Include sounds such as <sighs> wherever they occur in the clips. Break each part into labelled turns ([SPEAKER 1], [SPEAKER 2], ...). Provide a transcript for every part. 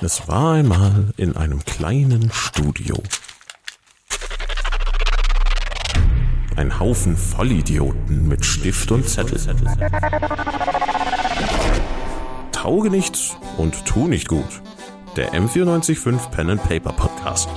[SPEAKER 1] Es war einmal in einem kleinen Studio. Ein Haufen Vollidioten mit Stift und Zettel. Tauge nichts und tu nicht gut. Der M945 Pen and Paper Podcast.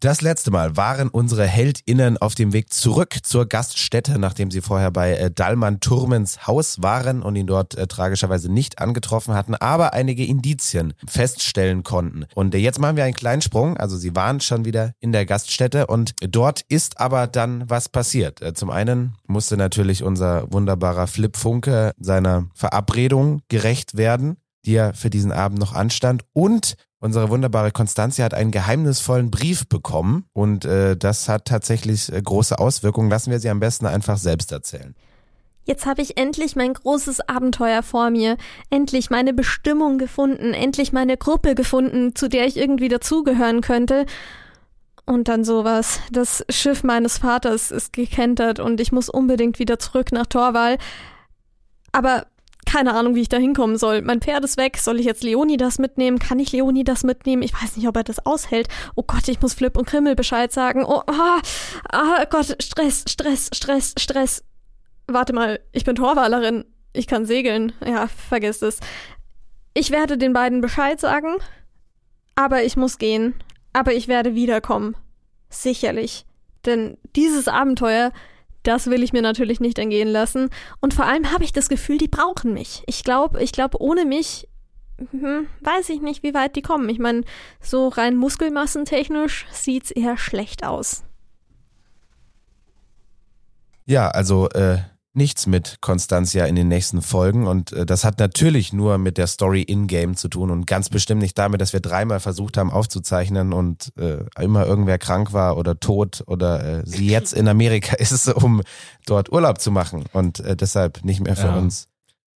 [SPEAKER 2] Das letzte Mal waren unsere HeldInnen auf dem Weg zurück zur Gaststätte, nachdem sie vorher bei äh, Dalman Turmens Haus waren und ihn dort äh, tragischerweise nicht angetroffen hatten, aber einige Indizien feststellen konnten. Und äh, jetzt machen wir einen kleinen Sprung. Also sie waren schon wieder in der Gaststätte und dort ist aber dann was passiert. Äh, zum einen musste natürlich unser wunderbarer Flip Funke seiner Verabredung gerecht werden die ja für diesen Abend noch anstand. Und unsere wunderbare Konstanze hat einen geheimnisvollen Brief bekommen. Und äh, das hat tatsächlich äh, große Auswirkungen. Lassen wir sie am besten einfach selbst erzählen.
[SPEAKER 3] Jetzt habe ich endlich mein großes Abenteuer vor mir, endlich meine Bestimmung gefunden, endlich meine Gruppe gefunden, zu der ich irgendwie dazugehören könnte. Und dann sowas. Das Schiff meines Vaters ist gekentert und ich muss unbedingt wieder zurück nach Torwal. Aber keine Ahnung, wie ich da hinkommen soll. Mein Pferd ist weg. Soll ich jetzt Leonie das mitnehmen? Kann ich Leonie das mitnehmen? Ich weiß nicht, ob er das aushält. Oh Gott, ich muss Flip und Krimmel Bescheid sagen. Oh, ah, ah Gott, Stress, Stress, Stress, Stress. Warte mal, ich bin Torwalerin. Ich kann segeln. Ja, vergiss es. Ich werde den beiden Bescheid sagen. Aber ich muss gehen. Aber ich werde wiederkommen. Sicherlich. Denn dieses Abenteuer, das will ich mir natürlich nicht entgehen lassen. Und vor allem habe ich das Gefühl, die brauchen mich. Ich glaube, ich glaube, ohne mich hm, weiß ich nicht, wie weit die kommen. Ich meine, so rein muskelmassentechnisch sieht's eher schlecht aus.
[SPEAKER 2] Ja, also äh, nichts mit Konstanzia in den nächsten Folgen. Und äh, das hat natürlich nur mit der Story in-game zu tun und ganz bestimmt nicht damit, dass wir dreimal versucht haben aufzuzeichnen und äh, immer irgendwer krank war oder tot oder äh, sie jetzt in Amerika <laughs> ist, um dort Urlaub zu machen und äh, deshalb nicht mehr für
[SPEAKER 4] Ja.
[SPEAKER 2] uns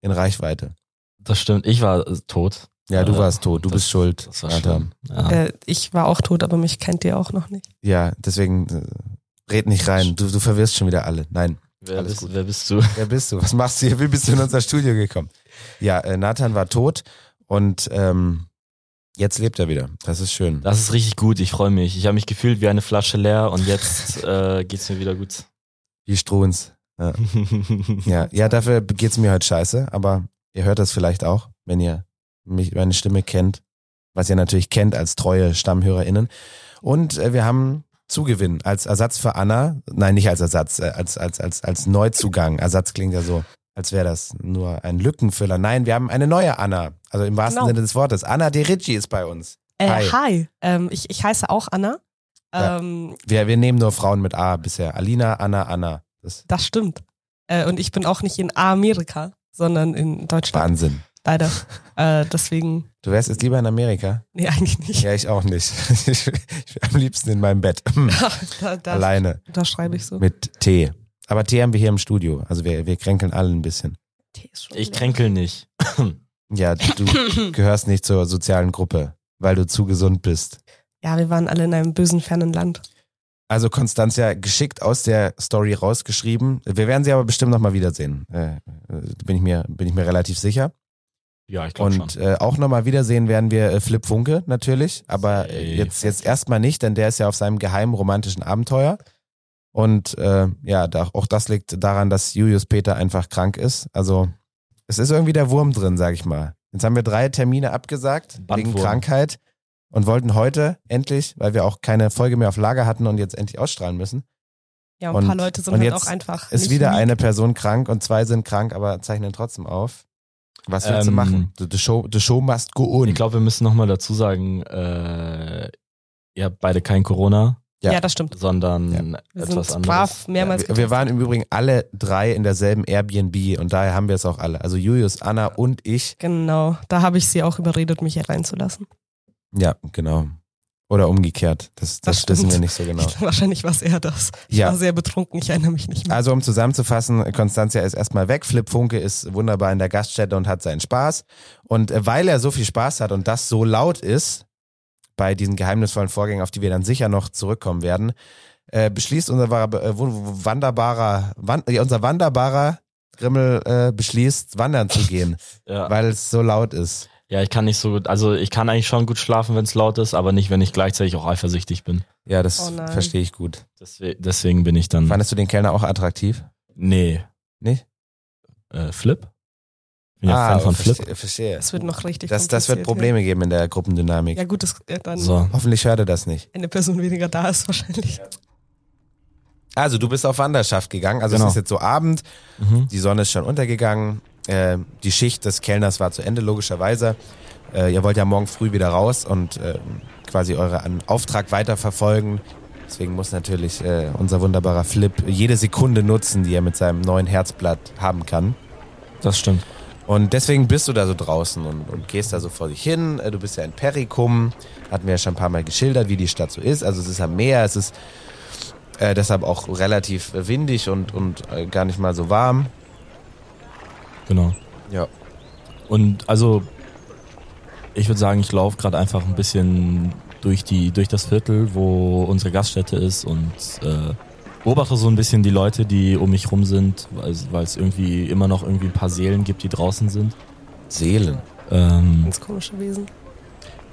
[SPEAKER 2] in Reichweite.
[SPEAKER 4] Das stimmt, ich war äh, tot.
[SPEAKER 2] Ja, du
[SPEAKER 4] Äh,
[SPEAKER 2] warst tot, du
[SPEAKER 4] das-
[SPEAKER 2] bist schuld.
[SPEAKER 4] Das war
[SPEAKER 2] Adam.
[SPEAKER 4] schlimm.
[SPEAKER 2] Ah.
[SPEAKER 4] Ja.
[SPEAKER 5] Äh, ich war auch tot, aber mich kennt ihr auch noch nicht.
[SPEAKER 2] Ja, deswegen äh, red nicht rein. Du, du verwirrst schon wieder alle.
[SPEAKER 4] <laughs>
[SPEAKER 2] Nein.
[SPEAKER 4] wer,
[SPEAKER 2] alles gut.
[SPEAKER 4] bist, wer bist du?
[SPEAKER 2] Wer bist du? Was machst du hier? Wie bist du in unser Studio gekommen? Ja, äh, Nathan war tot und ähm, jetzt lebt er wieder. Das ist schön.
[SPEAKER 4] Das ist richtig gut, ich freue mich. Ich habe mich gefühlt wie eine Flasche leer
[SPEAKER 2] <laughs>
[SPEAKER 4] und jetzt äh, geht's mir wieder gut.
[SPEAKER 2] Die Struens. <laughs> Ja, ja, dafür geht's mir heute scheiße, aber ihr hört das vielleicht auch, wenn ihr mich, meine Stimme kennt, was ihr natürlich kennt als treue StammhörerInnen. Und äh, wir haben Zugewinn als Ersatz für Anna. Nein, nicht als Ersatz, äh, als, als, als, als Neuzugang. Ersatz klingt ja so, als wäre das nur ein Lückenfüller. Nein, wir haben eine neue Anna. Also im wahrsten
[SPEAKER 5] Genau.
[SPEAKER 2] Sinne des Wortes. Anna De Ricci ist bei uns.
[SPEAKER 5] Äh,
[SPEAKER 2] Hi.
[SPEAKER 5] hi. Ähm, ich, ich heiße auch Anna.
[SPEAKER 2] Ja.
[SPEAKER 5] Ähm,
[SPEAKER 2] Wir, wir nehmen nur Frauen mit A bisher. Alina, Anna, Anna. Das ist
[SPEAKER 5] Das stimmt. Äh, und ich bin auch nicht in Amerika, sondern in Deutschland.
[SPEAKER 2] Wahnsinn.
[SPEAKER 5] Leider. <laughs> Äh, deswegen,
[SPEAKER 2] Du wärst jetzt lieber in Amerika?
[SPEAKER 5] nee, eigentlich nicht.
[SPEAKER 2] Ja, ich auch nicht. <laughs> Ich bin am liebsten in meinem Bett.
[SPEAKER 5] <laughs>
[SPEAKER 2] Hm.
[SPEAKER 5] da, da,
[SPEAKER 2] Alleine.
[SPEAKER 5] da schreibe ich so.
[SPEAKER 2] Mit Tee. Aber Tee haben wir hier im Studio. Also wir, wir kränkeln alle ein bisschen.
[SPEAKER 5] Tee ist schon
[SPEAKER 4] Ich
[SPEAKER 5] leer.
[SPEAKER 4] kränkel nicht.
[SPEAKER 2] Ja, du gehörst nicht zur sozialen Gruppe, weil du zu gesund bist.
[SPEAKER 5] Ja, wir waren alle in einem bösen, fernen Land.
[SPEAKER 2] Also Konstanzia, geschickt aus der Story rausgeschrieben. Wir werden sie aber bestimmt nochmal wiedersehen. Äh, äh, bin, ich mir, bin ich mir relativ sicher.
[SPEAKER 4] Ja, ich glaube schon.
[SPEAKER 2] Und äh, auch nochmal wiedersehen werden wir äh, Flip Funke natürlich, aber äh,
[SPEAKER 4] Safe.
[SPEAKER 2] jetzt, jetzt erstmal nicht, denn der ist ja auf seinem geheimen romantischen Abenteuer. Und äh, ja, da, auch das liegt daran, dass Julius Peter einfach krank ist. Also es ist irgendwie der Wurm drin, sag ich mal. Jetzt haben wir drei Termine abgesagt
[SPEAKER 4] Bandwurm.
[SPEAKER 2] wegen Krankheit und wollten heute endlich, weil wir auch keine Folge mehr auf Lager hatten und jetzt endlich ausstrahlen müssen,
[SPEAKER 5] Ja, ein
[SPEAKER 2] Und-
[SPEAKER 5] paar Leute sind
[SPEAKER 2] und
[SPEAKER 5] halt
[SPEAKER 2] jetzt
[SPEAKER 5] auch einfach.
[SPEAKER 2] ist
[SPEAKER 5] nicht
[SPEAKER 2] wieder
[SPEAKER 5] lieb.
[SPEAKER 2] eine Person krank und zwei sind krank, aber zeichnen trotzdem auf. Was willst du
[SPEAKER 4] Ähm,
[SPEAKER 2] machen? The, the, show, the show must go on.
[SPEAKER 4] Ich glaube, wir müssen nochmal dazu sagen, äh, ihr habt beide kein Corona,
[SPEAKER 2] Ja.
[SPEAKER 5] Ja. das stimmt.
[SPEAKER 4] sondern
[SPEAKER 5] Wir
[SPEAKER 4] etwas
[SPEAKER 5] sind
[SPEAKER 4] anderes.
[SPEAKER 5] brav mehrmals.
[SPEAKER 2] wir, wir waren im Übrigen alle drei in derselben Airbnb und daher haben wir es auch alle. Also Julius, Anna und ich.
[SPEAKER 5] Genau, da habe ich sie auch überredet, mich hier reinzulassen.
[SPEAKER 2] Ja, genau. Oder umgekehrt. Das, das,
[SPEAKER 5] Das
[SPEAKER 2] wissen
[SPEAKER 5] stimmt.
[SPEAKER 2] wir nicht so genau.
[SPEAKER 5] <laughs> Wahrscheinlich war es eher das. Ich
[SPEAKER 2] Ja.
[SPEAKER 5] war sehr betrunken, ich erinnere mich nicht mehr.
[SPEAKER 2] Also um zusammenzufassen, Konstanzia ist erstmal weg, Flip Funke ist wunderbar in der Gaststätte und hat seinen Spaß. Und äh, weil er so viel Spaß hat und das so laut ist, bei diesen geheimnisvollen Vorgängen, auf die wir dann sicher noch zurückkommen werden, äh, beschließt unser wahrer- äh, wun- wunderbarer, wan, äh, unser wanderbarer Grimmel äh, beschließt, wandern zu gehen,
[SPEAKER 4] Ja.
[SPEAKER 2] weil es so laut ist.
[SPEAKER 4] ja, ich kann nicht so gut, also ich kann eigentlich schon gut schlafen, wenn es laut ist, aber nicht, wenn ich gleichzeitig auch eifersüchtig bin.
[SPEAKER 2] Ja, das
[SPEAKER 5] Oh nein.
[SPEAKER 2] verstehe ich gut.
[SPEAKER 4] Deswegen, deswegen bin ich dann.
[SPEAKER 2] Hm. Fandest du den Kellner auch attraktiv?
[SPEAKER 4] Nee.
[SPEAKER 2] Nicht?
[SPEAKER 4] Äh, Flip? Bin ja Fan von Flip.
[SPEAKER 2] verstehe. Ah, verstehe.
[SPEAKER 5] Das wird noch richtig
[SPEAKER 2] Das, das wird
[SPEAKER 5] kompliziert,
[SPEAKER 2] Probleme geben in der
[SPEAKER 5] Ja,
[SPEAKER 2] Gruppendynamik.
[SPEAKER 5] ja gut, dass äh, dann
[SPEAKER 4] So.
[SPEAKER 2] Hoffentlich hört er das nicht.
[SPEAKER 5] eine Person weniger da ist wahrscheinlich.
[SPEAKER 2] Also, du bist auf Wanderschaft gegangen. Also,
[SPEAKER 4] Genau.
[SPEAKER 2] es ist jetzt so Abend.
[SPEAKER 4] Mhm.
[SPEAKER 2] Die Sonne ist schon untergegangen. Äh, die Schicht des Kellners war zu Ende, logischerweise. Äh, ihr wollt ja morgen früh wieder raus und äh, quasi euren Auftrag weiterverfolgen. Deswegen muss natürlich äh, unser wunderbarer Flip jede Sekunde nutzen, die er mit seinem neuen Herzblatt haben kann.
[SPEAKER 4] Das stimmt.
[SPEAKER 2] Und deswegen bist du da so draußen und, und gehst da so vor dich hin. Äh, Du bist ja in Perikum, hatten wir ja schon ein paar Mal geschildert, wie die Stadt so ist. Also es ist am Meer, es ist äh, deshalb auch relativ äh, windig und, und äh, gar nicht mal so warm.
[SPEAKER 4] Genau.
[SPEAKER 2] Ja.
[SPEAKER 4] Und also, ich würde sagen, ich laufe gerade einfach ein bisschen durch, die, durch das Viertel, wo unsere Gaststätte ist und äh, beobachte so ein bisschen die Leute, die um mich rum sind, weil es irgendwie immer noch irgendwie ein paar Seelen gibt, die draußen sind.
[SPEAKER 2] Seelen.
[SPEAKER 4] Ähm,
[SPEAKER 5] Ganz komische Wesen.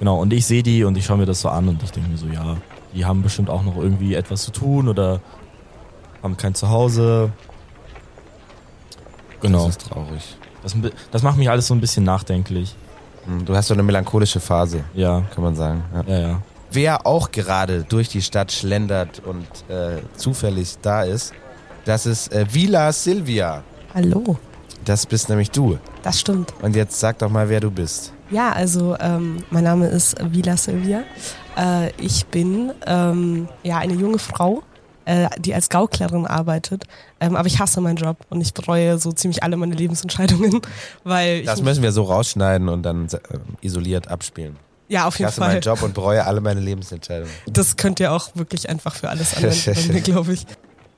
[SPEAKER 4] genau, und ich sehe die und ich schaue mir das so an und ich denke mir so, ja, die haben bestimmt auch noch irgendwie etwas zu tun oder haben kein Zuhause. Genau.
[SPEAKER 2] Das ist traurig.
[SPEAKER 4] Das, das macht mich alles so ein bisschen nachdenklich.
[SPEAKER 2] Hm, Du hast so eine melancholische Phase,
[SPEAKER 4] Ja,
[SPEAKER 2] kann man sagen. Ja.
[SPEAKER 4] ja, ja.
[SPEAKER 2] Wer auch gerade durch die Stadt schlendert und äh, zufällig da ist, das ist äh, Vila Silvia.
[SPEAKER 5] Hallo.
[SPEAKER 2] Das bist nämlich du.
[SPEAKER 5] Das stimmt.
[SPEAKER 2] Und jetzt sag doch mal, wer du bist.
[SPEAKER 5] Ja, also ähm, mein Name ist Vila Silvia. Äh, ich bin ähm, ja eine junge Frau, äh, die als Gauklerin arbeitet. Ähm, aber ich hasse meinen Job und ich bereue so ziemlich alle meine Lebensentscheidungen, <laughs> weil ich
[SPEAKER 2] Das müssen wir so rausschneiden und dann äh, isoliert abspielen.
[SPEAKER 5] ja auf
[SPEAKER 2] Ich
[SPEAKER 5] jeden
[SPEAKER 2] hasse
[SPEAKER 5] Fall.
[SPEAKER 2] meinen Job und bereue alle meine Lebensentscheidungen.
[SPEAKER 5] Das könnt ihr auch wirklich einfach für alles anwenden, glaube ich.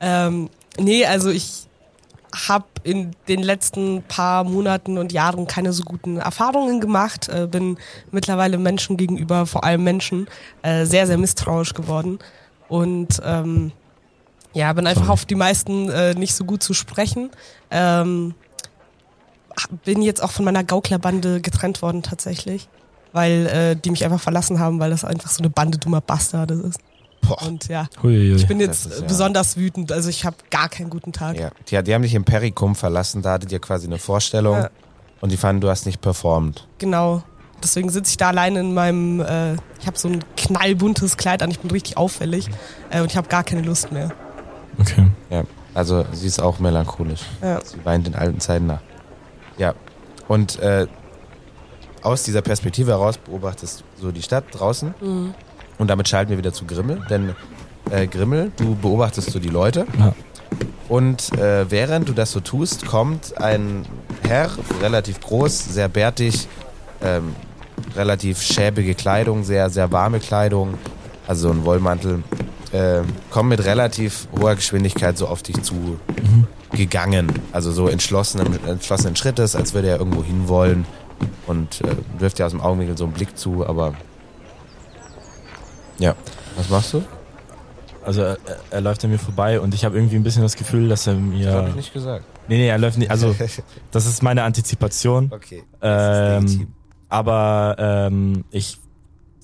[SPEAKER 5] Ähm, nee, also ich habe in den letzten paar Monaten und Jahren keine so guten Erfahrungen gemacht, äh, bin mittlerweile Menschen gegenüber, vor allem Menschen, äh, sehr, sehr misstrauisch geworden und ähm, ja, bin einfach
[SPEAKER 4] Sorry.
[SPEAKER 5] auf die meisten äh, nicht so gut zu sprechen. Ähm, ha- bin jetzt auch von meiner Gauklerbande getrennt worden tatsächlich, weil äh, die mich einfach verlassen haben, weil das einfach so eine Bande dummer Bastarde ist.
[SPEAKER 2] Boah.
[SPEAKER 5] Und ja,
[SPEAKER 4] Huiuiui.
[SPEAKER 5] ich bin
[SPEAKER 2] Das
[SPEAKER 5] jetzt
[SPEAKER 2] ist ja-
[SPEAKER 5] besonders wütend. Also ich habe gar keinen guten Tag.
[SPEAKER 2] Ja. Die, die haben dich im Perikum verlassen, da hattet ihr quasi eine Vorstellung
[SPEAKER 5] Ja.
[SPEAKER 2] und die fanden, du hast nicht performt.
[SPEAKER 5] Genau. Deswegen sitze ich da alleine in meinem, äh, ich habe so ein knallbuntes Kleid an, ich bin richtig auffällig äh, und ich habe gar keine Lust mehr.
[SPEAKER 4] Okay.
[SPEAKER 2] Ja. Also sie ist auch melancholisch.
[SPEAKER 5] Ja.
[SPEAKER 2] Sie weint in alten Zeiten nach. Ja. Und äh, aus dieser Perspektive heraus beobachtest du so die Stadt draußen. Und damit schalten wir wieder zu Grimmel. Denn äh, Grimmel, du beobachtest so die Leute.
[SPEAKER 4] Ja.
[SPEAKER 2] Und äh, während du das so tust, kommt ein Herr, relativ groß, sehr bärtig, ähm, relativ schäbige Kleidung, sehr, sehr warme Kleidung, also so ein Wollmantel, äh, kommt mit relativ hoher Geschwindigkeit so auf dich zu gegangen. Also so entschlossenen, entschlossenen Schrittes, als würde er irgendwo hinwollen. Und äh, wirft ja aus dem Augenwinkel so einen Blick zu, aber. Ja. Was machst du?
[SPEAKER 4] Also er, er läuft an mir vorbei und ich habe irgendwie ein bisschen das Gefühl, dass er
[SPEAKER 2] Hab
[SPEAKER 4] mir.
[SPEAKER 2] ich nicht gesagt.
[SPEAKER 4] Nee, nee, er läuft nicht. Also das ist meine
[SPEAKER 2] <laughs>
[SPEAKER 4] Antizipation.
[SPEAKER 2] okay. Das ist
[SPEAKER 4] Ähm,
[SPEAKER 2] legitim.
[SPEAKER 4] aber ähm, ich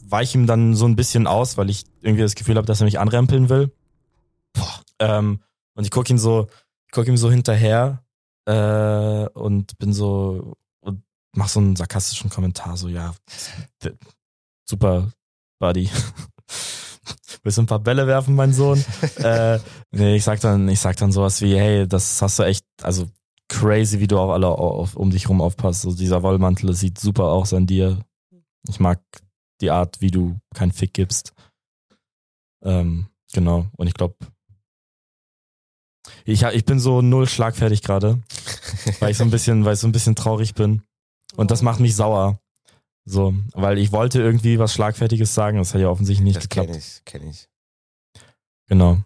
[SPEAKER 4] weiche ihm dann so ein bisschen aus, weil ich irgendwie das Gefühl habe, dass er mich anrempeln will. Ähm, und ich gucke ihn so, guck ihm so hinterher äh, und bin so und mach so einen sarkastischen Kommentar, so ja, d- super Buddy. <laughs> Willst du ein paar Bälle werfen, mein Sohn? äh, nee, ich sag dann, ich sag dann sowas wie, hey, das hast du echt, also crazy, wie du auch alle au- auf, um dich rum aufpasst. So dieser Wollmantel das sieht super aus an dir. Ich mag die Art, wie du keinen Fick gibst. Ähm, genau. Und ich glaube, ich, ha- ich bin so null schlagfertig gerade, weil ich so ein bisschen, weil ich so ein bisschen traurig bin. Und das macht mich sauer. So, weil ich wollte irgendwie was Schlagfertiges sagen, das hat ja offensichtlich nicht
[SPEAKER 2] Das
[SPEAKER 4] geklappt.
[SPEAKER 2] kenne ich, kenne ich.
[SPEAKER 4] Genau.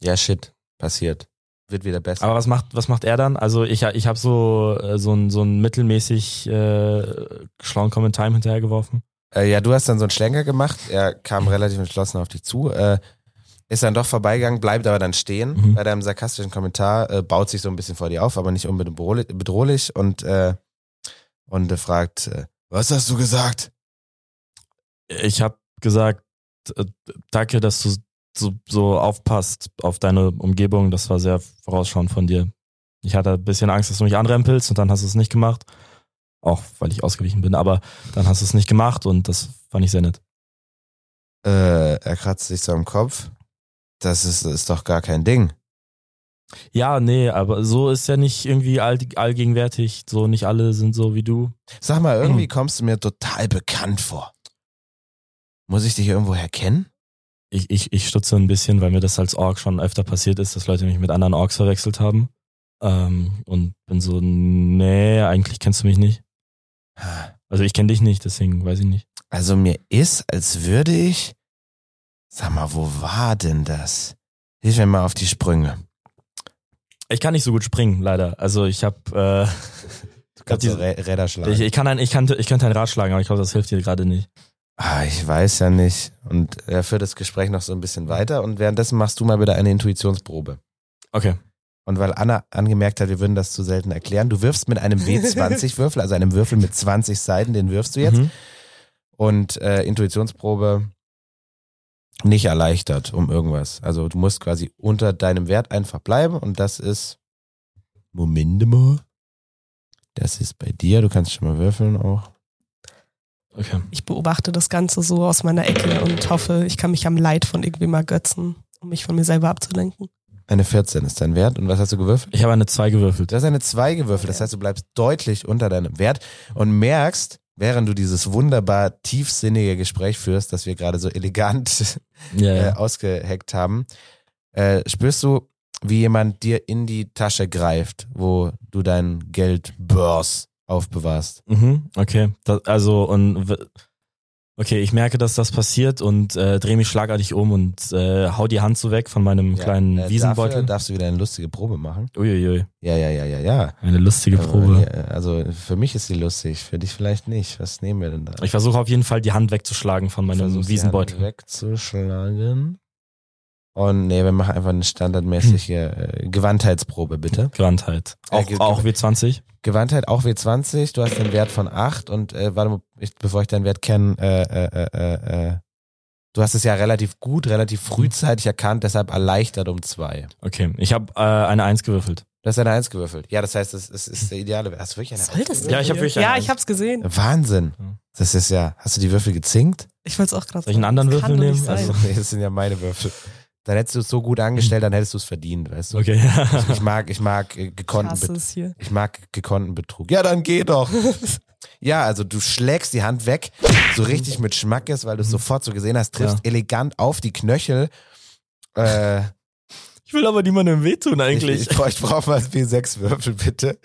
[SPEAKER 2] Ja, shit. Passiert. Wird wieder besser.
[SPEAKER 4] Aber was macht, was macht er dann? Also ich, ich habe so, äh, so einen so einen mittelmäßig äh, schlauen Kommentar ihm hinterhergeworfen.
[SPEAKER 2] Äh, ja, du hast dann so einen Schlenker gemacht. Er kam relativ entschlossen auf dich zu. Äh, Ist dann doch vorbeigegangen, bleibt aber dann stehen
[SPEAKER 4] Mhm.
[SPEAKER 2] bei deinem sarkastischen Kommentar, äh, baut sich so ein bisschen vor dir auf, aber nicht unbedingt bedrohlich- bedrohlich und, äh, und äh, fragt, äh, was hast du gesagt?
[SPEAKER 4] Ich habe gesagt, äh, danke, dass du so, so aufpasst auf deine Umgebung. Das war sehr vorausschauend von dir. Ich hatte ein bisschen Angst, dass du mich anrempelst und dann hast du es nicht gemacht. Auch weil ich ausgewichen bin, aber dann hast du es nicht gemacht und das fand ich sehr nett.
[SPEAKER 2] Äh, er kratzt sich so am Kopf. Das ist, das ist doch gar kein Ding.
[SPEAKER 4] Ja, nee, aber so ist ja nicht irgendwie all, allgegenwärtig. So nicht alle sind so wie du.
[SPEAKER 2] Sag mal, irgendwie kommst du mir total bekannt vor. Muss ich dich irgendwo herkennen?
[SPEAKER 4] Ich, ich, ich stutze ein bisschen, weil mir das als Ork schon öfter passiert ist, dass Leute mich mit anderen Orks verwechselt haben. Ähm, und bin so, nee, eigentlich kennst du mich nicht. <sighs> Also ich kenne dich nicht, deswegen weiß ich nicht.
[SPEAKER 2] Also mir ist, als würde ich. Sag mal, wo war denn das? Hilf mir mal auf die Sprünge.
[SPEAKER 4] Ich kann nicht so gut springen, leider. Also ich <laughs> habe,
[SPEAKER 2] Du
[SPEAKER 4] kannst so
[SPEAKER 2] Räder
[SPEAKER 4] äh, ich, ich kann ein, ich kann, ich könnte einen Rat schlagen, aber ich glaube, das hilft dir gerade nicht.
[SPEAKER 2] Ah, ich weiß ja nicht. Und er führt das Gespräch noch so ein bisschen weiter und währenddessen machst du mal wieder eine Intuitionsprobe.
[SPEAKER 4] Okay.
[SPEAKER 2] Und weil Anna angemerkt hat, wir würden das zu selten erklären, du wirfst mit einem W20-Würfel, also einem Würfel mit 20 Seiten, den wirfst du jetzt.
[SPEAKER 4] Mhm.
[SPEAKER 2] Und äh, Intuitionsprobe nicht erleichtert um irgendwas. Also du musst quasi unter deinem Wert einfach bleiben und das ist. Moment mal. Das ist bei dir, du kannst schon mal würfeln auch.
[SPEAKER 4] Okay.
[SPEAKER 5] Ich beobachte das Ganze so aus meiner Ecke und hoffe, ich kann mich am Leid von irgendwem ergötzen, um mich von mir selber abzulenken.
[SPEAKER 2] Eine 14 ist dein Wert. Und was hast du gewürfelt?
[SPEAKER 4] Ich habe eine 2 gewürfelt.
[SPEAKER 2] Du hast eine 2 gewürfelt, das heißt, du bleibst deutlich unter deinem Wert und merkst, während du dieses wunderbar tiefsinnige Gespräch führst, das wir gerade so elegant
[SPEAKER 4] Ja,
[SPEAKER 2] äh,
[SPEAKER 4] ja.
[SPEAKER 2] ausgeheckt haben, äh, spürst du, wie jemand dir in die Tasche greift, wo du dein Geldbörs aufbewahrst.
[SPEAKER 4] Mhm, okay. Das, also, und w- okay, ich merke, dass das passiert und äh, drehe mich schlagartig um und äh, hau die Hand so weg von meinem kleinen
[SPEAKER 2] äh,
[SPEAKER 4] Wiesenbeutel.
[SPEAKER 2] Dafür darfst du wieder eine lustige Probe machen.
[SPEAKER 4] Uiuiui,
[SPEAKER 2] Ja, ja, ja, ja, ja.
[SPEAKER 4] eine lustige Probe.
[SPEAKER 2] Aber, ja, Also für mich ist sie lustig, für dich vielleicht nicht. Was nehmen wir denn da?
[SPEAKER 4] Ich versuche auf jeden Fall die Hand wegzuschlagen von meinem
[SPEAKER 2] Versuchst, die
[SPEAKER 4] Wiesenbeutel.
[SPEAKER 2] Hand wegzuschlagen. Und nee, wir machen einfach eine standardmäßige äh, Gewandtheitsprobe, bitte.
[SPEAKER 4] Gewandtheit.
[SPEAKER 2] Äh,
[SPEAKER 4] Auch,
[SPEAKER 2] ge-
[SPEAKER 4] auch W20.
[SPEAKER 2] Gewandtheit auch W20, du hast einen Wert von 8 und äh, warte mal, ich, bevor ich deinen Wert kenne, äh, äh, äh, äh, du hast es ja relativ gut, relativ frühzeitig erkannt, deshalb erleichtert um 2.
[SPEAKER 4] Okay, ich habe äh, eine 1 gewürfelt.
[SPEAKER 2] Du hast eine 1 gewürfelt. Ja, das heißt, es ist, ist der ideale Wert. Hast du wirklich eine
[SPEAKER 5] Soll das
[SPEAKER 4] denn? Ja, ich hab wirklich eine
[SPEAKER 5] Ja,
[SPEAKER 4] Angst.
[SPEAKER 5] ich hab's gesehen.
[SPEAKER 2] Wahnsinn.
[SPEAKER 4] Ja.
[SPEAKER 2] Das ist ja, hast du die Würfel gezinkt?
[SPEAKER 5] Ich wollte es auch gerade
[SPEAKER 4] Soll ich einen anderen
[SPEAKER 5] Das
[SPEAKER 4] Würfel
[SPEAKER 5] kann doch nicht
[SPEAKER 4] nehmen?
[SPEAKER 5] sein.
[SPEAKER 2] Also, nee, das sind ja meine Würfel. Dann hättest du es so gut angestellt, dann hättest du es verdient, weißt du?
[SPEAKER 4] Okay. <laughs>
[SPEAKER 2] Also ich mag, ich mag äh,
[SPEAKER 5] ich
[SPEAKER 2] gekonnten
[SPEAKER 5] hasse
[SPEAKER 2] Betrug.
[SPEAKER 5] es hier.
[SPEAKER 2] Ich mag gekonnten Betrug. Ja, dann geh
[SPEAKER 4] <laughs>
[SPEAKER 2] doch. ja, also du schlägst die Hand weg, so richtig mit Schmackes, weil du es sofort so gesehen hast, triffst
[SPEAKER 4] Mhm. Ja.
[SPEAKER 2] elegant auf die Knöchel. Äh,
[SPEAKER 4] ich will aber niemandem wehtun <laughs> eigentlich.
[SPEAKER 2] Ich, ich, brauch- ich brauche mal B6-Würfel, bitte.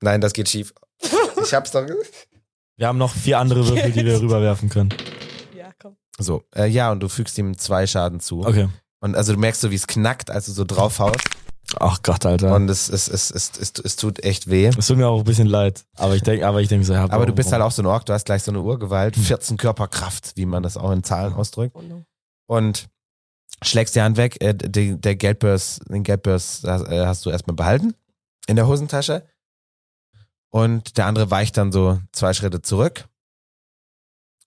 [SPEAKER 2] Nein, das geht schief. Ich hab's doch. ge-
[SPEAKER 4] Wir haben noch vier andere Würfel, die wir rüberwerfen können.
[SPEAKER 5] Ja, komm.
[SPEAKER 2] So, äh, ja, und du fügst ihm zwei Schaden zu.
[SPEAKER 4] Okay.
[SPEAKER 2] Und also du merkst so, wie es knackt, als du so draufhaust.
[SPEAKER 4] Ach Gott, Alter.
[SPEAKER 2] Und es, es, es, es, es, es tut echt weh.
[SPEAKER 4] es tut mir auch ein bisschen leid. Aber ich denke, aber ich denke so, ja,
[SPEAKER 2] Aber du bist
[SPEAKER 4] warum-
[SPEAKER 2] halt auch so ein Ork, du hast gleich so eine Urgewalt,
[SPEAKER 4] Mhm.
[SPEAKER 2] 14 Körperkraft, wie man das auch in Zahlen ausdrückt.
[SPEAKER 5] Oh no.
[SPEAKER 2] Und schlägst die Hand weg, äh, der, der Geldbörs, den Geldbörs äh, hast du erstmal behalten in der Hosentasche. Und der andere weicht dann so zwei Schritte zurück.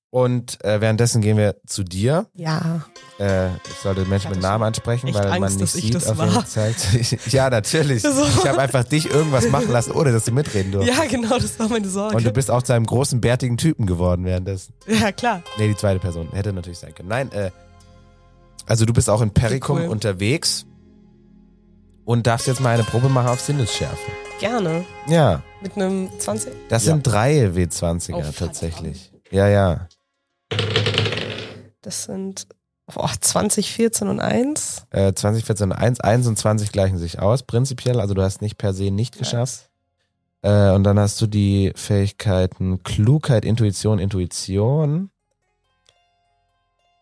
[SPEAKER 2] Und äh, währenddessen gehen wir zu dir.
[SPEAKER 5] Ja.
[SPEAKER 2] Äh, ich sollte Menschen mit
[SPEAKER 5] hatte
[SPEAKER 2] Namen
[SPEAKER 5] schon
[SPEAKER 2] ansprechen,
[SPEAKER 5] echt
[SPEAKER 2] weil man
[SPEAKER 5] Angst,
[SPEAKER 2] nicht
[SPEAKER 5] dass ich
[SPEAKER 2] sieht,
[SPEAKER 5] das
[SPEAKER 2] auf wen
[SPEAKER 5] war.
[SPEAKER 2] es zeigt. <laughs> ja, natürlich.
[SPEAKER 5] <laughs> So.
[SPEAKER 2] Ich habe einfach dich irgendwas machen lassen, ohne dass du mitreden durftest.
[SPEAKER 5] Ja, genau, das war meine Sorge.
[SPEAKER 2] Und du bist auch zu einem großen, bärtigen Typen geworden währenddessen.
[SPEAKER 5] ja, klar.
[SPEAKER 2] Nee, die zweite Person. Hätte natürlich sein können. Nein, äh, also du bist auch in Perikum
[SPEAKER 5] Cool.
[SPEAKER 2] unterwegs und darfst jetzt mal eine Probe machen auf Sinnesschärfe.
[SPEAKER 5] Gerne.
[SPEAKER 2] Ja,
[SPEAKER 5] Mit einem 20?
[SPEAKER 2] das
[SPEAKER 4] Ja.
[SPEAKER 2] sind drei W20er
[SPEAKER 5] Oh, fuck.
[SPEAKER 2] tatsächlich. Ja, ja.
[SPEAKER 5] Das sind oh, 20, 14 und 1.
[SPEAKER 2] Äh, 20, 14 und 1. 1 und 20 gleichen sich aus, prinzipiell. Also du hast nicht per se nicht geschafft. Äh, und dann hast du die Fähigkeiten Klugheit, Intuition, Intuition.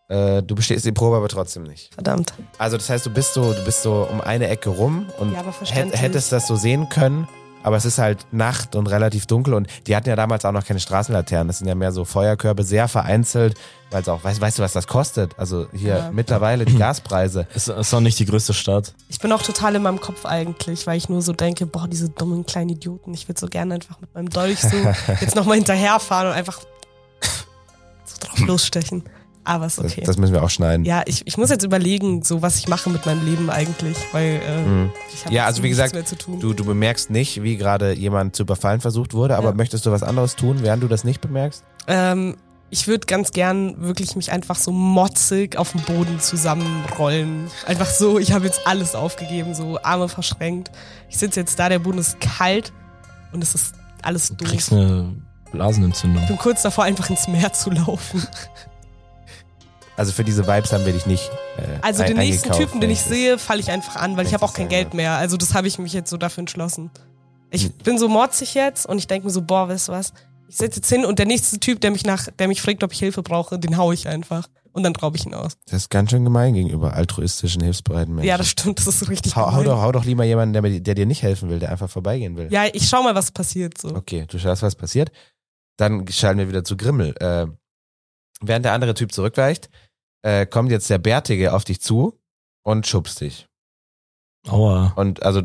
[SPEAKER 2] Äh, du bestehst die Probe aber trotzdem nicht.
[SPEAKER 5] Verdammt.
[SPEAKER 2] Also das heißt, du bist so, du bist so um eine Ecke rum und
[SPEAKER 5] Ja, aber
[SPEAKER 2] hätt,
[SPEAKER 5] verständlich.
[SPEAKER 2] hättest das so sehen können Aber es ist halt Nacht und relativ dunkel und die hatten ja damals auch noch keine Straßenlaternen. Das sind ja mehr so Feuerkörbe, sehr vereinzelt, weil es auch, weißt, weißt du, was das kostet? Also hier
[SPEAKER 5] Ja.
[SPEAKER 2] mittlerweile die Gaspreise.
[SPEAKER 4] Ist, ist noch nicht die größte Stadt.
[SPEAKER 5] Ich bin auch total in meinem Kopf eigentlich, weil ich nur so denke, boah, diese dummen kleinen Idioten, ich würde so gerne einfach mit meinem Dolch
[SPEAKER 2] <laughs>
[SPEAKER 5] so jetzt nochmal hinterherfahren und einfach so
[SPEAKER 2] <laughs>
[SPEAKER 5] drauf losstechen. Aber ist
[SPEAKER 2] Das,
[SPEAKER 5] okay.
[SPEAKER 2] das müssen wir auch schneiden.
[SPEAKER 5] ja, ich, ich muss jetzt überlegen, so was ich mache mit meinem Leben eigentlich, weil äh,
[SPEAKER 2] Mhm.
[SPEAKER 5] ich habe
[SPEAKER 2] Ja, also wie gesagt,
[SPEAKER 5] mehr zu tun.
[SPEAKER 2] Du, du bemerkst nicht, wie gerade jemand zu überfallen versucht wurde, aber
[SPEAKER 5] Ja.
[SPEAKER 2] möchtest du was anderes tun, während du das nicht bemerkst?
[SPEAKER 5] Ähm, ich würde ganz gern wirklich mich einfach so motzig auf dem Boden zusammenrollen. Einfach so, ich habe jetzt alles aufgegeben, so Arme verschränkt. Ich sitze jetzt da, der Boden ist kalt und es ist alles
[SPEAKER 4] Du
[SPEAKER 5] doof.
[SPEAKER 4] kriegst eine Blasenentzündung.
[SPEAKER 5] Ich bin kurz davor, einfach ins Meer zu laufen.
[SPEAKER 2] Also für diese Vibes haben wir dich nicht. Äh,
[SPEAKER 5] Also den
[SPEAKER 2] ein-
[SPEAKER 5] nächsten
[SPEAKER 2] eingekauft,
[SPEAKER 5] Typen, den ich
[SPEAKER 2] wenigstens.
[SPEAKER 5] sehe, falle ich einfach an, weil ich habe auch kein Geld mehr. Also das habe ich mich jetzt so dafür
[SPEAKER 4] Hm.
[SPEAKER 5] entschlossen. Ich bin so motzig jetzt und ich denke mir so, boah, weißt du was? Ich setze jetzt hin und der nächste Typ, der mich nach, der mich fragt, ob ich Hilfe brauche, den hau ich einfach. Und dann raub ich ihn aus.
[SPEAKER 2] Das ist ganz schön gemein gegenüber altruistischen, hilfsbereiten Menschen.
[SPEAKER 5] Ja, das stimmt, das ist richtig.
[SPEAKER 2] hau, hau,
[SPEAKER 5] gemein.
[SPEAKER 2] doch, hau doch lieber jemanden, der, mir- der dir nicht helfen will, der einfach vorbeigehen will.
[SPEAKER 5] Ja, ich schau mal, was passiert so.
[SPEAKER 2] Okay, du schaust, was passiert. Dann schalten wir wieder zu Grimmel. Äh, während der andere Typ zurückweicht, äh, kommt jetzt der Bärtige auf dich zu und schubst dich.
[SPEAKER 4] Aua.
[SPEAKER 2] Und also,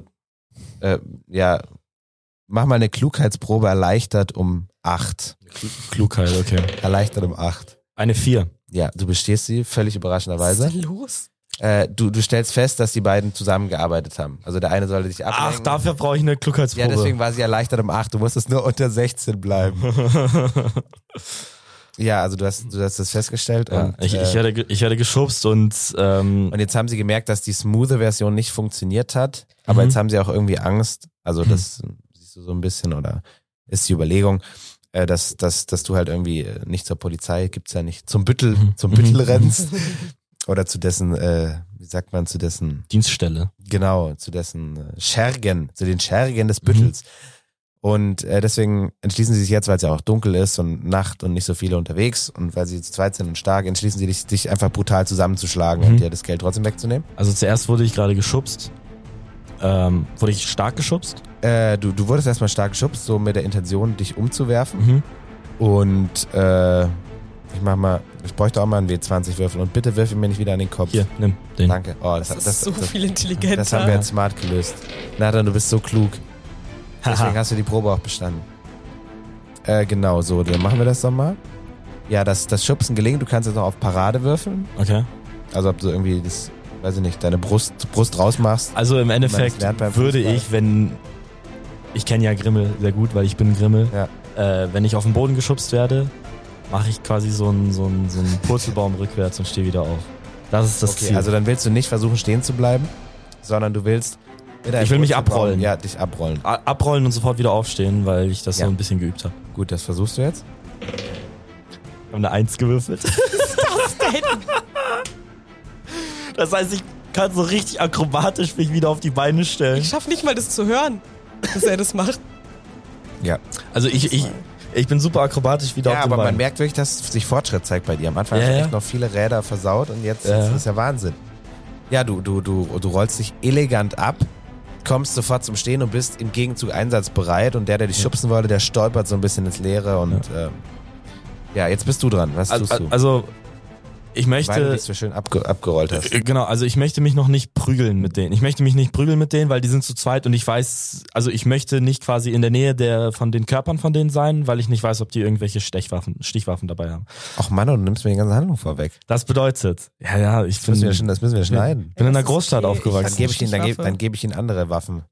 [SPEAKER 2] äh, ja, mach mal eine Klugheitsprobe erleichtert um acht.
[SPEAKER 4] Klugheit, okay.
[SPEAKER 2] Erleichtert um acht.
[SPEAKER 4] Eine vier.
[SPEAKER 2] Ja, du bestehst sie völlig
[SPEAKER 5] Was
[SPEAKER 2] überraschenderweise.
[SPEAKER 5] ist denn los?
[SPEAKER 2] Äh, du, du stellst fest, dass die beiden zusammengearbeitet haben. Also der eine sollte dich ablenken.
[SPEAKER 4] Ach, dafür brauche ich eine
[SPEAKER 2] Ja,
[SPEAKER 4] Klugheitsprobe. <laughs>
[SPEAKER 2] deswegen war sie erleichtert um 8. Du musstest nur unter 16 bleiben. Ja, also du hast, du hast das festgestellt.
[SPEAKER 4] ja,
[SPEAKER 2] und,
[SPEAKER 4] ich,
[SPEAKER 2] äh,
[SPEAKER 4] ich, werde, ge- ich werde geschubst und ähm,
[SPEAKER 2] und jetzt haben sie gemerkt, dass die smoothe Version nicht funktioniert hat. Aber
[SPEAKER 4] Mhm.
[SPEAKER 2] jetzt haben sie auch irgendwie Angst. Also das siehst du so ein bisschen oder ist die Überlegung, äh, dass, dass, dass du halt irgendwie äh, nicht zur Polizei, gibt's ja nicht, zum Büttel,
[SPEAKER 4] Mhm.
[SPEAKER 2] zum Büttel
[SPEAKER 4] Mhm.
[SPEAKER 2] rennst. Oder zu dessen, äh, wie sagt man, zu dessen
[SPEAKER 4] Dienststelle.
[SPEAKER 2] Genau, zu dessen äh, Schergen, zu den Schergen des Büttels. Und äh, deswegen entschließen sie sich jetzt, weil es ja auch dunkel ist und Nacht und nicht so viele unterwegs und weil sie zu zweit sind und stark, entschließen sie dich, dich einfach brutal zusammenzuschlagen
[SPEAKER 4] Mhm.
[SPEAKER 2] und dir das Geld trotzdem wegzunehmen.
[SPEAKER 4] Also zuerst wurde ich gerade geschubst. Ähm, wurde ich stark geschubst.
[SPEAKER 2] Äh, du, du wurdest erstmal stark geschubst, so mit der Intention, dich umzuwerfen. Und äh, ich mach mal, ich bräuchte auch mal einen W20-Würfel und bitte wirf ihn mir nicht wieder an den Kopf.
[SPEAKER 4] Hier, nimm den.
[SPEAKER 2] Danke. Oh, das, das,
[SPEAKER 5] Das, ist
[SPEAKER 2] das,
[SPEAKER 5] so
[SPEAKER 2] das,
[SPEAKER 5] viel intelligenter.
[SPEAKER 2] das haben wir jetzt smart gelöst. Nathan, du bist so klug. Deswegen
[SPEAKER 4] Haha.
[SPEAKER 2] hast du die Probe auch bestanden. Äh, genau, so, dann machen wir das doch mal. Ja, das, das Schubsen gelingt, du kannst jetzt noch auf Parade würfeln.
[SPEAKER 4] Okay.
[SPEAKER 2] Also ob du irgendwie das, weiß ich nicht, deine Brust, Brust rausmachst.
[SPEAKER 4] Also im Endeffekt
[SPEAKER 2] lernt beim
[SPEAKER 4] würde
[SPEAKER 2] Fußball.
[SPEAKER 4] ich, wenn. Ich kenne ja Grimmel sehr gut, weil ich bin Grimmel.
[SPEAKER 2] Ja.
[SPEAKER 4] Äh, wenn ich auf den Boden geschubst werde, mache ich quasi so einen so einen- so einen Purzelbaum <laughs> rückwärts und stehe wieder auf. Das ist das
[SPEAKER 2] okay,
[SPEAKER 4] Ziel.
[SPEAKER 2] also dann willst du nicht versuchen stehen zu bleiben, sondern du willst... mit deinem
[SPEAKER 4] Ich will mich
[SPEAKER 2] Brust-
[SPEAKER 4] abrollen.
[SPEAKER 2] Ja, dich abrollen.
[SPEAKER 4] A- abrollen und sofort wieder aufstehen, weil ich das
[SPEAKER 2] Ja.
[SPEAKER 4] so ein bisschen geübt habe.
[SPEAKER 2] Gut, das versuchst du jetzt.
[SPEAKER 4] Ich habe eine
[SPEAKER 2] <laughs>
[SPEAKER 4] Eins gewürfelt. Das heißt, ich kann so richtig akrobatisch mich wieder auf die Beine stellen.
[SPEAKER 5] Ich schaffe nicht mal das zu hören, dass er
[SPEAKER 2] <laughs>
[SPEAKER 5] das macht.
[SPEAKER 2] Ja,
[SPEAKER 4] Also ich, ich, ich bin super akrobatisch wieder
[SPEAKER 2] ja
[SPEAKER 4] auf den
[SPEAKER 2] aber man
[SPEAKER 4] Beinen.
[SPEAKER 2] merkt wirklich, dass sich Fortschritt zeigt bei dir. Am Anfang
[SPEAKER 4] Ja,
[SPEAKER 2] hast du
[SPEAKER 4] ja.
[SPEAKER 2] echt noch viele Räder versaut und jetzt,
[SPEAKER 4] Ja.
[SPEAKER 2] jetzt ist ja Wahnsinn. Ja, du, du, du, du rollst dich elegant ab, kommst sofort zum Stehen und bist im Gegenzug einsatzbereit und der, der dich schubsen wollte, der stolpert so ein bisschen ins Leere und ja, ja jetzt bist du dran. Was tust
[SPEAKER 4] also,
[SPEAKER 2] du?
[SPEAKER 4] also ich
[SPEAKER 2] halt Weil du
[SPEAKER 4] möchte
[SPEAKER 2] dich so schön abge abgerollt hast.
[SPEAKER 4] Äh, Genau, also ich möchte mich noch nicht prügeln mit denen. Ich möchte mich nicht prügeln mit denen, weil die sind zu zweit und ich weiß, also ich möchte nicht quasi in der Nähe der von den Körpern von denen sein, weil ich nicht weiß, ob die irgendwelche Stechwaffen, Stichwaffen dabei haben.
[SPEAKER 2] Ach Mann, du nimmst mir die ganze Handlung vorweg.
[SPEAKER 4] Das bedeutet, ja, ja, ich
[SPEAKER 2] Das müssen wir,
[SPEAKER 4] bin,
[SPEAKER 2] schon, das müssen wir schneiden.
[SPEAKER 4] bin in
[SPEAKER 5] Das
[SPEAKER 4] einer
[SPEAKER 5] ist
[SPEAKER 4] Großstadt
[SPEAKER 5] okay, ich
[SPEAKER 2] Hm. Dann
[SPEAKER 4] aufgewachsen.
[SPEAKER 2] gebe ich, ihnen- dann geb, dann geb ich ihnen andere Waffen. <laughs>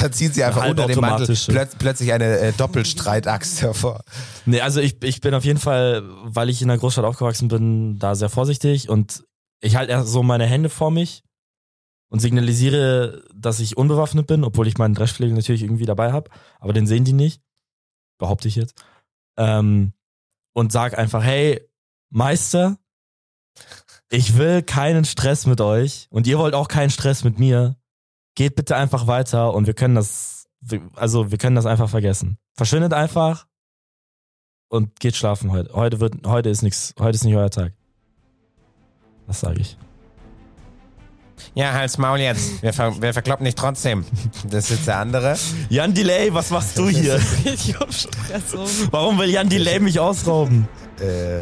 [SPEAKER 2] Dann ziehen sie einfach
[SPEAKER 4] Eine
[SPEAKER 2] unter dem Mantel
[SPEAKER 4] halbautomatische.
[SPEAKER 2] plötz, plötzlich eine äh, Doppelstreitaxt hervor.
[SPEAKER 4] Nee, also ich, ich bin auf jeden Fall, weil ich in einer Großstadt aufgewachsen bin, da sehr vorsichtig und ich halte erst so meine Hände vor mich und signalisiere, dass ich unbewaffnet bin, obwohl ich meinen Dreschflegel natürlich irgendwie dabei habe, aber den sehen die nicht, behaupte ich jetzt. Ähm, und sag einfach, hey, Meister, ich will keinen Stress mit euch und ihr wollt auch keinen Stress mit mir. Geht bitte einfach weiter und wir können das, wir- also wir können das einfach vergessen. Verschwindet einfach und geht schlafen heute. Heute wird, heute ist nichts, heute ist nicht euer Tag. Das sage ich.
[SPEAKER 2] Ja, halt's Maul jetzt. Wir, ver wir verkloppen dich trotzdem. Das ist der andere.
[SPEAKER 4] Jan Delay, was machst du hier? Warum will Jan Delay mich ausrauben?
[SPEAKER 2] Äh,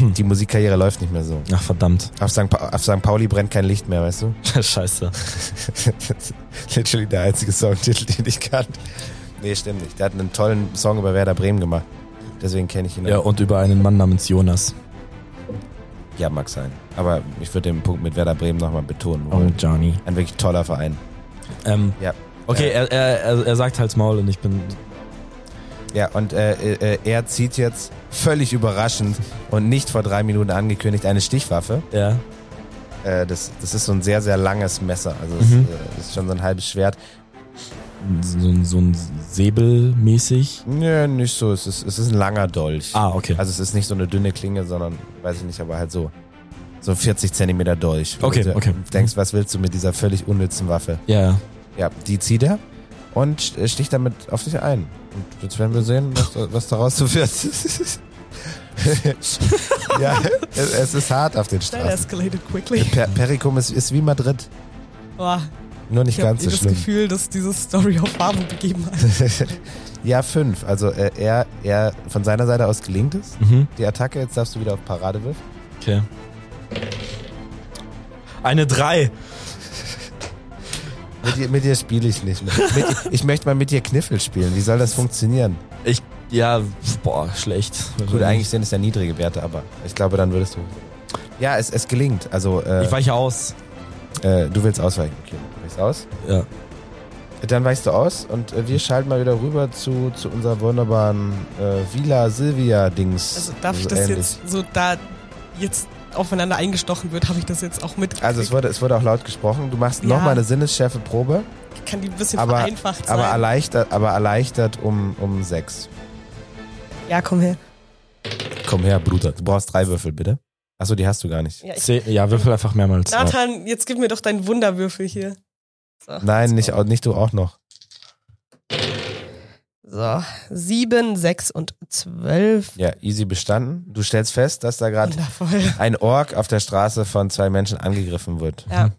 [SPEAKER 2] die Musikkarriere läuft nicht mehr so.
[SPEAKER 4] Ach, verdammt.
[SPEAKER 2] Auf St. Pa auf St. Pauli brennt kein Licht mehr, weißt du? <laughs>
[SPEAKER 4] <laughs> Scheiße.
[SPEAKER 2] Das ist Literally der einzige Songtitel, den ich kannte. Nee, stimmt nicht. Der hat einen tollen Song über Werder Bremen gemacht. Deswegen kenne ich ihn
[SPEAKER 4] Ja,
[SPEAKER 2] auch.
[SPEAKER 4] und über einen Mann namens Jonas.
[SPEAKER 2] Ja, mag sein. Aber ich würde den Punkt mit Werder Bremen nochmal betonen.
[SPEAKER 4] Und Oh, Johnny.
[SPEAKER 2] Ein wirklich toller Verein.
[SPEAKER 4] Ähm,
[SPEAKER 2] Ja.
[SPEAKER 4] okay, er, er, er, er sagt halt's Maul und ich bin.
[SPEAKER 2] Ja, und äh, äh, äh, er zieht jetzt völlig überraschend und nicht vor drei Minuten angekündigt eine Stichwaffe.
[SPEAKER 4] Ja.
[SPEAKER 2] Äh, das, das ist so ein sehr, sehr langes Messer. Also es
[SPEAKER 4] Mhm.
[SPEAKER 2] äh, das ist schon so ein halbes Schwert.
[SPEAKER 4] So, ein- so ein Säbel mäßig.
[SPEAKER 2] Nö, nicht so. Es ist, es ist ein langer Dolch.
[SPEAKER 4] Ah, okay.
[SPEAKER 2] Also es ist nicht so eine dünne Klinge, sondern, weiß ich nicht, aber halt so. So 40 Zentimeter Dolch. Wo
[SPEAKER 4] Okay,
[SPEAKER 2] du
[SPEAKER 4] okay.
[SPEAKER 2] Denkst, was willst du mit dieser völlig unnützen Waffe?
[SPEAKER 4] Ja, ja.
[SPEAKER 2] Ja, die zieht er und äh, sticht damit auf dich ein. Und jetzt werden wir sehen, was, da- was daraus so wird. <laughs> ja, es, es ist hart auf den
[SPEAKER 5] That
[SPEAKER 2] Straßen.
[SPEAKER 5] escalated quickly.
[SPEAKER 2] Per Perikum ist, ist wie Madrid,
[SPEAKER 5] Boah,
[SPEAKER 2] nur nicht
[SPEAKER 5] ich habe
[SPEAKER 2] ganz so
[SPEAKER 5] das
[SPEAKER 2] schlimm.
[SPEAKER 5] Gefühl, dass diese Story auf Farbe begeben hat.
[SPEAKER 2] ja, fünf. Also äh, er, er von seiner Seite aus gelingt es.
[SPEAKER 4] Mhm.
[SPEAKER 2] Die Attacke, jetzt darfst du wieder auf Parade wirf.
[SPEAKER 4] Okay. Eine 3.
[SPEAKER 2] Mit dir, mit dir spiele ich nicht mehr. Mit, ich möchte mal mit dir Kniffel spielen. Wie soll das funktionieren?
[SPEAKER 4] Ich. Ja, boah, schlecht.
[SPEAKER 2] Gut, eigentlich sind es ja niedrige Werte, aber ich glaube, dann würdest du. Ja, es, es gelingt. Also äh,
[SPEAKER 4] Ich weiche aus.
[SPEAKER 2] Äh, du willst ausweichen. Okay, du weichst aus.
[SPEAKER 4] Ja.
[SPEAKER 2] Dann weichst du aus und äh, wir schalten mal wieder rüber zu, zu unserer wunderbaren äh, Villa Silvia-Dings.
[SPEAKER 5] Also darf ich
[SPEAKER 2] So
[SPEAKER 5] das
[SPEAKER 2] ähnlich.
[SPEAKER 5] jetzt so da jetzt aufeinander eingestochen wird, habe ich das jetzt auch mit.
[SPEAKER 2] Also es wurde, es wurde auch laut gesprochen. Du machst
[SPEAKER 5] Ja.
[SPEAKER 2] nochmal eine Sinnesschärfeprobe,
[SPEAKER 5] kann die ein bisschen
[SPEAKER 2] aber-
[SPEAKER 5] vereinfacht sein.
[SPEAKER 2] aber erleichtert, aber erleichtert um, um sechs.
[SPEAKER 5] ja, komm her.
[SPEAKER 2] Komm her, Bruder. Du brauchst drei Würfel, bitte. Achso, die hast du gar nicht.
[SPEAKER 5] Ja, ich,
[SPEAKER 4] Zeh- Ja, würfel einfach mehrmals.
[SPEAKER 5] Nathan, jetzt gib mir doch deinen Wunderwürfel hier. So,
[SPEAKER 2] Nein, nicht, au- nicht du auch noch.
[SPEAKER 5] So, sieben, sechs und zwölf.
[SPEAKER 2] Ja, easy bestanden. Du stellst fest, dass da gerade
[SPEAKER 5] Wundervoll.
[SPEAKER 2] ein Ork auf der Straße von zwei Menschen angegriffen wird.
[SPEAKER 5] Ja.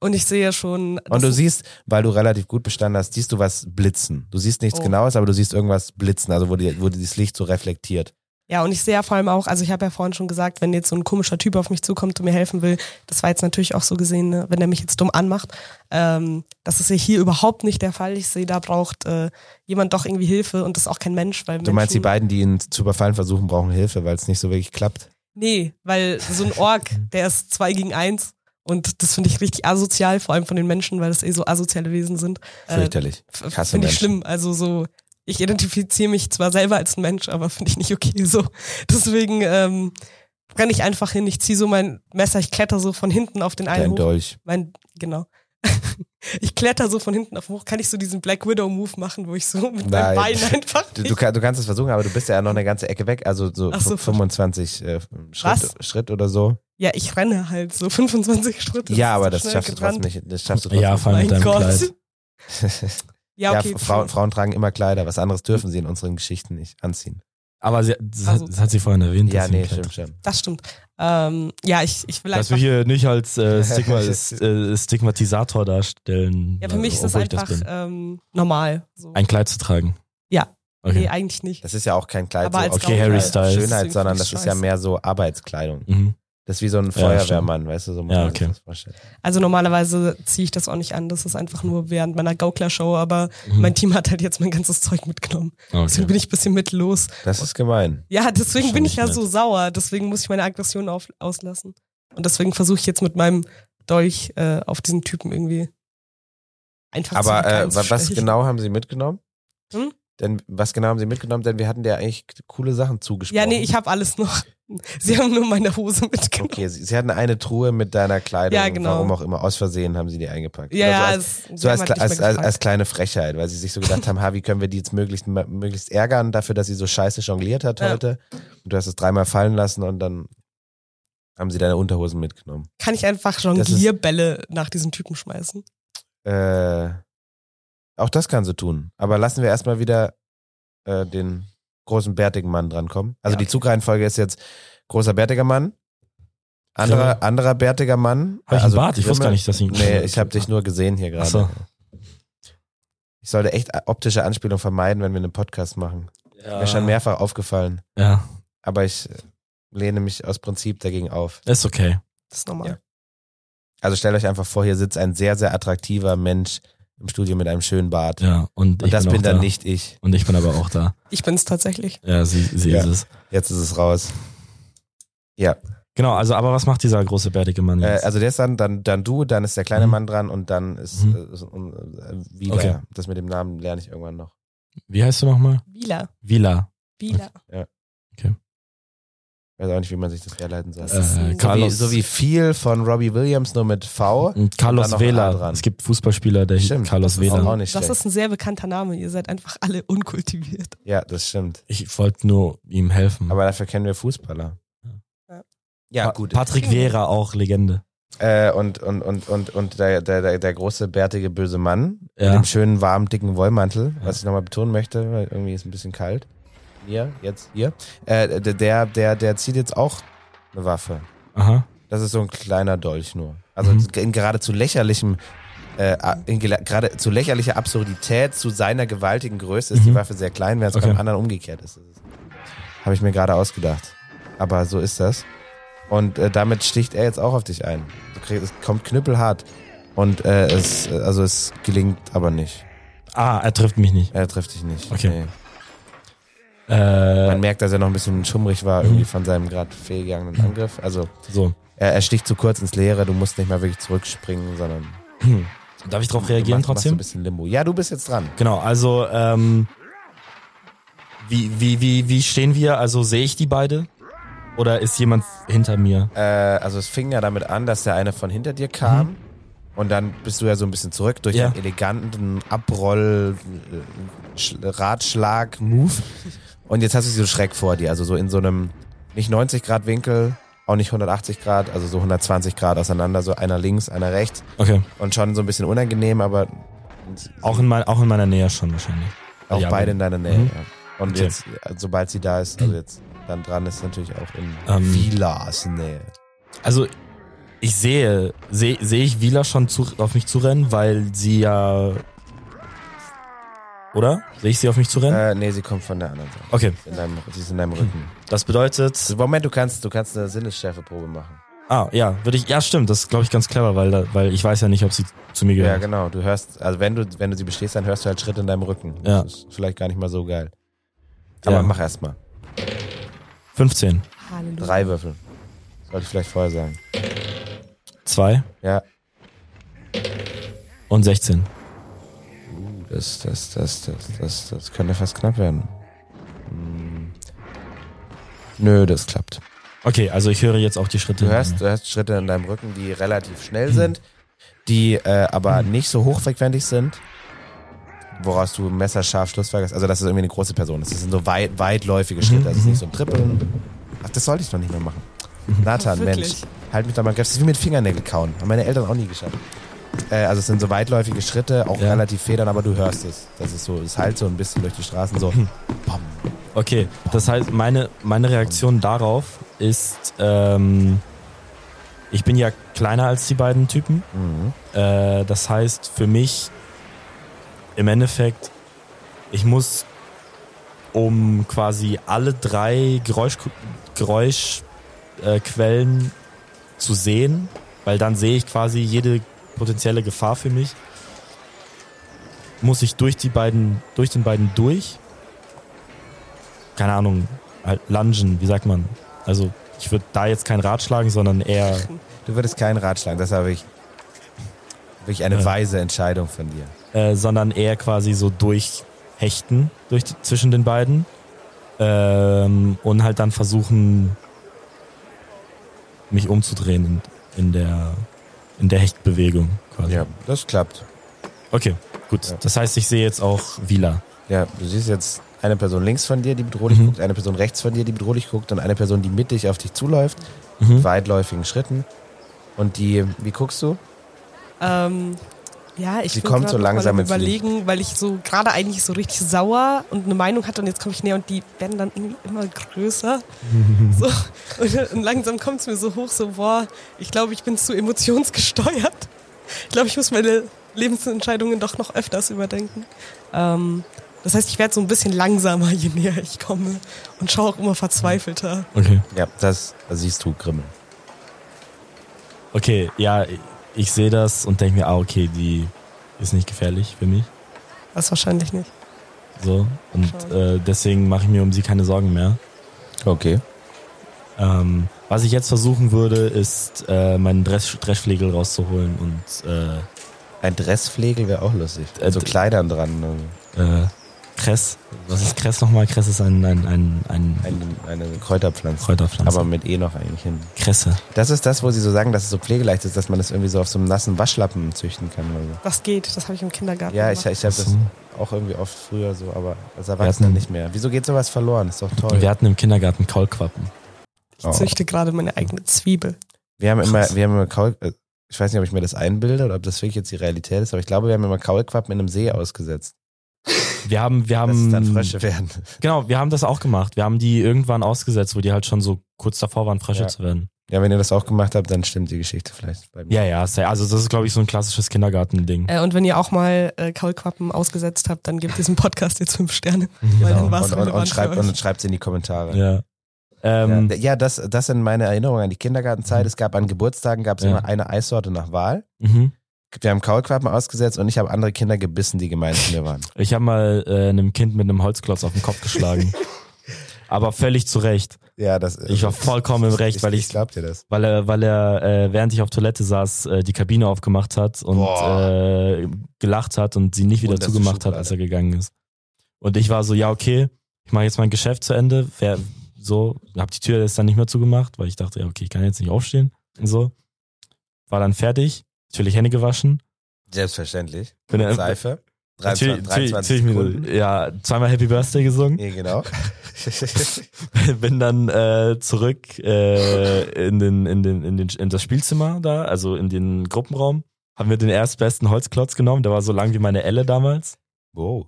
[SPEAKER 5] Und ich sehe schon.
[SPEAKER 2] Und du
[SPEAKER 5] das-
[SPEAKER 2] siehst, weil du relativ gut bestanden hast, siehst du was blitzen. Du siehst nichts
[SPEAKER 5] Oh.
[SPEAKER 2] Genaues, aber du siehst irgendwas blitzen, also wo, die, wo dieses Licht so reflektiert.
[SPEAKER 5] Ja, und ich sehe ja vor allem auch, also ich habe ja vorhin schon gesagt, wenn jetzt so ein komischer Typ auf mich zukommt und mir helfen will, das war jetzt natürlich auch so gesehen, ne, wenn er mich jetzt dumm anmacht. Ähm, das ist ja hier überhaupt nicht der Fall. Ich sehe, da braucht äh, jemand doch irgendwie Hilfe und das ist auch kein Mensch, weil
[SPEAKER 2] Du meinst, die
[SPEAKER 5] Menschen-
[SPEAKER 2] beiden, die ihn zu überfallen versuchen, brauchen Hilfe, weil es nicht so wirklich klappt.
[SPEAKER 5] Nee, weil so ein
[SPEAKER 2] <laughs>
[SPEAKER 5] Ork, der ist zwei gegen eins und das finde ich richtig asozial, vor allem von den Menschen, weil das eh so asoziale Wesen sind. Äh,
[SPEAKER 2] Fürchterlich. Ich hasse
[SPEAKER 5] Finde ich
[SPEAKER 2] Menschen.
[SPEAKER 5] schlimm. Also so, ich identifiziere mich zwar selber als ein Mensch, aber finde ich nicht okay so. Deswegen ähm, renne ich einfach hin, ich ziehe so mein Messer, ich kletter so von hinten auf den einen
[SPEAKER 2] Dein
[SPEAKER 5] hoch.
[SPEAKER 2] Dolch.
[SPEAKER 5] Mein, genau. <laughs> ich kletter so von hinten auf hoch. Kann ich so diesen Black Widow Move machen, wo ich so mit
[SPEAKER 2] Nein.
[SPEAKER 5] meinem Bein einfach
[SPEAKER 2] Du, du,
[SPEAKER 5] nicht-
[SPEAKER 2] kann, du kannst es versuchen, aber du bist ja noch eine ganze Ecke weg, also so,
[SPEAKER 5] Ach so.
[SPEAKER 2] 25 äh, Schritt,
[SPEAKER 5] Was?
[SPEAKER 2] Schritt oder so.
[SPEAKER 5] ja, ich renne halt so 25 Schritte.
[SPEAKER 2] ja,
[SPEAKER 5] ist
[SPEAKER 2] aber
[SPEAKER 5] so
[SPEAKER 2] das
[SPEAKER 5] schnell
[SPEAKER 2] schaffst, du trotzdem
[SPEAKER 5] gerannt.
[SPEAKER 2] nicht, das schaffst du trotzdem
[SPEAKER 4] Ja,
[SPEAKER 2] nicht.
[SPEAKER 4] vor allem mit
[SPEAKER 5] Mein
[SPEAKER 4] deinem
[SPEAKER 5] Gott.
[SPEAKER 4] Kleid.
[SPEAKER 2] <laughs>
[SPEAKER 5] Ja, okay.
[SPEAKER 2] ja, Frauen, Frauen tragen immer Kleider. Was anderes dürfen sie in unseren Geschichten nicht anziehen.
[SPEAKER 4] Aber sie, das,
[SPEAKER 5] Also-
[SPEAKER 4] das hat sie vorhin erwähnt.
[SPEAKER 2] Ja,
[SPEAKER 4] dass sie ein
[SPEAKER 2] nee,
[SPEAKER 4] Kleid
[SPEAKER 2] stimmt, stimmt.
[SPEAKER 5] Das stimmt. Ähm, ja, ich, ich will
[SPEAKER 4] Dass
[SPEAKER 5] einfach.
[SPEAKER 4] wir hier nicht als
[SPEAKER 2] <laughs>
[SPEAKER 4] äh, Stigma, äh, Stigmatisator darstellen. äh,
[SPEAKER 5] ja, für mich ist das
[SPEAKER 4] Also obwohl ich
[SPEAKER 5] einfach
[SPEAKER 4] bin.
[SPEAKER 5] ähm, normal. So.
[SPEAKER 4] ein Kleid zu tragen.
[SPEAKER 5] Ja.
[SPEAKER 4] Okay.
[SPEAKER 5] Nee, eigentlich nicht.
[SPEAKER 2] Das ist ja auch kein Kleid,
[SPEAKER 5] Aber
[SPEAKER 2] so
[SPEAKER 5] als
[SPEAKER 2] auf
[SPEAKER 4] Okay, Harry Styles.
[SPEAKER 2] Schönheit,
[SPEAKER 5] Deswegen
[SPEAKER 2] sondern
[SPEAKER 5] find ich's
[SPEAKER 2] das ist ja
[SPEAKER 5] scheiße.
[SPEAKER 2] mehr so Arbeitskleidung.
[SPEAKER 4] Mhm.
[SPEAKER 2] Das ist wie so ein Feuerwehrmann, weißt du, so muss
[SPEAKER 4] Ja,
[SPEAKER 2] man
[SPEAKER 4] okay.
[SPEAKER 2] sich das vorstellen.
[SPEAKER 5] Also normalerweise ziehe ich das auch nicht an. Das ist einfach nur während meiner Gauklershow, aber
[SPEAKER 2] Hm.
[SPEAKER 4] Mhm. Ah,
[SPEAKER 5] mein Team hat halt jetzt mein ganzes Zeug mitgenommen. Deswegen
[SPEAKER 4] Okay.
[SPEAKER 5] bin ich ein bisschen mittellos.
[SPEAKER 2] Das ist gemein.
[SPEAKER 5] Ja, deswegen
[SPEAKER 4] Schon
[SPEAKER 5] bin ich
[SPEAKER 4] nicht
[SPEAKER 5] ja
[SPEAKER 4] nett.
[SPEAKER 5] so sauer. Deswegen muss ich meine Aggression auf, auslassen. Und deswegen versuche ich jetzt mit meinem Dolch äh, auf diesen Typen irgendwie einfach zu
[SPEAKER 2] Aber äh, wa- was
[SPEAKER 5] einzustechen.
[SPEAKER 2] genau haben Sie mitgenommen?
[SPEAKER 5] Hm?
[SPEAKER 2] Denn was genau haben Sie mitgenommen? Denn wir hatten dir eigentlich k- coole Sachen zugesprochen.
[SPEAKER 5] Ja, nee, ich habe alles noch. Sie haben nur meine Hose mitgenommen.
[SPEAKER 2] Okay, Sie, Sie hatten eine Truhe mit deiner Kleidung,
[SPEAKER 5] Ja, genau.
[SPEAKER 2] warum auch immer. Aus Versehen haben Sie die eingepackt.
[SPEAKER 5] Ja,
[SPEAKER 2] Oder so
[SPEAKER 5] ja,
[SPEAKER 2] Also als,
[SPEAKER 5] es- sie
[SPEAKER 2] so als,
[SPEAKER 5] haben
[SPEAKER 2] kle-
[SPEAKER 5] halt
[SPEAKER 2] als,
[SPEAKER 5] nicht mehr
[SPEAKER 2] als,
[SPEAKER 5] gefragt.
[SPEAKER 2] als kleine Frechheit, weil sie sich so
[SPEAKER 5] <laughs>
[SPEAKER 2] gedacht haben, ha, wie können wir die jetzt möglichst, ma- möglichst ärgern dafür, dass sie so scheiße jongliert hat
[SPEAKER 5] Ja.
[SPEAKER 2] heute. Und du hast es dreimal fallen lassen und dann haben sie deine Unterhosen mitgenommen.
[SPEAKER 5] Kann ich einfach Jonglierbälle nach diesem Typen schmeißen?
[SPEAKER 2] Äh, auch das kann sie tun. Aber lassen wir erstmal wieder äh, den großen bärtigen Mann drankommen. Also
[SPEAKER 5] Ja,
[SPEAKER 2] die Zugreihenfolge ist jetzt großer bärtiger Mann, Anderer, anderer bärtiger Mann.
[SPEAKER 4] Genau. Hab ich einen Bart? Ich wusste gar nicht, dass ich einen
[SPEAKER 2] Also,
[SPEAKER 4] <laughs>
[SPEAKER 2] Nee,
[SPEAKER 4] Grimme-
[SPEAKER 2] ich habe dich nur gesehen hier gerade.
[SPEAKER 4] Achso.
[SPEAKER 2] Ich sollte echt optische Anspielung vermeiden, wenn wir einen Podcast machen.
[SPEAKER 4] Ja.
[SPEAKER 2] Mir ist schon mehrfach aufgefallen.
[SPEAKER 4] ja,
[SPEAKER 2] Aber ich lehne mich aus Prinzip dagegen auf.
[SPEAKER 4] ist okay.
[SPEAKER 5] Das ist normal.
[SPEAKER 2] Ja. Also stellt euch einfach vor, hier sitzt ein sehr, sehr attraktiver Mensch im Studio mit einem schönen Bart.
[SPEAKER 4] Ja, und,
[SPEAKER 2] Und
[SPEAKER 4] ich
[SPEAKER 2] das
[SPEAKER 4] bin,
[SPEAKER 2] bin
[SPEAKER 4] auch
[SPEAKER 2] dann
[SPEAKER 4] da.
[SPEAKER 2] nicht ich.
[SPEAKER 4] Und ich bin aber auch da.
[SPEAKER 5] Ich bin es tatsächlich.
[SPEAKER 4] Ja, sie, sie
[SPEAKER 2] Ja.
[SPEAKER 4] ist es.
[SPEAKER 2] Jetzt ist es raus.
[SPEAKER 4] Genau, also aber was macht dieser große bärtige Mann
[SPEAKER 2] Äh,
[SPEAKER 4] jetzt?
[SPEAKER 2] also der ist dann, dann, dann du, dann ist der kleine
[SPEAKER 4] Mhm.
[SPEAKER 2] Mann dran und dann ist,
[SPEAKER 4] Mhm.
[SPEAKER 2] äh, ist um, äh, wieder.
[SPEAKER 4] Okay.
[SPEAKER 2] Das mit dem Namen lerne ich irgendwann noch.
[SPEAKER 4] Wie heißt du nochmal?
[SPEAKER 5] Wieler.
[SPEAKER 4] Vila.
[SPEAKER 5] Wieler.
[SPEAKER 2] Weiß auch nicht, wie man sich das herleiten soll.
[SPEAKER 5] Das ist
[SPEAKER 4] Äh,
[SPEAKER 5] ein-
[SPEAKER 2] so, wie,
[SPEAKER 4] Carlos, Mhm.
[SPEAKER 2] so wie viel von Robbie Williams, nur mit V.
[SPEAKER 4] und
[SPEAKER 2] Und dann
[SPEAKER 4] Carlos
[SPEAKER 2] noch ein A
[SPEAKER 4] Vela.
[SPEAKER 2] dran.
[SPEAKER 4] Es gibt Fußballspieler, der hieß
[SPEAKER 2] Stimmt,
[SPEAKER 4] Carlos
[SPEAKER 2] das ist
[SPEAKER 4] Vela.
[SPEAKER 2] auch nicht
[SPEAKER 5] Das
[SPEAKER 2] schlecht.
[SPEAKER 5] ist ein sehr bekannter Name. Ihr seid einfach alle unkultiviert.
[SPEAKER 2] Ja, das stimmt.
[SPEAKER 4] Ich wollte nur ihm helfen.
[SPEAKER 2] Aber dafür kennen wir Fußballer.
[SPEAKER 5] Ja.
[SPEAKER 2] Ja,
[SPEAKER 4] Pa-
[SPEAKER 2] gut.
[SPEAKER 4] Patrick Vera auch Legende.
[SPEAKER 2] Äh, und und, und, und, und der, der, der, der große, bärtige, böse Mann
[SPEAKER 4] Ja.
[SPEAKER 2] mit dem schönen, warmen, dicken Wollmantel,
[SPEAKER 4] Ja.
[SPEAKER 2] was ich nochmal betonen möchte, weil irgendwie ist ein bisschen kalt. Hier, jetzt, hier. Äh, der- der, der, der zieht jetzt auch eine Waffe.
[SPEAKER 4] Aha.
[SPEAKER 2] Das ist so ein kleiner Dolch nur. Also
[SPEAKER 4] Mhm.
[SPEAKER 2] in geradezu lächerlichem, äh, in gela- geradezu lächerlicher Absurdität zu seiner gewaltigen Größe ist die
[SPEAKER 4] Mhm.
[SPEAKER 2] Waffe sehr klein, während es
[SPEAKER 4] Okay.
[SPEAKER 2] beim anderen umgekehrt ist. Habe ich mir gerade ausgedacht. Aber so ist das. Und äh, damit sticht er jetzt auch auf dich ein. Du kriegst, es kommt knüppelhart. Und äh, es, äh, also es gelingt aber nicht.
[SPEAKER 4] Ah, er trifft mich nicht.
[SPEAKER 2] Er trifft dich nicht.
[SPEAKER 4] Okay.
[SPEAKER 2] Nee.
[SPEAKER 4] Äh, Mhm.
[SPEAKER 2] Man merkt, dass er noch ein bisschen schummrig war, irgendwie von seinem gerade fehlgegangenen Angriff. Also
[SPEAKER 4] so.
[SPEAKER 2] er, er sticht zu kurz ins Leere, du musst nicht mal wirklich zurückspringen, sondern
[SPEAKER 4] Darf ich darauf reagieren
[SPEAKER 2] Du machst-
[SPEAKER 4] trotzdem?
[SPEAKER 2] Machst du ein bisschen Limbo. Ja, du bist jetzt dran.
[SPEAKER 4] Genau, also ähm, wie, wie, wie, wie stehen wir? Also sehe ich die beide? Oder ist jemand hinter mir?
[SPEAKER 2] Äh, also es fing ja damit an, dass der eine von hinter dir kam. Und dann bist du ja so ein bisschen zurück durch
[SPEAKER 4] Mhm. Ja.
[SPEAKER 2] den eleganten äh, Abroll-Ratschlag-Move. Und jetzt hast du sie so schräg vor dir. Also so in so einem nicht 90-Grad-Winkel, auch nicht 180 Grad, also so 120 Grad auseinander. So einer links, einer rechts.
[SPEAKER 4] Okay.
[SPEAKER 2] Und schon so ein bisschen unangenehm, aber
[SPEAKER 4] Auch in, mein, auch in meiner Nähe schon wahrscheinlich.
[SPEAKER 2] auch
[SPEAKER 4] Ja,
[SPEAKER 2] beide in deiner Nähe.
[SPEAKER 4] Mhm.
[SPEAKER 2] Ja. Und
[SPEAKER 4] Okay.
[SPEAKER 2] jetzt, äh, sobald sie da ist, also jetzt dann dran ist, natürlich auch in
[SPEAKER 4] Ähm.
[SPEAKER 2] Vilas Nähe.
[SPEAKER 4] Also ich sehe, sehe sehe ich Wila schon zu, auf mich zurennen, weil sie ja... Oder? Sehe ich sie auf mich zurennen?
[SPEAKER 2] Äh, nee, sie kommt von der anderen Seite.
[SPEAKER 4] Okay,
[SPEAKER 2] In deinem, sie ist in deinem Rücken.
[SPEAKER 4] das bedeutet...
[SPEAKER 2] Also, Moment, du kannst, du kannst eine Sinnesschärfeprobe machen.
[SPEAKER 4] Ah, ja, würde ich... Ja, stimmt, das ist, glaube ich, ganz clever, weil, da, weil ich weiß ja nicht, ob sie zu mir
[SPEAKER 2] Ja.
[SPEAKER 4] gehört.
[SPEAKER 2] genau. Du hörst, also wenn du, wenn du sie bestehst, dann hörst du halt Schritte in deinem Rücken.
[SPEAKER 4] Ja.
[SPEAKER 2] Das ist vielleicht gar nicht mal so geil. Aber
[SPEAKER 4] Ja.
[SPEAKER 2] mach erst mal. genau.
[SPEAKER 4] 15,
[SPEAKER 5] Halleluja.
[SPEAKER 2] Drei Würfel. Sollte ich vielleicht vorher sagen.
[SPEAKER 4] 2
[SPEAKER 2] Ja.
[SPEAKER 4] und 16.
[SPEAKER 2] Das, das, das, das, das, das könnte fast knapp werden. Hm. Nö, das klappt.
[SPEAKER 4] Okay, also ich höre jetzt auch die Schritte.
[SPEAKER 2] Du hörst, du hörst Schritte in deinem Rücken, die relativ schnell sind, die äh, aber nicht so hochfrequentig sind, woraus du messerscharf Schlussfolgerst. Also, dass es irgendwie eine große Person ist. Das sind so weit, weitläufige Schritte. Also, es ist nicht so ein Trippeln. Ach, das sollte ich noch nicht mehr machen. Nathan,
[SPEAKER 5] Ach,
[SPEAKER 2] Mensch,
[SPEAKER 5] wirklich?
[SPEAKER 2] halt mich doch mal. im Griff. Das ist wie mit Fingernägel kauen. Haben meine Eltern auch nie geschafft. Äh, also, es sind so weitläufige Schritte, auch
[SPEAKER 4] Ja.
[SPEAKER 2] relativ federn, aber du hörst es. Das ist so, es halt so ein bisschen durch die Straßen so. Bom.
[SPEAKER 4] Okay, das heißt, meine, meine Reaktion darauf ist, ähm, ich bin ja kleiner als die beiden Typen.
[SPEAKER 2] Mhm.
[SPEAKER 4] Äh, das heißt, für mich im Endeffekt, ich muss, um quasi alle drei Geräuschquellen Geräusch, äh, Quellen zu sehen, weil dann sehe ich quasi jede potenzielle Gefahr für mich, muss ich durch die beiden, durch den beiden durch. Keine Ahnung, halt lungen, wie sagt man? Also ich würde da jetzt keinen Rat schlagen, sondern eher
[SPEAKER 2] Du würdest keinen Rat schlagen. Das habe ich. Wirklich eine
[SPEAKER 4] Ja.
[SPEAKER 2] weise Entscheidung von dir.
[SPEAKER 4] äh, sondern eher quasi so durchhechten durch, zwischen den beiden ähm, und halt dann versuchen, mich umzudrehen in, in der in der Hechtbewegung quasi.
[SPEAKER 2] Ja, das klappt.
[SPEAKER 4] Okay, gut.
[SPEAKER 2] Ja.
[SPEAKER 4] Das heißt, ich sehe jetzt auch Vila.
[SPEAKER 2] Ja, du siehst jetzt eine Person links von dir, die bedrohlich
[SPEAKER 4] Mhm.
[SPEAKER 2] guckt, eine Person rechts von dir, die bedrohlich guckt und eine Person, die mittig auf dich zuläuft, mit
[SPEAKER 4] Mhm.
[SPEAKER 2] weitläufigen Schritten. Und die, wie guckst du?
[SPEAKER 5] Ähm, Ja, ich
[SPEAKER 2] Sie
[SPEAKER 5] bin
[SPEAKER 2] kommt
[SPEAKER 5] grad
[SPEAKER 2] so
[SPEAKER 5] noch mal
[SPEAKER 2] langsam
[SPEAKER 5] am
[SPEAKER 2] ins Licht.
[SPEAKER 5] Überlegen, weil ich so gerade eigentlich so richtig sauer und eine Meinung hatte und jetzt komme ich näher und die werden dann irgendwie
[SPEAKER 2] <laughs>
[SPEAKER 5] immer größer. so, und, und langsam kommt es mir so hoch, so, boah, ich glaube, ich bin zu emotionsgesteuert. Ich glaube, ich muss meine Lebensentscheidungen doch noch öfters überdenken. Ähm, das heißt, ich werde so ein bisschen langsamer, je näher ich komme und schaue auch immer verzweifelter.
[SPEAKER 4] Okay.
[SPEAKER 2] Ja, das, das siehst du, Grimmel.
[SPEAKER 4] Okay, ja, ich sehe das und denke mir, ah, okay, die ist nicht gefährlich für mich.
[SPEAKER 5] Das wahrscheinlich nicht.
[SPEAKER 4] So. Und äh, deswegen mache ich mir um sie keine Sorgen mehr.
[SPEAKER 2] Okay.
[SPEAKER 4] Ähm, was ich jetzt versuchen würde, ist, äh, meinen Dresch Dreschflegel rauszuholen und äh,
[SPEAKER 2] Ein Dresspflegel wäre auch lustig.
[SPEAKER 4] Äh,
[SPEAKER 2] Mit so
[SPEAKER 4] d-
[SPEAKER 2] Kleidern dran. ne?
[SPEAKER 4] äh, Kress. Was ist Kress nochmal? Kress ist ein, ein, ein, ein,
[SPEAKER 2] Ein, eine Kräuterpflanze.
[SPEAKER 4] Kräuterpflanze.
[SPEAKER 2] Aber mit E noch eigentlich hin.
[SPEAKER 4] Kresse.
[SPEAKER 2] Das ist das, wo sie so sagen, dass es so pflegeleicht ist, dass man das irgendwie so auf so einem nassen Waschlappen züchten kann. Oder so.
[SPEAKER 5] Das geht, das habe ich im Kindergarten
[SPEAKER 2] Ja, ich,
[SPEAKER 5] gemacht.
[SPEAKER 2] ich habe das
[SPEAKER 4] So.
[SPEAKER 2] auch irgendwie oft früher so, aber als Erwachsener
[SPEAKER 4] hatten-
[SPEAKER 2] nicht mehr. Wieso geht sowas verloren? Ist doch toll.
[SPEAKER 4] Wir hatten im Kindergarten Kaulquappen.
[SPEAKER 5] Ich
[SPEAKER 2] Oh.
[SPEAKER 5] züchte gerade meine eigene Zwiebel.
[SPEAKER 2] Wir haben immer,
[SPEAKER 4] Krass.
[SPEAKER 2] wir haben immer Kaul, äh, ich weiß nicht, ob ich mir das einbilde oder ob das wirklich jetzt die Realität ist, aber ich glaube, wir haben immer Kaulquappen in einem See ausgesetzt.
[SPEAKER 4] Wir haben, wir
[SPEAKER 2] Dass
[SPEAKER 4] haben.
[SPEAKER 2] es dann Frösche werden.
[SPEAKER 4] Genau, wir haben das auch gemacht. Wir haben die irgendwann ausgesetzt, wo die halt schon so kurz davor waren, Frösche
[SPEAKER 2] Ja.
[SPEAKER 4] zu werden.
[SPEAKER 2] Ja, wenn ihr das auch gemacht habt, dann stimmt die Geschichte vielleicht bei mir.
[SPEAKER 4] Ja, ja, sehr- also das ist, glaube ich, so ein klassisches Kindergarten-Ding.
[SPEAKER 5] Äh, und wenn ihr auch mal äh, Kaulquappen ausgesetzt habt, dann gebt diesem Podcast jetzt fünf Sterne. Weil dann war's
[SPEAKER 2] und, und,
[SPEAKER 5] relevant
[SPEAKER 2] und
[SPEAKER 5] für
[SPEAKER 2] schreibt
[SPEAKER 5] euch.
[SPEAKER 2] und schreibt's in die Kommentare.
[SPEAKER 4] Genau. Ja. Ähm, Mhm.
[SPEAKER 2] Ja, ja, das, das sind meine Erinnerungen an die Kindergartenzeit. Es gab an Geburtstagen gab es
[SPEAKER 4] Ja.
[SPEAKER 2] immer eine Eissorte nach Wahl.
[SPEAKER 4] mhm.
[SPEAKER 2] Wir haben Kaulquappen ausgesetzt und ich habe andere Kinder gebissen, die gemein zu mir
[SPEAKER 4] <laughs>
[SPEAKER 2] waren.
[SPEAKER 4] Ich habe mal äh, einem Kind mit einem Holzklotz auf den Kopf
[SPEAKER 2] <laughs>
[SPEAKER 4] geschlagen. Aber völlig zu Recht,
[SPEAKER 2] Ja, das.
[SPEAKER 4] Ich war vollkommen im Recht, weil ich-
[SPEAKER 2] ich glaub dir das.
[SPEAKER 4] weil er, weil er äh, während ich auf Toilette saß, äh, die Kabine aufgemacht hat und
[SPEAKER 2] Boah.
[SPEAKER 4] äh, gelacht hat und sie nicht wieder
[SPEAKER 2] Und das ist
[SPEAKER 4] zugemacht hat,
[SPEAKER 2] Schublade.
[SPEAKER 4] als er gegangen ist. Und ich war so, ja, okay, ich mache jetzt mein Geschäft zu Ende. Wer, so, habe die Tür jetzt dann nicht mehr zugemacht, weil ich dachte, ja, okay, ich kann jetzt nicht aufstehen. Und so. War dann fertig, natürlich Hände gewaschen.
[SPEAKER 2] Selbstverständlich.
[SPEAKER 4] Bin dann-
[SPEAKER 2] Seife.
[SPEAKER 4] Natürlich,
[SPEAKER 2] 23, 23
[SPEAKER 4] natürlich, natürlich
[SPEAKER 2] Sekunden.
[SPEAKER 4] mir- ja, zweimal Happy Birthday gesungen.
[SPEAKER 2] Ja, genau.
[SPEAKER 4] <laughs> bin dann äh, zurück äh, in, den, in, den, in, den, in das Spielzimmer da, also in den Gruppenraum. Haben wir den erstbesten Holzklotz genommen, der war so lang wie meine Elle damals.
[SPEAKER 2] <laughs> wow.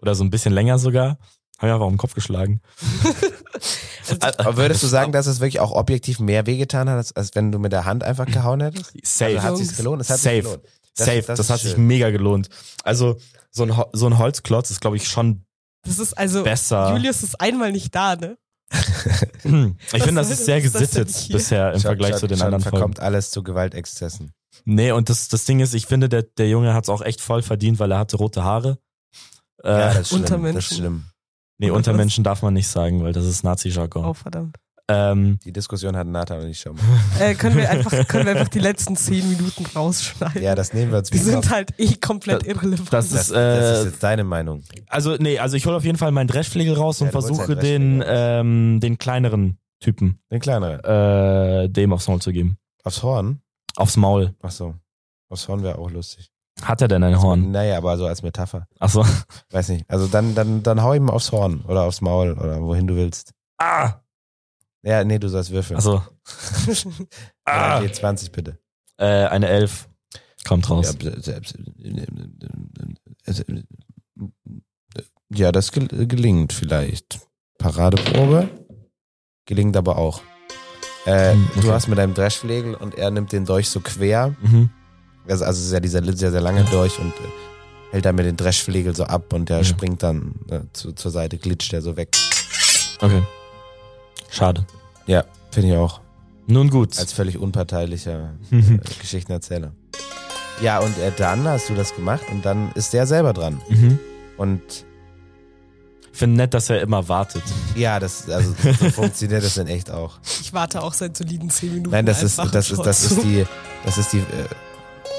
[SPEAKER 4] Oder so ein bisschen länger sogar. Haben wir einfach auf den Kopf
[SPEAKER 5] <laughs>
[SPEAKER 4] geschlagen.
[SPEAKER 5] Also,
[SPEAKER 4] <laughs>
[SPEAKER 2] Aber würdest du sagen, dass es wirklich auch objektiv mehr wehgetan hat, als, als wenn du mit der Hand einfach gehauen hättest?
[SPEAKER 4] Safe.
[SPEAKER 2] Also hat sich's gelohnt? Es hat
[SPEAKER 4] Safe.
[SPEAKER 2] sich gelohnt.
[SPEAKER 4] Safe. Das,
[SPEAKER 2] ist
[SPEAKER 4] hat sich
[SPEAKER 2] schön.
[SPEAKER 4] mega gelohnt. Also, so ein, Ho- so ein Holzklotz ist, glaube ich, schon
[SPEAKER 5] Das ist also,
[SPEAKER 4] besser.
[SPEAKER 5] Julius ist einmal nicht da, ne?
[SPEAKER 4] <clears throat> ich finde, das
[SPEAKER 5] soll
[SPEAKER 4] ist sehr
[SPEAKER 5] das denn
[SPEAKER 4] gesittet
[SPEAKER 5] hier?
[SPEAKER 4] bisher
[SPEAKER 2] Schon-
[SPEAKER 4] im Vergleich
[SPEAKER 2] schon-
[SPEAKER 4] zu den
[SPEAKER 2] schon
[SPEAKER 4] anderen Folgen.
[SPEAKER 2] verkommt alles zu Gewaltexzessen.
[SPEAKER 4] Nee, und das, das Ding ist, ich finde, der, der Junge hat es auch echt voll verdient, weil er hatte rote Haare. Äh,
[SPEAKER 2] das ist schlimm.
[SPEAKER 5] Untermenschen.
[SPEAKER 2] Das ist schlimm. <laughs>
[SPEAKER 4] nee, Untermenschen darf man nicht sagen, weil das ist Nazi-Jargon.
[SPEAKER 5] Oh, verdammt.
[SPEAKER 2] <laughs>
[SPEAKER 4] Ähm,
[SPEAKER 2] Die Diskussion hatten Nathan und ich schon mal.
[SPEAKER 5] Äh, können, wir einfach, können wir einfach die letzten zehn Minuten rausschneiden?
[SPEAKER 2] Ja, das nehmen wir uns
[SPEAKER 5] <laughs> Die
[SPEAKER 2] wieder
[SPEAKER 5] sind
[SPEAKER 2] auf.
[SPEAKER 5] halt eh komplett irrelevant.
[SPEAKER 4] das
[SPEAKER 2] das,
[SPEAKER 4] ist, äh,
[SPEAKER 2] das ist jetzt deine Meinung.
[SPEAKER 4] also, nee, also ich hole auf jeden Fall meinen Dreschflegel raus
[SPEAKER 2] Ja,
[SPEAKER 4] und
[SPEAKER 2] du holst
[SPEAKER 4] versuche
[SPEAKER 2] deinen
[SPEAKER 4] den,
[SPEAKER 2] Dreschflegel
[SPEAKER 4] ähm, den kleineren Typen
[SPEAKER 2] Den kleineren.
[SPEAKER 4] äh, dem aufs Maul zu geben.
[SPEAKER 2] Aufs Horn?
[SPEAKER 4] Aufs Maul.
[SPEAKER 2] Ach so. Aufs Horn wäre auch lustig.
[SPEAKER 4] Hat er denn ein Horn?
[SPEAKER 2] Naja, aber so als Metapher.
[SPEAKER 4] Achso.
[SPEAKER 2] Weiß nicht. Also dann, dann, dann hau ihm aufs Horn oder aufs Maul oder wohin du willst.
[SPEAKER 4] Ah!
[SPEAKER 2] Ja, nee, du sollst würfeln.
[SPEAKER 4] Achso.
[SPEAKER 2] <laughs> Ja,
[SPEAKER 4] Ah!
[SPEAKER 2] okay, 20 bitte.
[SPEAKER 4] Äh, eine Elf. Kommt
[SPEAKER 2] Ja, äh,
[SPEAKER 4] raus.
[SPEAKER 2] b- b- äh, ja das gel äh, gelingt vielleicht. Paradeprobe. Gelingt aber auch. Äh,
[SPEAKER 4] Hm, okay.
[SPEAKER 2] Du hast mit deinem Dreschflegel und er nimmt den Dolch so quer.
[SPEAKER 4] Mhm.
[SPEAKER 2] Also, also es ist ja dieser sehr, sehr lange Dolch und äh, hält dann mit den Dreschflegel so ab und der
[SPEAKER 4] Ja.
[SPEAKER 2] springt dann äh, zu, zur Seite, glitscht der so weg.
[SPEAKER 4] Okay. Schade.
[SPEAKER 2] Finde ich auch.
[SPEAKER 4] Nun gut. <laughs> Mhm.
[SPEAKER 2] Als völlig unparteilicher äh, Geschichtenerzähler. Ja, und äh, dann hast du das gemacht und dann ist der selber dran.
[SPEAKER 4] mhm.
[SPEAKER 2] Und
[SPEAKER 4] Ich finde nett, dass er immer wartet.
[SPEAKER 2] ja, das also so funktioniert das in echt auch.
[SPEAKER 5] ich warte auch seit soliden zehn Minuten.
[SPEAKER 2] Nein, das ist,
[SPEAKER 5] einfach
[SPEAKER 2] das
[SPEAKER 5] und
[SPEAKER 2] ist, das
[SPEAKER 5] schau
[SPEAKER 2] ist
[SPEAKER 5] zu.
[SPEAKER 2] die, das ist die äh,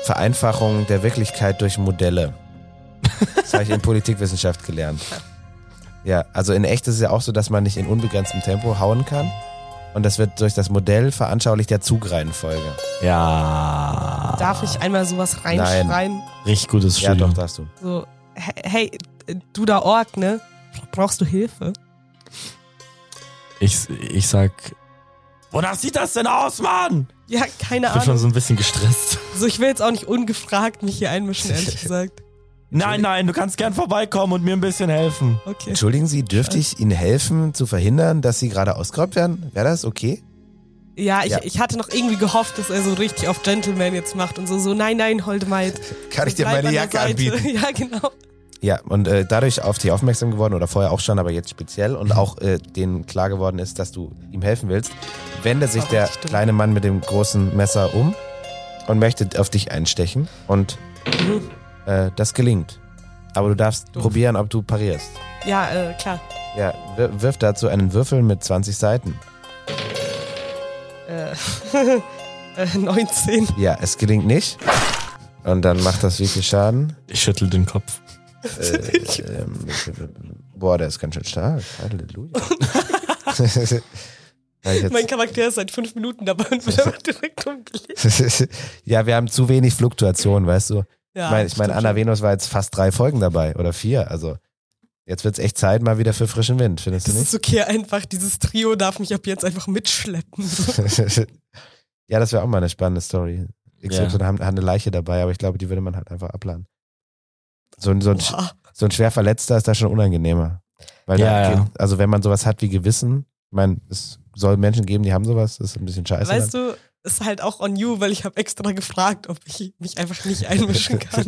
[SPEAKER 2] Vereinfachung der Wirklichkeit durch Modelle. Das habe ich in Politikwissenschaft gelernt. Ja, also in echt ist es ja auch so, dass man nicht in unbegrenztem Tempo hauen kann. Und das wird durch das Modell veranschaulicht der Zugreihenfolge.
[SPEAKER 4] Ja.
[SPEAKER 5] Darf ich einmal sowas
[SPEAKER 2] Nein.
[SPEAKER 5] reinschreien?
[SPEAKER 4] Richtig gutes
[SPEAKER 2] Ja,
[SPEAKER 4] Studium.
[SPEAKER 2] doch, darfst du.
[SPEAKER 5] So, he- hey, äh, du da Ork, ne? Brauchst du Hilfe?
[SPEAKER 4] ich, ich sag. Wonach sieht das denn aus, Mann?
[SPEAKER 5] Ja, keine
[SPEAKER 4] Ich bin schon
[SPEAKER 5] Ahnung.
[SPEAKER 4] so ein bisschen gestresst.
[SPEAKER 5] So, Also ich will jetzt auch nicht ungefragt mich hier
[SPEAKER 2] <laughs>
[SPEAKER 5] einmischen, ehrlich gesagt.
[SPEAKER 4] Nein, nein, du kannst gern vorbeikommen und mir ein bisschen helfen.
[SPEAKER 5] Okay.
[SPEAKER 2] Entschuldigen Sie, dürfte ich Ihnen helfen, zu verhindern, dass Sie gerade ausgeraubt werden? Wäre das okay?
[SPEAKER 5] Ja ich,
[SPEAKER 2] Ja.
[SPEAKER 5] ich hatte noch irgendwie gehofft, dass er so richtig auf Gentleman jetzt macht und so, so, nein, nein, hold might.
[SPEAKER 2] Kann ich dir meine Jacke anbieten?
[SPEAKER 5] <laughs> Ja, genau.
[SPEAKER 2] Ja, und äh, dadurch auf dich aufmerksam geworden oder vorher auch schon, aber jetzt speziell und auch äh, denen klar geworden ist, dass du ihm helfen willst, wendet sich
[SPEAKER 5] Auch
[SPEAKER 2] der
[SPEAKER 5] richtig dumm.
[SPEAKER 2] kleine Mann mit dem großen Messer um und möchte auf dich einstechen und
[SPEAKER 5] Mhm.
[SPEAKER 2] äh, das gelingt. Aber du darfst
[SPEAKER 5] Doof.
[SPEAKER 2] probieren, ob du parierst.
[SPEAKER 5] Ja, äh, klar.
[SPEAKER 2] Ja, wir- wirf dazu einen Würfel mit 20 Seiten.
[SPEAKER 5] Äh, äh, 19.
[SPEAKER 2] Ja, es gelingt nicht. Und dann macht das wie viel Schaden?
[SPEAKER 4] Ich schüttel den Kopf.
[SPEAKER 2] Äh, ähm, boah, der ist ganz schön stark.
[SPEAKER 5] <laughs>
[SPEAKER 2] Halleluja. Hab ich jetzt-
[SPEAKER 5] Mein Charakter ist seit fünf Minuten dabei
[SPEAKER 2] <laughs>
[SPEAKER 5] und wird aber direkt umgelegt.
[SPEAKER 2] ja, wir haben zu wenig Fluktuation, weißt du?
[SPEAKER 5] Ja,
[SPEAKER 2] ich meine, ich mein,
[SPEAKER 5] stimmt
[SPEAKER 2] Anna
[SPEAKER 5] schon.
[SPEAKER 2] Venus war jetzt fast drei Folgen dabei oder vier. Also jetzt wird's echt Zeit mal wieder für frischen Wind, findest du
[SPEAKER 5] Das
[SPEAKER 2] nicht?
[SPEAKER 5] ist okay, einfach dieses Trio darf mich ab jetzt einfach mitschleppen.
[SPEAKER 2] <laughs> ja, das wäre auch mal eine spannende Story. XY
[SPEAKER 4] Ja.
[SPEAKER 2] hat, hat eine Leiche dabei, aber ich glaube, die würde man halt einfach abladen. So, ein- so, ein,
[SPEAKER 5] Boah.
[SPEAKER 2] so ein schwer Verletzter ist da schon unangenehmer. Weil
[SPEAKER 4] Ja,
[SPEAKER 2] da,
[SPEAKER 4] ja.
[SPEAKER 2] Also wenn man sowas hat wie Gewissen, ich meine, es soll Menschen geben, die haben sowas, das ist ein bisschen scheiße.
[SPEAKER 5] Weißt du, ist halt auch on you, weil ich habe extra gefragt, ob ich mich einfach nicht
[SPEAKER 2] <laughs>
[SPEAKER 5] einmischen kann.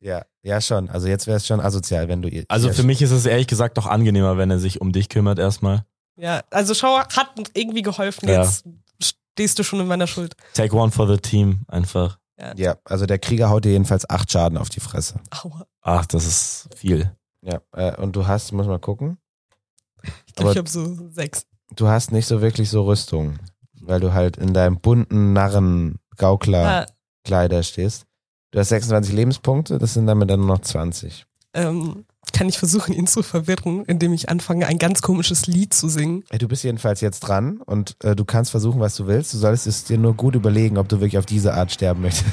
[SPEAKER 2] ja, ja schon. Also jetzt wäre es schon asozial, wenn du ihr.
[SPEAKER 4] Also
[SPEAKER 2] ihr
[SPEAKER 4] für mich ist es ehrlich gesagt doch angenehmer, wenn er sich um dich kümmert erstmal.
[SPEAKER 5] Ja, also Schauer hat uns irgendwie geholfen.
[SPEAKER 4] Ja.
[SPEAKER 5] Jetzt stehst du schon in meiner Schuld.
[SPEAKER 4] Take one for the team einfach.
[SPEAKER 2] Ja, also der Krieger haut dir jedenfalls acht Schaden auf die Fresse.
[SPEAKER 5] Aua.
[SPEAKER 4] Ach, das ist viel.
[SPEAKER 2] Ja, äh, und du hast, muss mal gucken,
[SPEAKER 5] Ich
[SPEAKER 2] Aber-
[SPEAKER 5] glaube, ich habe so sechs.
[SPEAKER 2] du hast nicht so wirklich so Rüstung, weil du halt in deinem bunten Narren Gaukler
[SPEAKER 5] Ah,
[SPEAKER 2] Kleider stehst. Du hast 26 Lebenspunkte, das sind damit dann nur noch 20.
[SPEAKER 5] ähm, kann ich versuchen, ihn zu verwirren, indem ich anfange, ein ganz komisches Lied zu singen.
[SPEAKER 2] Äh, Du bist jedenfalls jetzt dran und äh, du kannst versuchen, was du willst. Du solltest es dir nur gut überlegen, ob du wirklich auf diese Art sterben möchtest.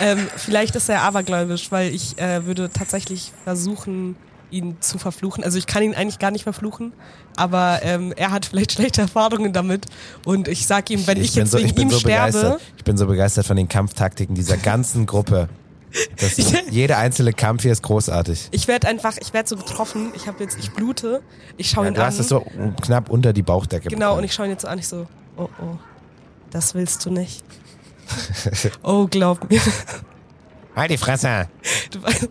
[SPEAKER 5] Ähm, vielleicht ist er abergläubisch, weil ich äh, würde tatsächlich versuchen, ihn zu verfluchen. Also ich kann ihn eigentlich gar nicht verfluchen, aber ähm, er hat vielleicht <laughs> schlechte Erfahrungen damit. Und ich sag ihm, wenn Also ich,
[SPEAKER 2] bin
[SPEAKER 5] jetzt
[SPEAKER 2] so,
[SPEAKER 5] wegen
[SPEAKER 2] ich bin
[SPEAKER 5] ihm
[SPEAKER 2] so
[SPEAKER 5] sterbe,
[SPEAKER 2] begeistert. Ich bin so begeistert von den Kampftaktiken dieser ganzen Gruppe. Das,
[SPEAKER 5] <laughs>
[SPEAKER 2] jeder einzelne Kampf hier ist großartig.
[SPEAKER 5] ich werde einfach, ich werde so getroffen. Ich habe jetzt, ich blute. Ich schaue
[SPEAKER 2] Ja,
[SPEAKER 5] ihn
[SPEAKER 2] du
[SPEAKER 5] an.
[SPEAKER 2] hast es so knapp unter die Bauchdecke.
[SPEAKER 5] Oh, Genau, und
[SPEAKER 2] bekommen.
[SPEAKER 5] ich schaue ihn jetzt so an, ich so, oh oh, das willst du nicht. oh, glaub mir.
[SPEAKER 2] Halt die Fresse!
[SPEAKER 5] Du weißt,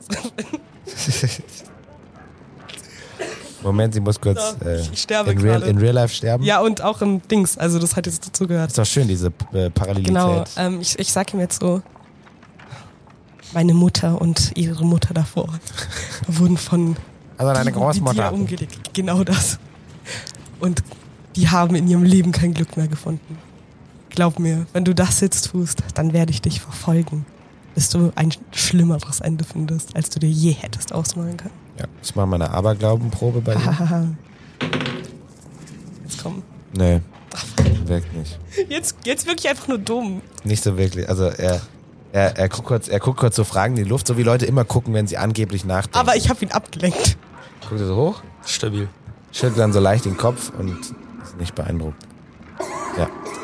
[SPEAKER 2] Moment, sie muss kurz
[SPEAKER 5] So,
[SPEAKER 2] äh,
[SPEAKER 5] ich sterbe
[SPEAKER 2] in, real,
[SPEAKER 5] gerade.
[SPEAKER 2] in real life sterben.
[SPEAKER 5] ja, und auch im Dings, also das hat jetzt dazugehört.
[SPEAKER 2] Ist doch schön, diese äh, Parallelität.
[SPEAKER 5] Genau, ähm, ich, ich sag ihm jetzt so, meine Mutter und ihre Mutter davor wurden von
[SPEAKER 2] also deine
[SPEAKER 5] Dieben wie dir
[SPEAKER 2] Großmutter.
[SPEAKER 5] umgelegt. Genau das. Und die haben in ihrem Leben kein Glück mehr gefunden. Glaub mir, wenn du das jetzt tust, dann werde ich dich verfolgen, bis du ein schlimmeres Ende findest, als du dir je hättest ausmalen können.
[SPEAKER 2] Ja, ich mache mal eine Aberglaubenprobe bei dir.
[SPEAKER 5] Hahaha. jetzt komm.
[SPEAKER 2] nee, wirkt nicht.
[SPEAKER 5] Jetzt, jetzt wirklich einfach nur dumm.
[SPEAKER 2] Nicht so wirklich. Also er, er, er, guckt kurz, er guckt kurz so Fragen in die Luft, so wie Leute immer gucken, wenn sie angeblich nachdenken.
[SPEAKER 5] Aber ich habe ihn abgelenkt.
[SPEAKER 2] Guckt er so hoch,
[SPEAKER 4] Stabil.
[SPEAKER 2] schüttelt dann so leicht den Kopf und ist nicht beeindruckt.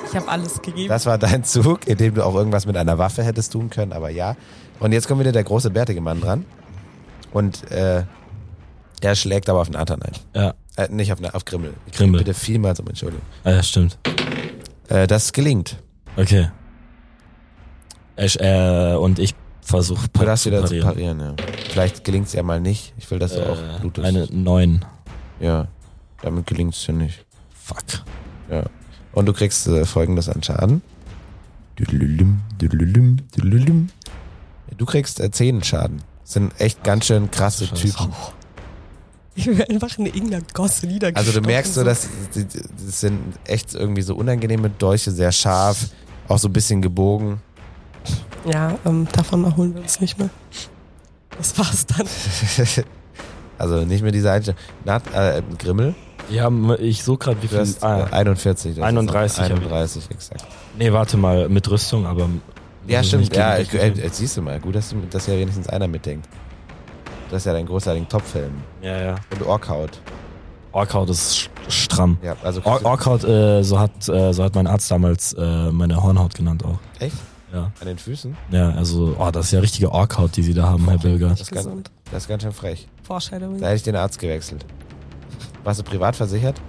[SPEAKER 5] Ich habe alles gegeben.
[SPEAKER 2] Das war dein Zug, in dem du auch irgendwas mit einer Waffe hättest tun können, aber ja. Und jetzt kommt wieder der große bärtige Mann dran. Und äh, er schlägt aber auf Nathan ein.
[SPEAKER 4] Ja,
[SPEAKER 2] Äh, nicht auf, Na- auf Grimmel. Ich
[SPEAKER 4] Grimmel.
[SPEAKER 2] Bitte vielmals um Entschuldigung.
[SPEAKER 4] ah, ja stimmt.
[SPEAKER 2] Äh, das gelingt.
[SPEAKER 4] Okay. Ich, äh, und ich versuche
[SPEAKER 2] Du darfst wieder zu parieren, ja. Vielleicht gelingt es ja mal nicht. Ich will, dass du auch
[SPEAKER 4] Äh,
[SPEAKER 2] blutest.
[SPEAKER 4] eine 9.
[SPEAKER 2] Ja, damit gelingt es dir nicht.
[SPEAKER 4] Fuck.
[SPEAKER 2] Ja. Und du kriegst äh, folgendes an Schaden. Düdelülüm, düdelülüm, düdelülüm. Du kriegst äh, 10 Schaden. Das sind echt ganz schön krasse
[SPEAKER 4] Scheiße.
[SPEAKER 2] Typen.
[SPEAKER 5] Ich wäre einfach in irgendeiner Gosse niedergeschlagen.
[SPEAKER 2] Also du merkst so, dass die- die- das sind echt irgendwie so unangenehme Dolche, sehr scharf, auch so ein bisschen gebogen. <laughs>
[SPEAKER 5] Ja, ähm, davon erholen wir uns nicht mehr. Das war's dann.
[SPEAKER 2] also nicht mehr diese Einstellung. Na, äh, Grimmel,
[SPEAKER 4] Ja, ich suche gerade, wie
[SPEAKER 2] du
[SPEAKER 4] viel.
[SPEAKER 2] hast
[SPEAKER 4] ah,
[SPEAKER 2] äh, 41. das ist
[SPEAKER 4] 31 hab ich.
[SPEAKER 2] 31, exakt.
[SPEAKER 4] Nee, warte mal, mit Rüstung, aber.
[SPEAKER 2] Ja,
[SPEAKER 4] Also
[SPEAKER 2] stimmt.
[SPEAKER 4] nicht
[SPEAKER 2] Ja,
[SPEAKER 4] gegen
[SPEAKER 2] ich, äh,
[SPEAKER 4] dich.
[SPEAKER 2] äh, siehst du mal, gut, dass, du, dass ja wenigstens einer mitdenkt. Du hast ja deinen großartigen Topfilm
[SPEAKER 4] Ja, ja.
[SPEAKER 2] und Orkhaut.
[SPEAKER 4] Orkhaut ist sch- stramm.
[SPEAKER 2] Ja, also
[SPEAKER 4] Or Orkhaut, äh, so, hat, äh, so hat mein Arzt damals äh, meine Hornhaut genannt auch.
[SPEAKER 2] echt?
[SPEAKER 4] Ja.
[SPEAKER 2] An den Füßen?
[SPEAKER 4] Ja, also, oh, das ist ja richtige Orkhaut, die sie da haben, Herr Bürger.
[SPEAKER 2] Das ist, ganz,
[SPEAKER 5] Gesund.
[SPEAKER 2] das ist ganz schön frech.
[SPEAKER 5] Foreshadowing.
[SPEAKER 2] Da hätte ich den Arzt gewechselt. Warst du privat versichert?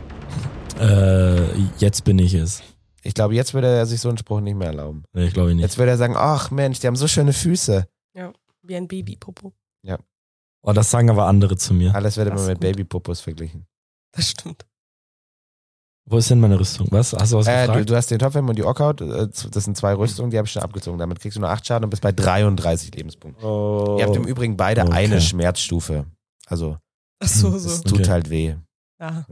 [SPEAKER 4] Äh, jetzt bin ich es.
[SPEAKER 2] Ich glaube, jetzt würde er sich so einen Spruch nicht mehr erlauben.
[SPEAKER 4] Nee, ich glaube nicht.
[SPEAKER 2] Jetzt würde er sagen, ach Mensch, die haben so schöne Füße.
[SPEAKER 5] Wie ein Babypopo.
[SPEAKER 4] Oh, das sagen aber andere zu mir.
[SPEAKER 2] Alles wird
[SPEAKER 5] Das
[SPEAKER 2] immer
[SPEAKER 5] ist
[SPEAKER 2] mit
[SPEAKER 5] gut.
[SPEAKER 2] Babypopos verglichen.
[SPEAKER 5] Das stimmt.
[SPEAKER 4] Wo ist denn meine Rüstung? Was? Hast du was
[SPEAKER 2] Äh, du,
[SPEAKER 4] gefragt? Hm.
[SPEAKER 2] du hast den Topfhelm und die Orkhaut. äh, Das sind zwei Rüstungen, die habe ich schon abgezogen. Damit kriegst du nur 8 Schaden und bist bei 33 Lebenspunkten.
[SPEAKER 4] oh.
[SPEAKER 2] Ihr habt im Übrigen beide
[SPEAKER 4] Okay.
[SPEAKER 2] eine Schmerzstufe. Also,
[SPEAKER 5] Ach so,
[SPEAKER 2] es
[SPEAKER 5] so.
[SPEAKER 2] tut
[SPEAKER 4] Okay.
[SPEAKER 2] halt weh.
[SPEAKER 5] Ja.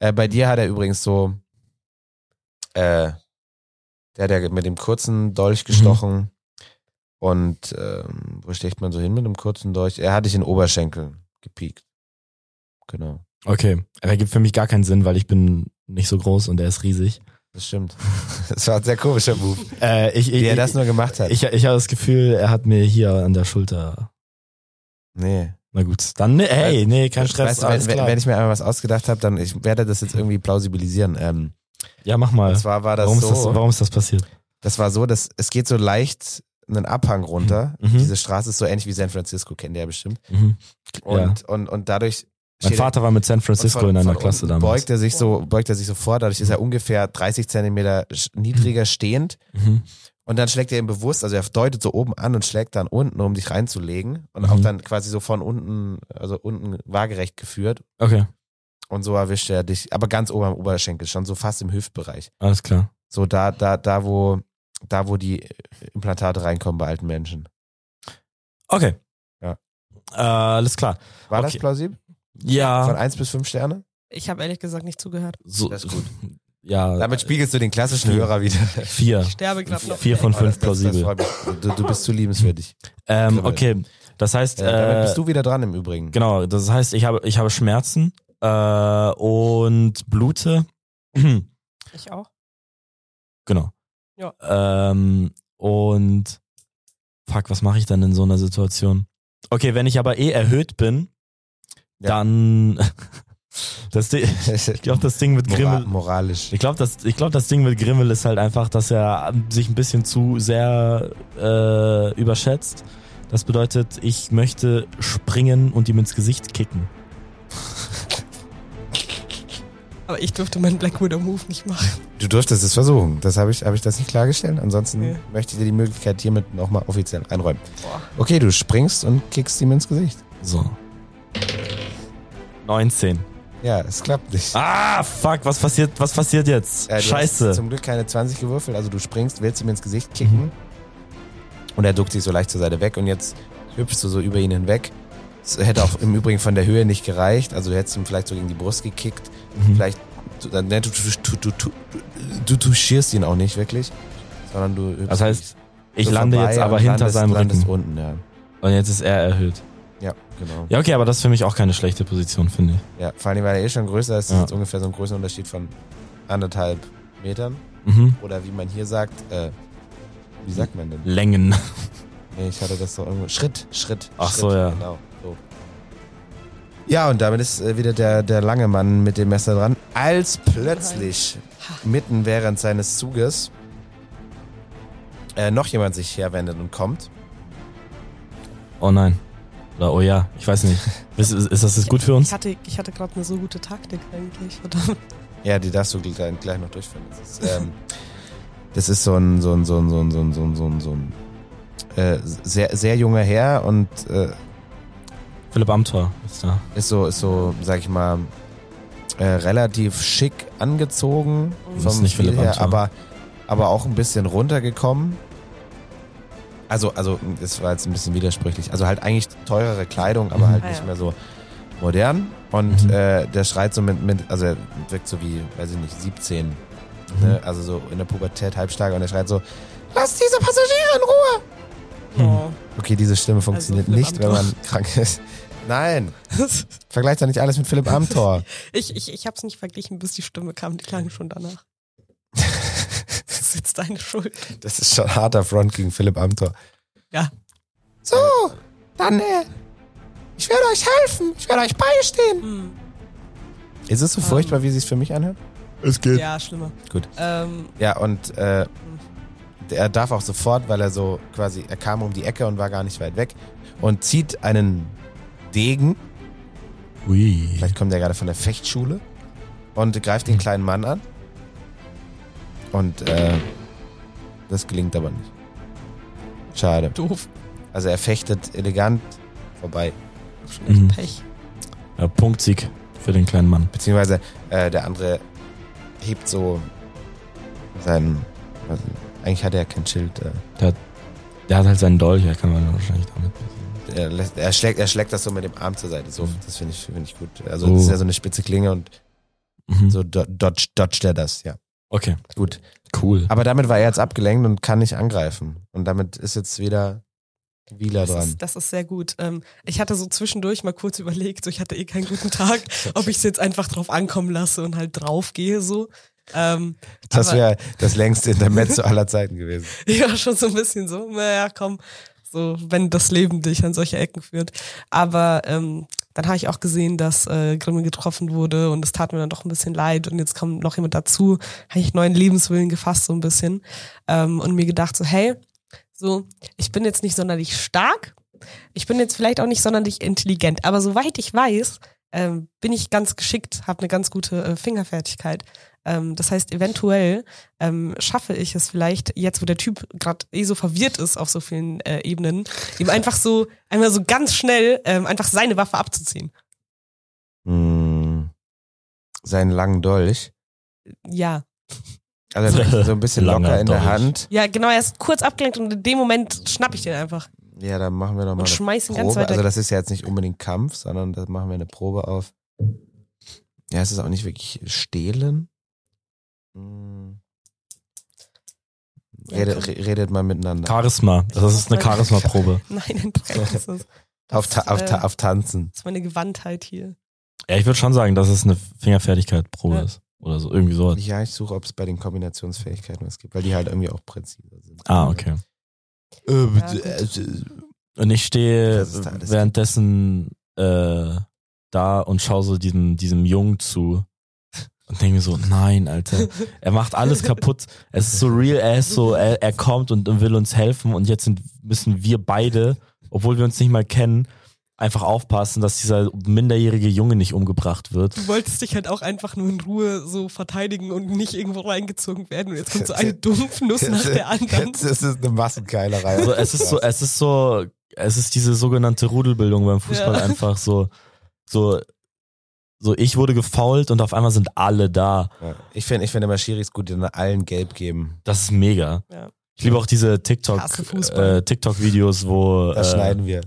[SPEAKER 2] Äh, bei dir hat er übrigens so, äh, der hat ja mit dem kurzen
[SPEAKER 4] Mhm.
[SPEAKER 2] Dolch gestochen. Und ähm, wo stecht man so hin mit dem kurzen Dolch? Er hat dich in den Oberschenkel gepiekt. Genau,
[SPEAKER 4] Okay, aber ergibt für mich gar keinen Sinn, weil ich bin nicht so groß und er ist riesig.
[SPEAKER 2] das
[SPEAKER 4] <laughs>
[SPEAKER 2] stimmt. das war ein sehr komischer Move,
[SPEAKER 4] Äh, ich, ich,
[SPEAKER 2] wie er das nur gemacht hat.
[SPEAKER 4] ich, ich habe das Gefühl, er hat mir hier an der Schulter.
[SPEAKER 2] nee.
[SPEAKER 4] Na gut, dann ne, hey, nee, kein Stress,
[SPEAKER 2] Äh, weißt du,
[SPEAKER 4] alles
[SPEAKER 2] wenn,
[SPEAKER 4] klar.
[SPEAKER 2] wenn ich mir einmal was ausgedacht habe, dann ich werde das jetzt irgendwie plausibilisieren. Ähm,
[SPEAKER 4] ja, mach mal.
[SPEAKER 2] und zwar war das
[SPEAKER 4] warum,
[SPEAKER 2] so.
[SPEAKER 4] ist das, warum ist das passiert?
[SPEAKER 2] Das war so, dass es geht so leicht einen Abhang runter.
[SPEAKER 4] Mhm.
[SPEAKER 2] Diese Straße ist so ähnlich wie San Francisco, kennt ihr ja bestimmt.
[SPEAKER 4] Mhm.
[SPEAKER 2] Und, und, und dadurch.
[SPEAKER 4] Mein
[SPEAKER 2] steht er-
[SPEAKER 4] Vater war mit San Francisco
[SPEAKER 2] und von-
[SPEAKER 4] in einer
[SPEAKER 2] von
[SPEAKER 4] Klasse
[SPEAKER 2] unten
[SPEAKER 4] damals.
[SPEAKER 2] Beugt er, sich so, beugt er sich so vor, dadurch ist er ungefähr 30 Zentimeter sch- niedriger stehend.
[SPEAKER 4] Mhm.
[SPEAKER 2] Und dann schlägt er ihm bewusst, also er deutet so oben an und schlägt dann unten, um dich reinzulegen. Und
[SPEAKER 4] Mhm.
[SPEAKER 2] auch dann quasi so von unten, also unten waagerecht geführt.
[SPEAKER 4] Okay,
[SPEAKER 2] Und so erwischt er dich, aber ganz oben am Oberschenkel, schon so fast im Hüftbereich.
[SPEAKER 4] alles klar.
[SPEAKER 2] So da, da, da, wo, da, wo die Implantate reinkommen bei alten Menschen.
[SPEAKER 4] Okay.
[SPEAKER 2] Ja.
[SPEAKER 4] Äh, alles klar.
[SPEAKER 2] War das
[SPEAKER 4] Okay. Ah.
[SPEAKER 2] plausibel? Von
[SPEAKER 4] Ja,
[SPEAKER 2] 1 bis 5 Sterne?
[SPEAKER 5] Ich habe ehrlich gesagt nicht zugehört.
[SPEAKER 4] so,
[SPEAKER 2] Das ist gut.
[SPEAKER 4] Ja,
[SPEAKER 2] Damit spiegelst du den klassischen
[SPEAKER 4] Äh, vier.
[SPEAKER 2] Hörer wieder.
[SPEAKER 4] vier.
[SPEAKER 5] Ich sterbe gerade noch.
[SPEAKER 4] Vier von
[SPEAKER 2] Oh, das-
[SPEAKER 4] fünf
[SPEAKER 2] das- das
[SPEAKER 4] plausibel.
[SPEAKER 2] freut mich. Du, du bist zu liebenswürdig.
[SPEAKER 4] Ähm, okay, das heißt,
[SPEAKER 2] Ja, damit
[SPEAKER 4] <laughs> äh,
[SPEAKER 2] bist du wieder dran im Übrigen. <laughs>
[SPEAKER 4] Genau, das heißt, ich habe, ich habe Schmerzen äh, und blute. <clears throat>
[SPEAKER 2] Mhm.
[SPEAKER 5] Ich auch.
[SPEAKER 4] genau.
[SPEAKER 5] Ja.
[SPEAKER 4] Ähm, und fuck, was mache ich dann in so einer Situation? Okay, wenn ich aber eh erhöht bin,
[SPEAKER 2] Ja.
[SPEAKER 4] dann <laughs> das Ding, ich glaube, das Ding mit
[SPEAKER 2] Mora
[SPEAKER 4] Grimmel.
[SPEAKER 2] moralisch.
[SPEAKER 4] Ich glaube, das, ich glaub, das Ding mit Grimmel ist halt einfach, dass er sich ein bisschen zu sehr äh, überschätzt. Das bedeutet, ich möchte springen und ihm ins Gesicht kicken.
[SPEAKER 5] Aber ich durfte meinen Black Widow Move nicht machen.
[SPEAKER 2] Du durftest es versuchen. Das habe ich, habe ich das nicht klargestellt. Ansonsten
[SPEAKER 5] Nee.
[SPEAKER 2] möchte ich dir die Möglichkeit hiermit nochmal offiziell einräumen.
[SPEAKER 5] Boah.
[SPEAKER 2] Okay, du springst und kickst ihm ins Gesicht.
[SPEAKER 4] So. 19.
[SPEAKER 2] Ja, es klappt nicht.
[SPEAKER 4] Ah, fuck, was passiert, was passiert jetzt?
[SPEAKER 2] Äh, du Hast
[SPEAKER 4] Scheiße.
[SPEAKER 2] zum Glück keine 20 gewürfelt. Also du springst, willst ihm ins Gesicht kicken. Und er duckt sich so leicht zur Seite weg. Und jetzt hüpfst du so über ihn hinweg. Es hätte auch im Übrigen von der Höhe nicht gereicht. Also du hättest ihm vielleicht so gegen die Brust gekickt.
[SPEAKER 4] Mhm.
[SPEAKER 2] Vielleicht, du, dann- ne, du, du, du, du, du touchierst ihn auch nicht wirklich. Sondern du hüpfst
[SPEAKER 4] Das heißt, ich
[SPEAKER 2] so
[SPEAKER 4] lande
[SPEAKER 2] vorbei
[SPEAKER 4] jetzt aber
[SPEAKER 2] und
[SPEAKER 4] hinter
[SPEAKER 2] landest,
[SPEAKER 4] seinem
[SPEAKER 2] landest
[SPEAKER 4] Rücken.
[SPEAKER 2] unten, ja.
[SPEAKER 4] Und jetzt ist er erhöht.
[SPEAKER 2] Ja, genau.
[SPEAKER 4] Ja, okay, aber das ist für mich auch keine schlechte Position, finde ich.
[SPEAKER 2] Ja, vor allem, weil er eh schon größer ist,
[SPEAKER 4] Ja.
[SPEAKER 2] ist jetzt ungefähr so ein Größenunterschied von anderthalb Metern.
[SPEAKER 4] Mhm.
[SPEAKER 2] Oder wie man hier sagt, äh, wie sagt man denn?
[SPEAKER 4] Längen.
[SPEAKER 2] Nee, ich hatte das so irgendwo. Schritt, Schritt.
[SPEAKER 4] Ach
[SPEAKER 2] Schritt,
[SPEAKER 4] so, ja.
[SPEAKER 2] Genau. So. Ja, und damit ist äh, wieder der, der lange Mann mit dem Messer dran, als plötzlich mitten während seines Zuges äh, noch jemand sich herwendet und kommt.
[SPEAKER 4] Oh nein. Oder oh ja, ich weiß nicht. Ist, ist, ist das jetzt gut für
[SPEAKER 5] Ich
[SPEAKER 4] uns?
[SPEAKER 5] hatte, ich hatte gerade eine so gute Taktik eigentlich. Verdammt.
[SPEAKER 2] Ja, die darfst du gleich, gleich noch durchführen. Das ist, ähm, das ist so ein, so ein, so ein, so ein, so ein, so ein, so ein, so ein äh, sehr, sehr junger Herr und äh,
[SPEAKER 4] Philipp Amthor ist da.
[SPEAKER 2] ist so, ist so, sag ich mal, äh, relativ schick angezogen vom
[SPEAKER 4] Das Mhm. ist nicht
[SPEAKER 2] Stil
[SPEAKER 4] Philipp
[SPEAKER 2] her,
[SPEAKER 4] Amthor.
[SPEAKER 2] aber, aber auch ein bisschen runtergekommen. Also, also, das war jetzt ein bisschen widersprüchlich. Also halt eigentlich teurere Kleidung, aber
[SPEAKER 4] Mhm.
[SPEAKER 2] halt
[SPEAKER 5] Ah,
[SPEAKER 2] nicht
[SPEAKER 5] ja.
[SPEAKER 2] mehr so modern. Und
[SPEAKER 4] Mhm.
[SPEAKER 2] äh, der schreit so mit, mit, also er wirkt so wie, weiß ich nicht, 17. Ne?
[SPEAKER 4] Mhm.
[SPEAKER 2] Also so in der Pubertät halbstark und er schreit so, lass diese Passagiere in Ruhe!
[SPEAKER 5] Oh. <laughs>
[SPEAKER 2] Okay, diese Stimme
[SPEAKER 4] Also
[SPEAKER 2] funktioniert
[SPEAKER 5] Philipp
[SPEAKER 2] nicht, wenn
[SPEAKER 5] Amthor.
[SPEAKER 2] man krank ist. Nein, vergleicht doch nicht alles mit Philipp Amthor.
[SPEAKER 5] Ich, ich, ich habe es nicht verglichen, bis die Stimme kam. Die klang schon danach. Das ist jetzt deine Schuld.
[SPEAKER 2] <laughs> Das ist schon harter Front gegen Philipp Amthor.
[SPEAKER 5] Ja.
[SPEAKER 2] So, dann, äh, ich werde euch helfen. Ich werde euch beistehen. Ist es so
[SPEAKER 5] Hm. Ähm.
[SPEAKER 2] furchtbar, wie sie es für mich anhört?
[SPEAKER 4] Es geht.
[SPEAKER 5] Ja, schlimmer.
[SPEAKER 2] Gut.
[SPEAKER 5] Ähm,
[SPEAKER 2] Ja, und äh, er darf auch sofort, weil er so quasi, er kam um die Ecke und war gar nicht weit weg und zieht einen Degen,
[SPEAKER 4] Ui.
[SPEAKER 2] vielleicht kommt er gerade von der Fechtschule, und greift den kleinen Mann an. Und äh, das gelingt aber nicht. Schade.
[SPEAKER 5] doof.
[SPEAKER 2] Also er fechtet elegant vorbei.
[SPEAKER 4] Mhm.
[SPEAKER 5] Pech.
[SPEAKER 4] Ja, Punktsieg für den kleinen Mann.
[SPEAKER 2] Beziehungsweise äh, der andere hebt so seinen. weiß nicht, eigentlich hat er kein Schild. Äh,
[SPEAKER 4] Der hat halt seinen Dolch, er kann man wahrscheinlich damit.
[SPEAKER 2] er, lässt, er, schlägt, er schlägt das so mit dem Arm zur Seite. So,
[SPEAKER 4] Mhm.
[SPEAKER 2] Das finde ich, find ich gut. Also
[SPEAKER 4] Oh.
[SPEAKER 2] das ist ja so eine spitze Klinge und
[SPEAKER 4] Mhm.
[SPEAKER 2] so do dodge, dodgt er das, ja.
[SPEAKER 4] Okay,
[SPEAKER 2] Gut.
[SPEAKER 4] cool.
[SPEAKER 2] Aber damit war er jetzt abgelenkt und kann nicht angreifen. Und damit ist jetzt wieder Wieler
[SPEAKER 5] Das
[SPEAKER 2] dran.
[SPEAKER 5] ist, das ist sehr gut. Ähm, ich hatte so zwischendurch mal kurz überlegt, so ich hatte eh keinen guten Tag, ob ich es jetzt einfach drauf ankommen lasse und halt draufgehe so. Ähm,
[SPEAKER 2] Das
[SPEAKER 5] aber-
[SPEAKER 2] wäre das längste Intermezzo <laughs> aller Zeiten gewesen.
[SPEAKER 5] <laughs> Ja, schon so ein bisschen so, naja, komm, so, wenn das Leben dich an solche Ecken führt. Aber ähm, dann habe ich auch gesehen, dass äh, Grimme getroffen wurde und es tat mir dann doch ein bisschen leid und jetzt kommt noch jemand dazu, habe ich neuen Lebenswillen gefasst so ein bisschen ähm, und mir gedacht so, hey, so, ich bin jetzt nicht sonderlich stark, ich bin jetzt vielleicht auch nicht sonderlich intelligent, aber soweit ich weiß, ähm, bin ich ganz geschickt, habe eine ganz gute äh, Fingerfertigkeit. Ähm, das heißt, eventuell ähm, schaffe ich es vielleicht, jetzt wo der Typ gerade eh so verwirrt ist auf so vielen äh, Ebenen, ihm einfach so, einmal so ganz schnell ähm, einfach seine Waffe abzuziehen.
[SPEAKER 2] Hm. Seinen langen Dolch.
[SPEAKER 5] Ja.
[SPEAKER 2] Also er hat so ein bisschen
[SPEAKER 4] <laughs> Langer
[SPEAKER 2] locker in der
[SPEAKER 4] Dolch.
[SPEAKER 2] Hand.
[SPEAKER 5] Ja, genau, er ist kurz abgelenkt und in dem Moment schnapp ich den einfach
[SPEAKER 2] Ja, dann machen wir doch mal
[SPEAKER 5] und
[SPEAKER 2] eine
[SPEAKER 5] schmeiß ihn ganz
[SPEAKER 2] Probe.
[SPEAKER 5] weit
[SPEAKER 2] Also
[SPEAKER 5] weg.
[SPEAKER 2] das ist ja jetzt nicht unbedingt Kampf, sondern da machen wir eine Probe auf. Ja, es ist auch nicht wirklich stehlen. Hm.
[SPEAKER 5] Ja,
[SPEAKER 2] Redet,
[SPEAKER 5] komm.
[SPEAKER 2] re- redet mal miteinander.
[SPEAKER 4] Charisma, das ist eine Charisma-Probe.
[SPEAKER 5] Nein, ein
[SPEAKER 2] <laughs>
[SPEAKER 5] Dreck ist das. Das
[SPEAKER 2] Auf, ta
[SPEAKER 5] ist,
[SPEAKER 2] auf,
[SPEAKER 5] äh,
[SPEAKER 2] ta auf Tanzen.
[SPEAKER 5] Das ist meine Gewandtheit hier.
[SPEAKER 4] Ja, ich würde schon sagen, dass es eine Fingerfertigkeit-Probe
[SPEAKER 5] Ja.
[SPEAKER 4] ist. Oder so, irgendwie so.
[SPEAKER 2] Ja, ich suche, ob es bei den Kombinationsfähigkeiten was gibt, weil die halt irgendwie auch präziser sind.
[SPEAKER 4] Ah, okay.
[SPEAKER 2] Äh,
[SPEAKER 5] Ja, gut.
[SPEAKER 2] äh,
[SPEAKER 4] Und ich stehe
[SPEAKER 2] Das ist da alles-
[SPEAKER 4] währenddessen äh, da und schaue so diesem, diesem Jungen zu und denke mir so, nein, Alter, er macht alles kaputt. Es ist so real, er ist so, er, er kommt und, und will uns helfen und jetzt sind, müssen wir beide, obwohl wir uns nicht mal kennen, einfach aufpassen, dass dieser minderjährige Junge nicht umgebracht wird.
[SPEAKER 5] Du wolltest dich halt auch einfach nur in Ruhe so verteidigen und nicht irgendwo reingezogen werden. Und jetzt kommt so eine Dumpfnuss nach der anderen.
[SPEAKER 2] Jetzt ist <laughs> es eine Massenkeilerei.
[SPEAKER 4] Also es ist so, es ist so, es ist diese sogenannte Rudelbildung beim Fußball
[SPEAKER 5] Ja.
[SPEAKER 4] einfach so, so, so ich wurde gefault und auf einmal sind alle da.
[SPEAKER 2] Ja. Ich finde ich find immer Schiris gut, die dann allen gelb geben.
[SPEAKER 4] Das ist mega.
[SPEAKER 5] Ja.
[SPEAKER 4] Ich liebe auch diese
[SPEAKER 5] Ich hasse
[SPEAKER 4] TikTok,
[SPEAKER 5] Fußball.
[SPEAKER 4] äh, TikTok-Videos, wo
[SPEAKER 2] Das
[SPEAKER 4] äh,
[SPEAKER 2] schneiden wir.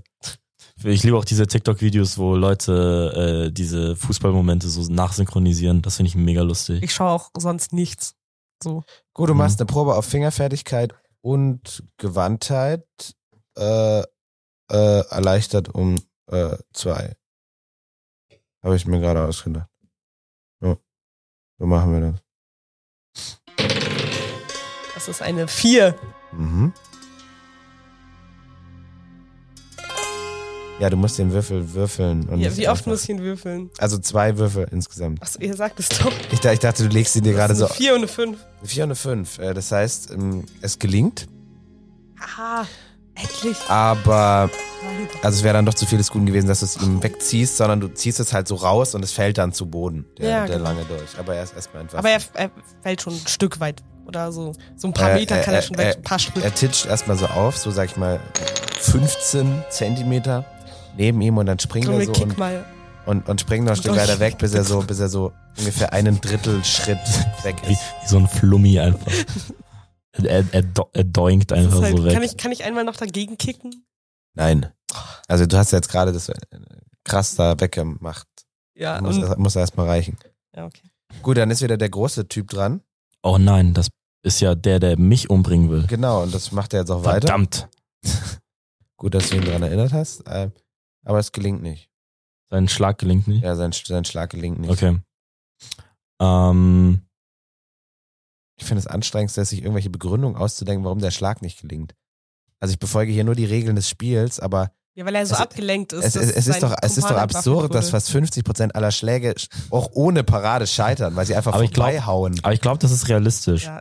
[SPEAKER 4] ich liebe auch diese TikTok-Videos, wo Leute äh, diese Fußballmomente so nachsynchronisieren. Das finde ich mega lustig.
[SPEAKER 5] Ich schaue auch sonst nichts. So.
[SPEAKER 2] Gut, du
[SPEAKER 4] Mhm.
[SPEAKER 2] machst eine Probe auf Fingerfertigkeit und Gewandtheit. Äh, äh, erleichtert um äh, zwei. Habe ich mir gerade ausgedacht. Ja. So machen wir das.
[SPEAKER 5] Das ist eine vier.
[SPEAKER 2] Mhm. Ja, du musst den Würfel würfeln. Und
[SPEAKER 5] Ja,
[SPEAKER 2] nicht
[SPEAKER 5] wie oft
[SPEAKER 2] einfach-
[SPEAKER 5] muss ich ihn würfeln?
[SPEAKER 2] Also zwei Würfel insgesamt.
[SPEAKER 5] Achso, ihr sagt es doch.
[SPEAKER 2] Ich, da- ich dachte, du legst ihn dir <laughs> gerade
[SPEAKER 5] Das
[SPEAKER 2] so.
[SPEAKER 5] ist eine vier und eine fünf.
[SPEAKER 2] Vier und eine fünf. Äh, Das heißt, ähm, es gelingt,
[SPEAKER 5] Ah, endlich.
[SPEAKER 2] aber
[SPEAKER 5] Nein.
[SPEAKER 2] also es wäre dann doch zu viel des Guten gewesen, dass du es ihm wegziehst, sondern du ziehst es halt so raus und es fällt dann zu Boden, der,
[SPEAKER 5] Ja,
[SPEAKER 2] der
[SPEAKER 5] genau.
[SPEAKER 2] lange durch. Aber er ist erstmal entwaffnet.
[SPEAKER 5] Aber er, er fällt schon ein Stück weit. Oder so. So ein paar
[SPEAKER 2] Äh,
[SPEAKER 5] Meter
[SPEAKER 2] äh,
[SPEAKER 5] kann er schon
[SPEAKER 2] äh,
[SPEAKER 5] weg. Ein paar Schritte.
[SPEAKER 2] Er titscht erstmal so auf, so sag ich mal 15 Zentimeter neben ihm und dann springt
[SPEAKER 5] Grimmel,
[SPEAKER 2] er so
[SPEAKER 5] kick
[SPEAKER 2] und,
[SPEAKER 5] mal.
[SPEAKER 2] und, und springt noch ein Stück
[SPEAKER 5] Durch.
[SPEAKER 2] weiter weg, bis er so, bis er so ungefähr einen Drittel Schritt <laughs> weg
[SPEAKER 4] Wie,
[SPEAKER 2] ist.
[SPEAKER 4] wie so ein Flummi
[SPEAKER 5] <laughs>
[SPEAKER 4] einfach. er, er, do- er doinkt
[SPEAKER 5] Das
[SPEAKER 4] einfach
[SPEAKER 5] ist halt,
[SPEAKER 4] so weg.
[SPEAKER 5] kann, ich, kann ich einmal noch dagegen kicken?
[SPEAKER 2] Nein. Also du hast jetzt gerade das äh, krass da weggemacht.
[SPEAKER 4] Ah,
[SPEAKER 5] Ja,
[SPEAKER 2] Muss,
[SPEAKER 5] und,
[SPEAKER 2] erst- muss erstmal reichen.
[SPEAKER 5] ja okay.
[SPEAKER 2] Gut, dann ist wieder der große Typ dran.
[SPEAKER 4] oh nein, das ist ja der, der mich umbringen will.
[SPEAKER 2] Genau, und das macht er jetzt auch weiter.
[SPEAKER 4] Verdammt.
[SPEAKER 2] Gut, dass du ihn daran erinnert hast. Äh, aber es gelingt nicht.
[SPEAKER 4] Sein Schlag gelingt nicht.
[SPEAKER 2] Ja, sein, sein Schlag gelingt nicht.
[SPEAKER 4] Okay. Ähm,
[SPEAKER 2] Ich finde es anstrengendste, sich irgendwelche Begründungen auszudenken, warum der Schlag nicht gelingt. Also ich befolge hier nur die Regeln des Spiels, aber
[SPEAKER 5] Ja, weil er so
[SPEAKER 2] Es-
[SPEAKER 5] abgelenkt ist.
[SPEAKER 2] Es,
[SPEAKER 5] dass
[SPEAKER 2] es, es, ist,
[SPEAKER 5] sein
[SPEAKER 2] doch, es ist doch
[SPEAKER 5] Kumpan entwaffnet
[SPEAKER 2] absurd, dass
[SPEAKER 5] wurde.
[SPEAKER 2] fast 50% aller Schläge sch- auch ohne Parade scheitern, weil sie einfach
[SPEAKER 4] Aber ich glaub-
[SPEAKER 2] vorbeihauen.
[SPEAKER 4] Aber ich glaube, das ist realistisch.
[SPEAKER 5] Ja.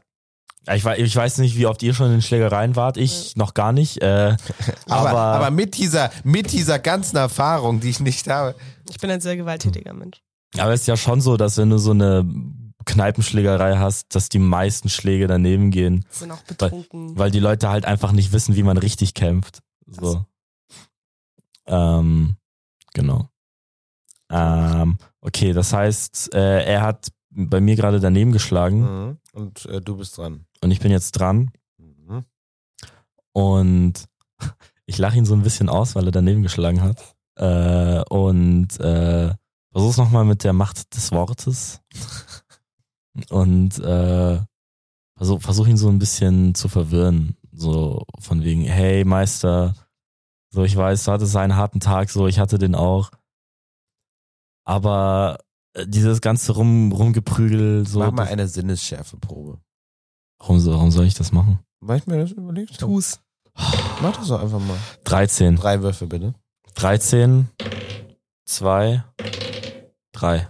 [SPEAKER 4] Ich, wei- ich weiß nicht, wie oft ihr schon in Schlägereien wart. Ich noch gar nicht. Äh,
[SPEAKER 2] aber, aber,
[SPEAKER 4] aber-
[SPEAKER 2] mit, dieser, mit dieser ganzen Erfahrung, die ich nicht habe.
[SPEAKER 5] Ich bin ein sehr gewalttätiger Mensch.
[SPEAKER 4] aber es ist ja schon so, dass wenn du so eine Kneipenschlägerei hast, dass die meisten Schläge daneben gehen,
[SPEAKER 5] Ich bin auch betrunken.
[SPEAKER 4] weil die Leute halt einfach nicht wissen, wie man richtig kämpft. So. Ähm, genau. Ähm, okay, das heißt, äh, er hat bei mir gerade daneben geschlagen
[SPEAKER 2] Und äh, du bist dran.
[SPEAKER 4] und ich bin jetzt dran.
[SPEAKER 2] Mhm.
[SPEAKER 4] Und <laughs> ich lache ihn so ein bisschen aus, weil er daneben geschlagen hat. Äh, und äh, versuch's nochmal mit der Macht des Wortes. <laughs> Und äh, versuch, versuch ihn so ein bisschen zu verwirren. So von wegen, hey Meister, so ich weiß, du hattest einen harten Tag, so ich hatte den auch. Aber äh, dieses ganze Rum, Rumgeprügel, so.
[SPEAKER 2] Mach mal
[SPEAKER 4] das-
[SPEAKER 2] eine Sinnesschärfeprobe.
[SPEAKER 4] warum, so- warum soll ich das machen?
[SPEAKER 2] Weil ich mir das überlegt habe.
[SPEAKER 5] Tu's.
[SPEAKER 2] Mach das doch einfach mal.
[SPEAKER 4] 13.
[SPEAKER 2] Drei Würfe bitte.
[SPEAKER 4] 13, 2, 3.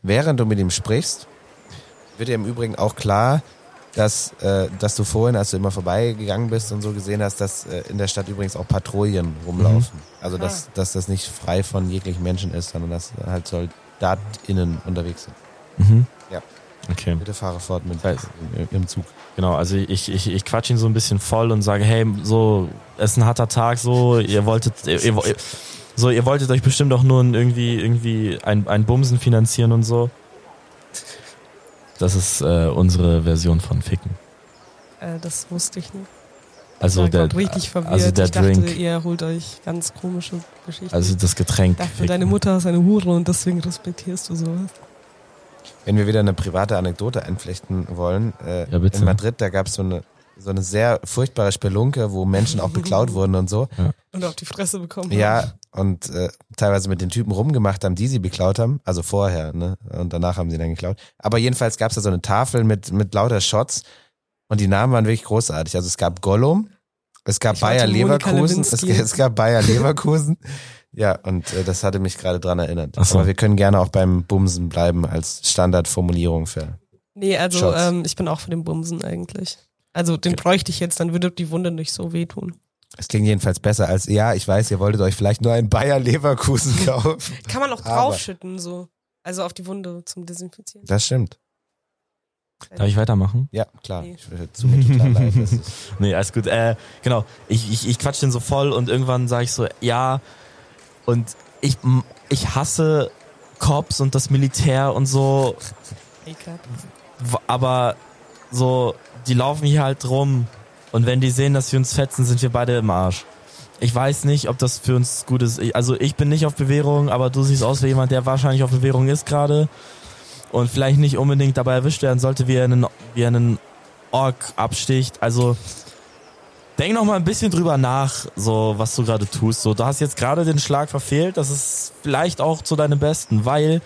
[SPEAKER 2] Während du mit ihm sprichst, wird dir im Übrigen auch klar, dass, äh, dass du vorhin, als du immer vorbeigegangen bist und so gesehen hast, dass äh, in der Stadt übrigens auch Patrouillen rumlaufen.
[SPEAKER 4] Mhm.
[SPEAKER 2] Also dass, dass das nicht frei von jeglichen Menschen ist, sondern dass halt SoldatInnen unterwegs sind.
[SPEAKER 4] Mhm.
[SPEAKER 2] Ja.
[SPEAKER 4] Okay.
[SPEAKER 2] Bitte fahre fort mit
[SPEAKER 4] Weiß.
[SPEAKER 2] ihrem Zug.
[SPEAKER 4] Genau, also ich, ich, ich quatsch ihn so ein bisschen voll und sage, hey, so, es ist ein harter Tag, so, ihr wolltet, ihr, ihr, ihr- so, ihr wolltet euch bestimmt auch nur ein- irgendwie, irgendwie ein, ein Bumsen finanzieren und so. Das ist äh, unsere Version von Ficken.
[SPEAKER 5] Äh, das wusste ich nicht.
[SPEAKER 4] Also
[SPEAKER 5] ich war
[SPEAKER 4] der,
[SPEAKER 5] grad richtig verwirrt.
[SPEAKER 4] also der
[SPEAKER 5] ich dachte,
[SPEAKER 4] Drink,
[SPEAKER 5] ihr holt euch ganz komische Geschichten.
[SPEAKER 4] also das Getränk.
[SPEAKER 5] ich dachte,
[SPEAKER 4] Ficken.
[SPEAKER 5] deine Mutter ist eine Hure und deswegen respektierst du sowas.
[SPEAKER 2] Wenn wir wieder eine private Anekdote einflechten wollen, äh,
[SPEAKER 4] Ja, bitte.
[SPEAKER 2] in Madrid, da gab es so eine, so eine sehr furchtbare Spelunke, wo Menschen auch
[SPEAKER 4] <laughs>
[SPEAKER 2] beklaut wurden und so.
[SPEAKER 5] Und auf die Fresse bekommen.
[SPEAKER 2] Ja, und äh, teilweise mit den Typen rumgemacht haben, die sie beklaut haben. Also vorher, ne? Und danach haben sie dann geklaut. Aber jedenfalls gab's da so eine Tafel mit, mit lauter Shots und die Namen waren wirklich großartig. Also es gab Gollum, es gab
[SPEAKER 5] Ich wollte
[SPEAKER 2] Bayer
[SPEAKER 5] Monika
[SPEAKER 2] Leverkusen, es,
[SPEAKER 5] Lewinsky.
[SPEAKER 2] es gab Bayer Leverkusen. ja, und äh, das hatte mich gerade dran erinnert.
[SPEAKER 4] Ach so.
[SPEAKER 2] Aber wir können gerne auch beim Bumsen bleiben als Standardformulierung für.
[SPEAKER 5] Nee, also
[SPEAKER 2] Shots.
[SPEAKER 5] ähm, ich bin auch für den Bumsen eigentlich. Also den bräuchte ich jetzt, dann würde die Wunde nicht so wehtun.
[SPEAKER 2] Es klingt jedenfalls besser als, ja, ich weiß, ihr wolltet euch vielleicht nur einen Bayer Leverkusen <laughs> kaufen.
[SPEAKER 5] Kann man auch
[SPEAKER 2] Aber-
[SPEAKER 5] draufschütten, so. Also auf die Wunde zum Desinfizieren.
[SPEAKER 2] Das stimmt.
[SPEAKER 4] Darf ich weitermachen?
[SPEAKER 2] Ja, klar.
[SPEAKER 5] Nee.
[SPEAKER 2] Ich würde zu mir total leid. Das ist
[SPEAKER 4] Nee, alles gut. Äh, genau, ich, ich, ich quatsch den so voll und irgendwann sage ich so, ja, und ich, m- ich hasse Cops und das Militär und so,
[SPEAKER 5] Make-up.
[SPEAKER 4] w- aber so, die laufen hier halt rum und wenn die sehen, dass wir uns fetzen, sind wir beide im Arsch. Ich weiß nicht, ob das für uns gut ist. Ich- Also ich bin nicht auf Bewährung, aber du siehst aus wie jemand, der wahrscheinlich auf Bewährung ist gerade und vielleicht nicht unbedingt dabei erwischt werden sollte, wie er einen, wie er einen Ork absticht. Also denk noch mal ein bisschen drüber nach, so was du gerade tust. So, du hast jetzt gerade den Schlag verfehlt. Das ist vielleicht auch zu deinem Besten, weil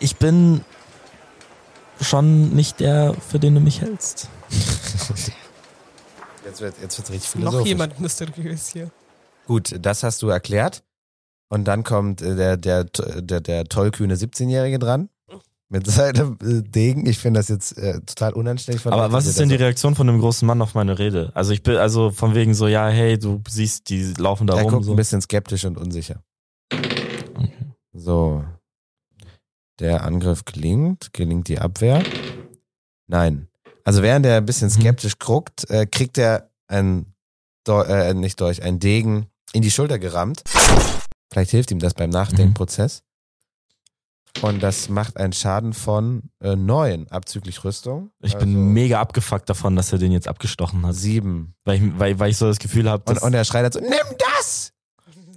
[SPEAKER 4] ich bin schon nicht der, für den du mich hältst.
[SPEAKER 2] Jetzt wird jetzt wird's richtig philosophisch.
[SPEAKER 5] Noch jemand mysteriös hier.
[SPEAKER 2] Gut, das hast du erklärt. Und dann kommt äh, der, der, der, der tollkühne 17-Jährige dran.
[SPEAKER 5] Mhm.
[SPEAKER 2] Mit seinem äh, Degen. Ich finde das jetzt äh, total unanständig von
[SPEAKER 4] Aber
[SPEAKER 2] euch,
[SPEAKER 4] was
[SPEAKER 2] dass
[SPEAKER 4] ist
[SPEAKER 2] ihr
[SPEAKER 4] denn die
[SPEAKER 2] das
[SPEAKER 4] Reaktion von dem großen Mann auf meine Rede? Also ich bin also von wegen so, ja, hey, du siehst, die laufen da
[SPEAKER 2] Er
[SPEAKER 4] rum.
[SPEAKER 2] guckt ein
[SPEAKER 4] So.
[SPEAKER 2] bisschen skeptisch und unsicher. So. Der Angriff gelingt. Gelingt die Abwehr? Nein. Also während er ein bisschen
[SPEAKER 4] Mhm.
[SPEAKER 2] skeptisch guckt, äh, kriegt er ein, Dol- äh, nicht Dolch, ein Degen in die Schulter gerammt. Vielleicht hilft ihm das beim
[SPEAKER 4] Mhm.
[SPEAKER 2] Nachdenkprozess. Und das macht einen Schaden von äh, neun abzüglich Rüstung. Also
[SPEAKER 4] Ich bin mega abgefuckt davon, dass er den jetzt abgestochen hat.
[SPEAKER 2] sieben.
[SPEAKER 4] Weil ich, weil, weil ich so das Gefühl habe,
[SPEAKER 2] Und, und er schreit dazu, nimm das!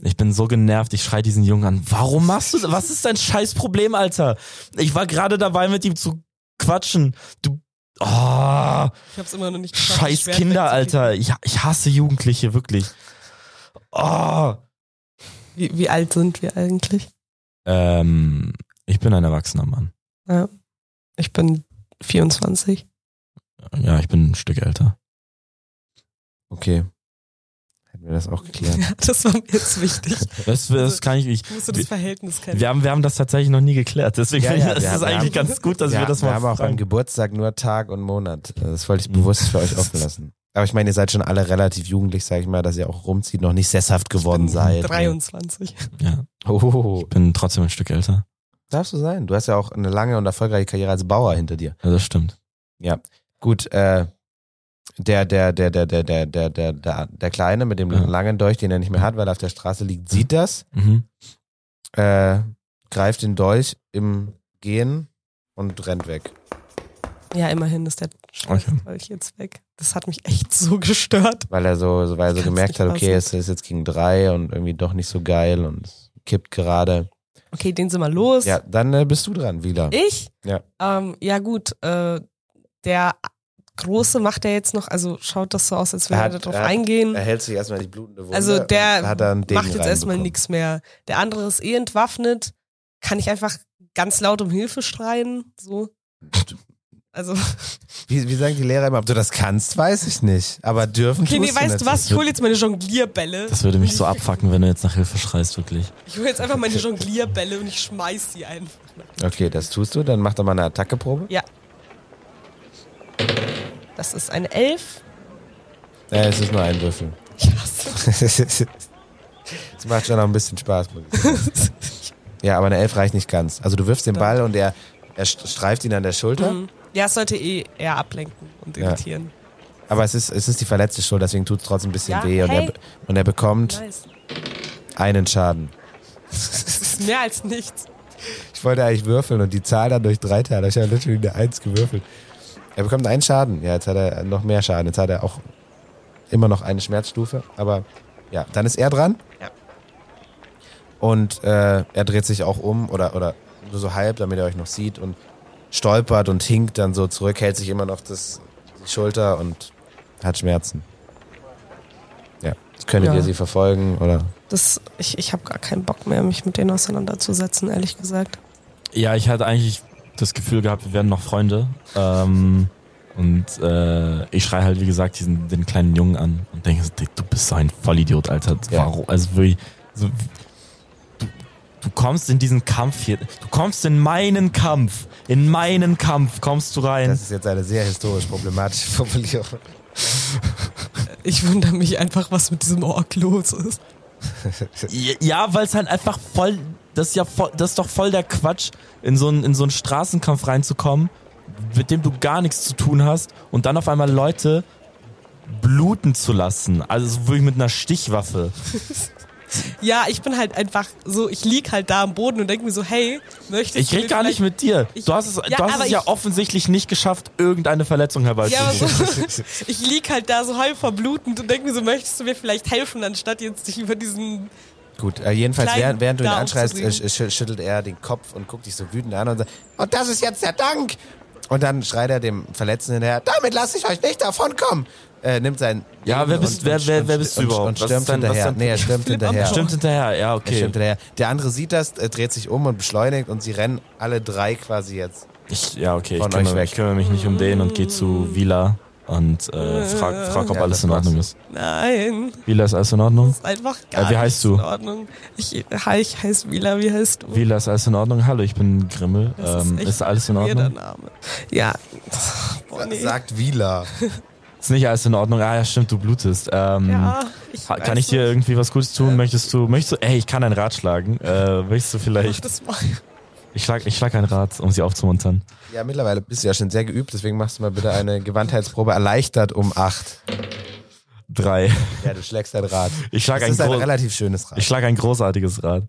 [SPEAKER 4] Ich bin so genervt, ich schrei diesen Jungen an. Warum machst du das? Was ist dein scheiß Problem, Alter? Ich war gerade dabei, mit ihm zu quatschen. Du. ah,
[SPEAKER 5] Ich hab's immer noch nicht geschafft, das
[SPEAKER 4] scheiß
[SPEAKER 5] Schwert
[SPEAKER 4] Kinder,
[SPEAKER 5] wegzukriegen.
[SPEAKER 4] Alter. Ich, ich hasse Jugendliche, wirklich. Oh.
[SPEAKER 5] Wie, wie alt sind wir eigentlich?
[SPEAKER 4] Ähm, ich bin ein erwachsener Mann.
[SPEAKER 5] Ich bin 24.
[SPEAKER 4] Ja, ich bin ein Stück älter.
[SPEAKER 2] Okay, Hätten wir das auch geklärt.
[SPEAKER 5] Ja, <laughs> das war mir jetzt wichtig.
[SPEAKER 4] Das, das kann ich, ich
[SPEAKER 5] Ich musste das Verhältnis kennen.
[SPEAKER 4] wir haben, wir haben das tatsächlich noch nie geklärt, deswegen
[SPEAKER 2] Ja, ja,
[SPEAKER 4] ist
[SPEAKER 2] wir
[SPEAKER 4] es
[SPEAKER 2] haben-
[SPEAKER 4] eigentlich
[SPEAKER 2] wir haben-
[SPEAKER 4] ganz gut, dass
[SPEAKER 2] ja,
[SPEAKER 4] wir das mal
[SPEAKER 2] wir haben auch beim
[SPEAKER 4] fragen.
[SPEAKER 2] Geburtstag nur Tag und Monat. Äh, Das wollte ich bewusst
[SPEAKER 4] <laughs>
[SPEAKER 2] für euch offen lassen. Aber ich meine, ihr seid schon alle relativ jugendlich, sag ich mal, dass ihr auch rumzieht, noch nicht sesshaft geworden seid.
[SPEAKER 5] 23.
[SPEAKER 4] Ja,
[SPEAKER 2] Oh,
[SPEAKER 4] ich bin trotzdem ein Stück älter.
[SPEAKER 2] darfst du sein. Du hast ja auch eine lange und erfolgreiche Karriere als Bauer hinter dir.
[SPEAKER 4] Ja, das stimmt.
[SPEAKER 2] Gut, äh, der, der, der, der, der, der, der, der, der, der Kleine mit dem
[SPEAKER 4] Ja.
[SPEAKER 2] langen Dolch, den er nicht mehr hat, weil er auf der Straße liegt, sieht das,
[SPEAKER 4] Mhm.
[SPEAKER 2] äh, greift den Dolch im Gehen und rennt weg.
[SPEAKER 5] Ja, immerhin ist der Scheiß
[SPEAKER 4] Okay.
[SPEAKER 5] okay. jetzt weg. Das hat mich echt so gestört.
[SPEAKER 2] weil er so, so- weil er so
[SPEAKER 5] Kann's
[SPEAKER 2] gemerkt
[SPEAKER 5] nicht
[SPEAKER 2] hat, okay,
[SPEAKER 5] fassen.
[SPEAKER 2] es ist jetzt gegen drei und irgendwie doch nicht so geil und es kippt gerade.
[SPEAKER 5] Okay, den sind wir los.
[SPEAKER 2] Ja, dann äh, bist du dran, Wieler.
[SPEAKER 5] Ich?
[SPEAKER 2] Ja.
[SPEAKER 5] Ähm, ja gut, äh, der Große macht er jetzt noch, also schaut das so aus, als würde
[SPEAKER 2] Er
[SPEAKER 5] er,
[SPEAKER 2] hat-
[SPEAKER 5] darauf
[SPEAKER 2] er hat-
[SPEAKER 5] eingehen.
[SPEAKER 2] Er hält sich erstmal die blutende Wunde.
[SPEAKER 5] also der
[SPEAKER 2] und hat dann den
[SPEAKER 5] macht jetzt erstmal nichts mehr. Der andere ist eh entwaffnet. Kann ich einfach ganz laut um Hilfe schreien? So. Also,
[SPEAKER 2] Wie, wie sagen die Lehrer immer, ob du das kannst, weiß ich nicht. Aber dürfen
[SPEAKER 5] <laughs> okay, nee,
[SPEAKER 2] tust
[SPEAKER 5] weißt du was? Ich
[SPEAKER 2] natürlich.
[SPEAKER 5] hole jetzt meine Jonglierbälle.
[SPEAKER 4] Das würde mich so abfacken, wenn du jetzt nach Hilfe schreist, wirklich.
[SPEAKER 5] Ich hole jetzt
[SPEAKER 2] <laughs>
[SPEAKER 5] einfach meine Jonglierbälle und ich schmeiß die einfach.
[SPEAKER 2] Okay, das tust du, dann mach doch mal eine Attackeprobe.
[SPEAKER 5] Ja. Das ist eine Elf.
[SPEAKER 2] Äh, es ist nur ein Würfel. <laughs>
[SPEAKER 5] Ich hasse.
[SPEAKER 2] das macht schon noch ein bisschen Spaß. muss ich sagen.
[SPEAKER 5] <laughs>
[SPEAKER 2] ja, aber eine Elf reicht nicht ganz. Also du wirfst den Ball und er, er streift ihn an der Schulter.
[SPEAKER 5] Ja, es sollte eh eher ablenken und
[SPEAKER 2] Ja.
[SPEAKER 5] irritieren.
[SPEAKER 2] Aber es ist, es ist die verletzte Schuld, deswegen tut es trotzdem ein bisschen
[SPEAKER 5] Ja,
[SPEAKER 2] weh. Und,
[SPEAKER 5] hey.
[SPEAKER 2] er, be- und er bekommt
[SPEAKER 5] Nice.
[SPEAKER 2] einen Schaden.
[SPEAKER 5] Das ist mehr als nichts.
[SPEAKER 2] Ich wollte eigentlich würfeln und die Zahl dann durch drei teilen. aber Ich habe literally eine Eins gewürfelt. Er bekommt einen Schaden. Ja, jetzt hat er noch mehr Schaden. Jetzt hat er auch immer noch eine Schmerzstufe. Aber ja, dann ist er dran.
[SPEAKER 5] Ja.
[SPEAKER 2] Und äh, er dreht sich auch um oder, oder nur so halb, damit er euch noch sieht und stolpert und hinkt dann so zurück, hält sich immer noch das, die Schulter und hat Schmerzen. Ja, jetzt könntet
[SPEAKER 5] Ja.
[SPEAKER 2] ihr sie verfolgen oder
[SPEAKER 5] Das, ich ich habe gar keinen Bock mehr, mich mit denen auseinanderzusetzen, ehrlich gesagt.
[SPEAKER 4] Ja, ich hatte eigentlich das Gefühl gehabt, wir werden noch Freunde. Ähm, und äh, ich schreie halt, wie gesagt, diesen, den kleinen Jungen an und denke, so, "Dick, du bist so ein Vollidiot, Alter.
[SPEAKER 2] Ja.
[SPEAKER 4] Warum? Also, wirklich, so, du, du kommst in diesen Kampf hier, du kommst in meinen Kampf, in meinen Kampf kommst du rein.
[SPEAKER 2] Das ist jetzt eine sehr historisch problematische <laughs> Formulierung.
[SPEAKER 5] Ich wundere mich einfach, was mit diesem Ork los ist.
[SPEAKER 4] Ja, weil es halt einfach voll, das ist ja voll, das ist doch voll der Quatsch, in so einen, in so einen Straßenkampf reinzukommen, mit dem du gar nichts zu tun hast und dann auf einmal Leute bluten zu lassen. Also so wirklich mit einer Stichwaffe.
[SPEAKER 5] Ja, ich bin halt einfach so, ich lieg halt da am Boden und denke mir so, hey, möchtest
[SPEAKER 4] Ich
[SPEAKER 5] du
[SPEAKER 4] rede
[SPEAKER 5] mir
[SPEAKER 4] gar nicht
[SPEAKER 5] vielleicht-
[SPEAKER 4] mit dir.
[SPEAKER 5] Ich-
[SPEAKER 4] Du hast es
[SPEAKER 5] Ja,
[SPEAKER 4] du hast
[SPEAKER 5] aber
[SPEAKER 4] es ja
[SPEAKER 5] ich-
[SPEAKER 4] offensichtlich nicht geschafft, irgendeine Verletzung
[SPEAKER 5] <laughs> Ja, aber
[SPEAKER 4] herbeizuführen.
[SPEAKER 5] so, ich lieg halt da so halb verblutend und denke mir so, möchtest du mir vielleicht helfen, anstatt jetzt dich über diesen...
[SPEAKER 2] Gut, äh, jedenfalls, während,
[SPEAKER 5] Kleinen
[SPEAKER 2] während du ihn
[SPEAKER 5] da
[SPEAKER 2] anschreist, äh,
[SPEAKER 5] umzubringen.
[SPEAKER 2] schü- schüttelt er den Kopf und guckt dich so wütend an und sagt, und das ist jetzt der Dank! Und dann schreit er dem Verletzten hinterher, damit lasse ich euch nicht davonkommen! Äh, nimmt sein...
[SPEAKER 4] Ja, wer
[SPEAKER 2] und-
[SPEAKER 4] bist-
[SPEAKER 2] und-
[SPEAKER 4] wer- wer-
[SPEAKER 2] und-
[SPEAKER 4] wer bist du
[SPEAKER 2] und-
[SPEAKER 4] überhaupt?
[SPEAKER 2] Und
[SPEAKER 4] Was
[SPEAKER 2] stürmt
[SPEAKER 4] ist dein- was
[SPEAKER 2] hinterher.
[SPEAKER 4] ist dein-
[SPEAKER 2] Nee, er stürmt hinterher.
[SPEAKER 4] Stimmt hinterher, ja,
[SPEAKER 2] Er
[SPEAKER 4] okay.
[SPEAKER 2] stürmt hinterher. Der andere sieht das, äh, dreht sich um und beschleunigt und sie rennen alle drei quasi jetzt.
[SPEAKER 4] Ich, ja, okay, ich
[SPEAKER 2] Von euch
[SPEAKER 4] kümmere,
[SPEAKER 2] weg.
[SPEAKER 4] ich kümmere mich nicht um den und gehe zu Vila und äh, frag, frag, ob
[SPEAKER 2] Ja,
[SPEAKER 4] alles
[SPEAKER 2] das
[SPEAKER 4] in
[SPEAKER 2] war's.
[SPEAKER 4] Ordnung ist.
[SPEAKER 5] Nein,
[SPEAKER 4] Vila, ist alles in Ordnung?
[SPEAKER 5] ist einfach
[SPEAKER 4] Äh,
[SPEAKER 5] gar
[SPEAKER 4] wie
[SPEAKER 5] nichts
[SPEAKER 4] heißt du?
[SPEAKER 5] in Ordnung. Ich, hi, ich heiße Mila, wie heißt du?
[SPEAKER 4] Vila, ist alles in Ordnung? Hallo, ich bin Grimmel.
[SPEAKER 5] Das
[SPEAKER 4] ähm,
[SPEAKER 5] echt
[SPEAKER 4] ist alles in
[SPEAKER 5] ein weirder
[SPEAKER 4] Ordnung?
[SPEAKER 5] Name. Ja. Boah, Oh, nee.
[SPEAKER 2] Sagt
[SPEAKER 5] <laughs>
[SPEAKER 2] Wieler.
[SPEAKER 4] Ist nicht alles in Ordnung? Ah ja, stimmt, du blutest. Ähm,
[SPEAKER 5] ja, ich
[SPEAKER 4] ha-
[SPEAKER 5] weiß
[SPEAKER 4] Kann ich dir
[SPEAKER 5] nicht.
[SPEAKER 4] irgendwie was Gutes tun? Möchtest du, möchtest du, ey, ich kann ein Rad schlagen. Äh, möchtest du
[SPEAKER 5] Mach
[SPEAKER 4] vielleicht,
[SPEAKER 5] das mal. <laughs>
[SPEAKER 4] ich schlag, ich schlag ein Rad, um sie aufzumuntern.
[SPEAKER 2] Ja, mittlerweile bist du ja schon sehr geübt, deswegen machst du mal bitte eine Gewandtheitsprobe erleichtert um acht.
[SPEAKER 4] Drei.
[SPEAKER 2] Ja, du schlägst dein Rad.
[SPEAKER 4] Ich schlag
[SPEAKER 2] Das
[SPEAKER 4] ein,
[SPEAKER 2] ist ein
[SPEAKER 4] gro
[SPEAKER 2] relativ schönes
[SPEAKER 4] ich
[SPEAKER 2] Rad.
[SPEAKER 4] schlag ein großartiges Rad.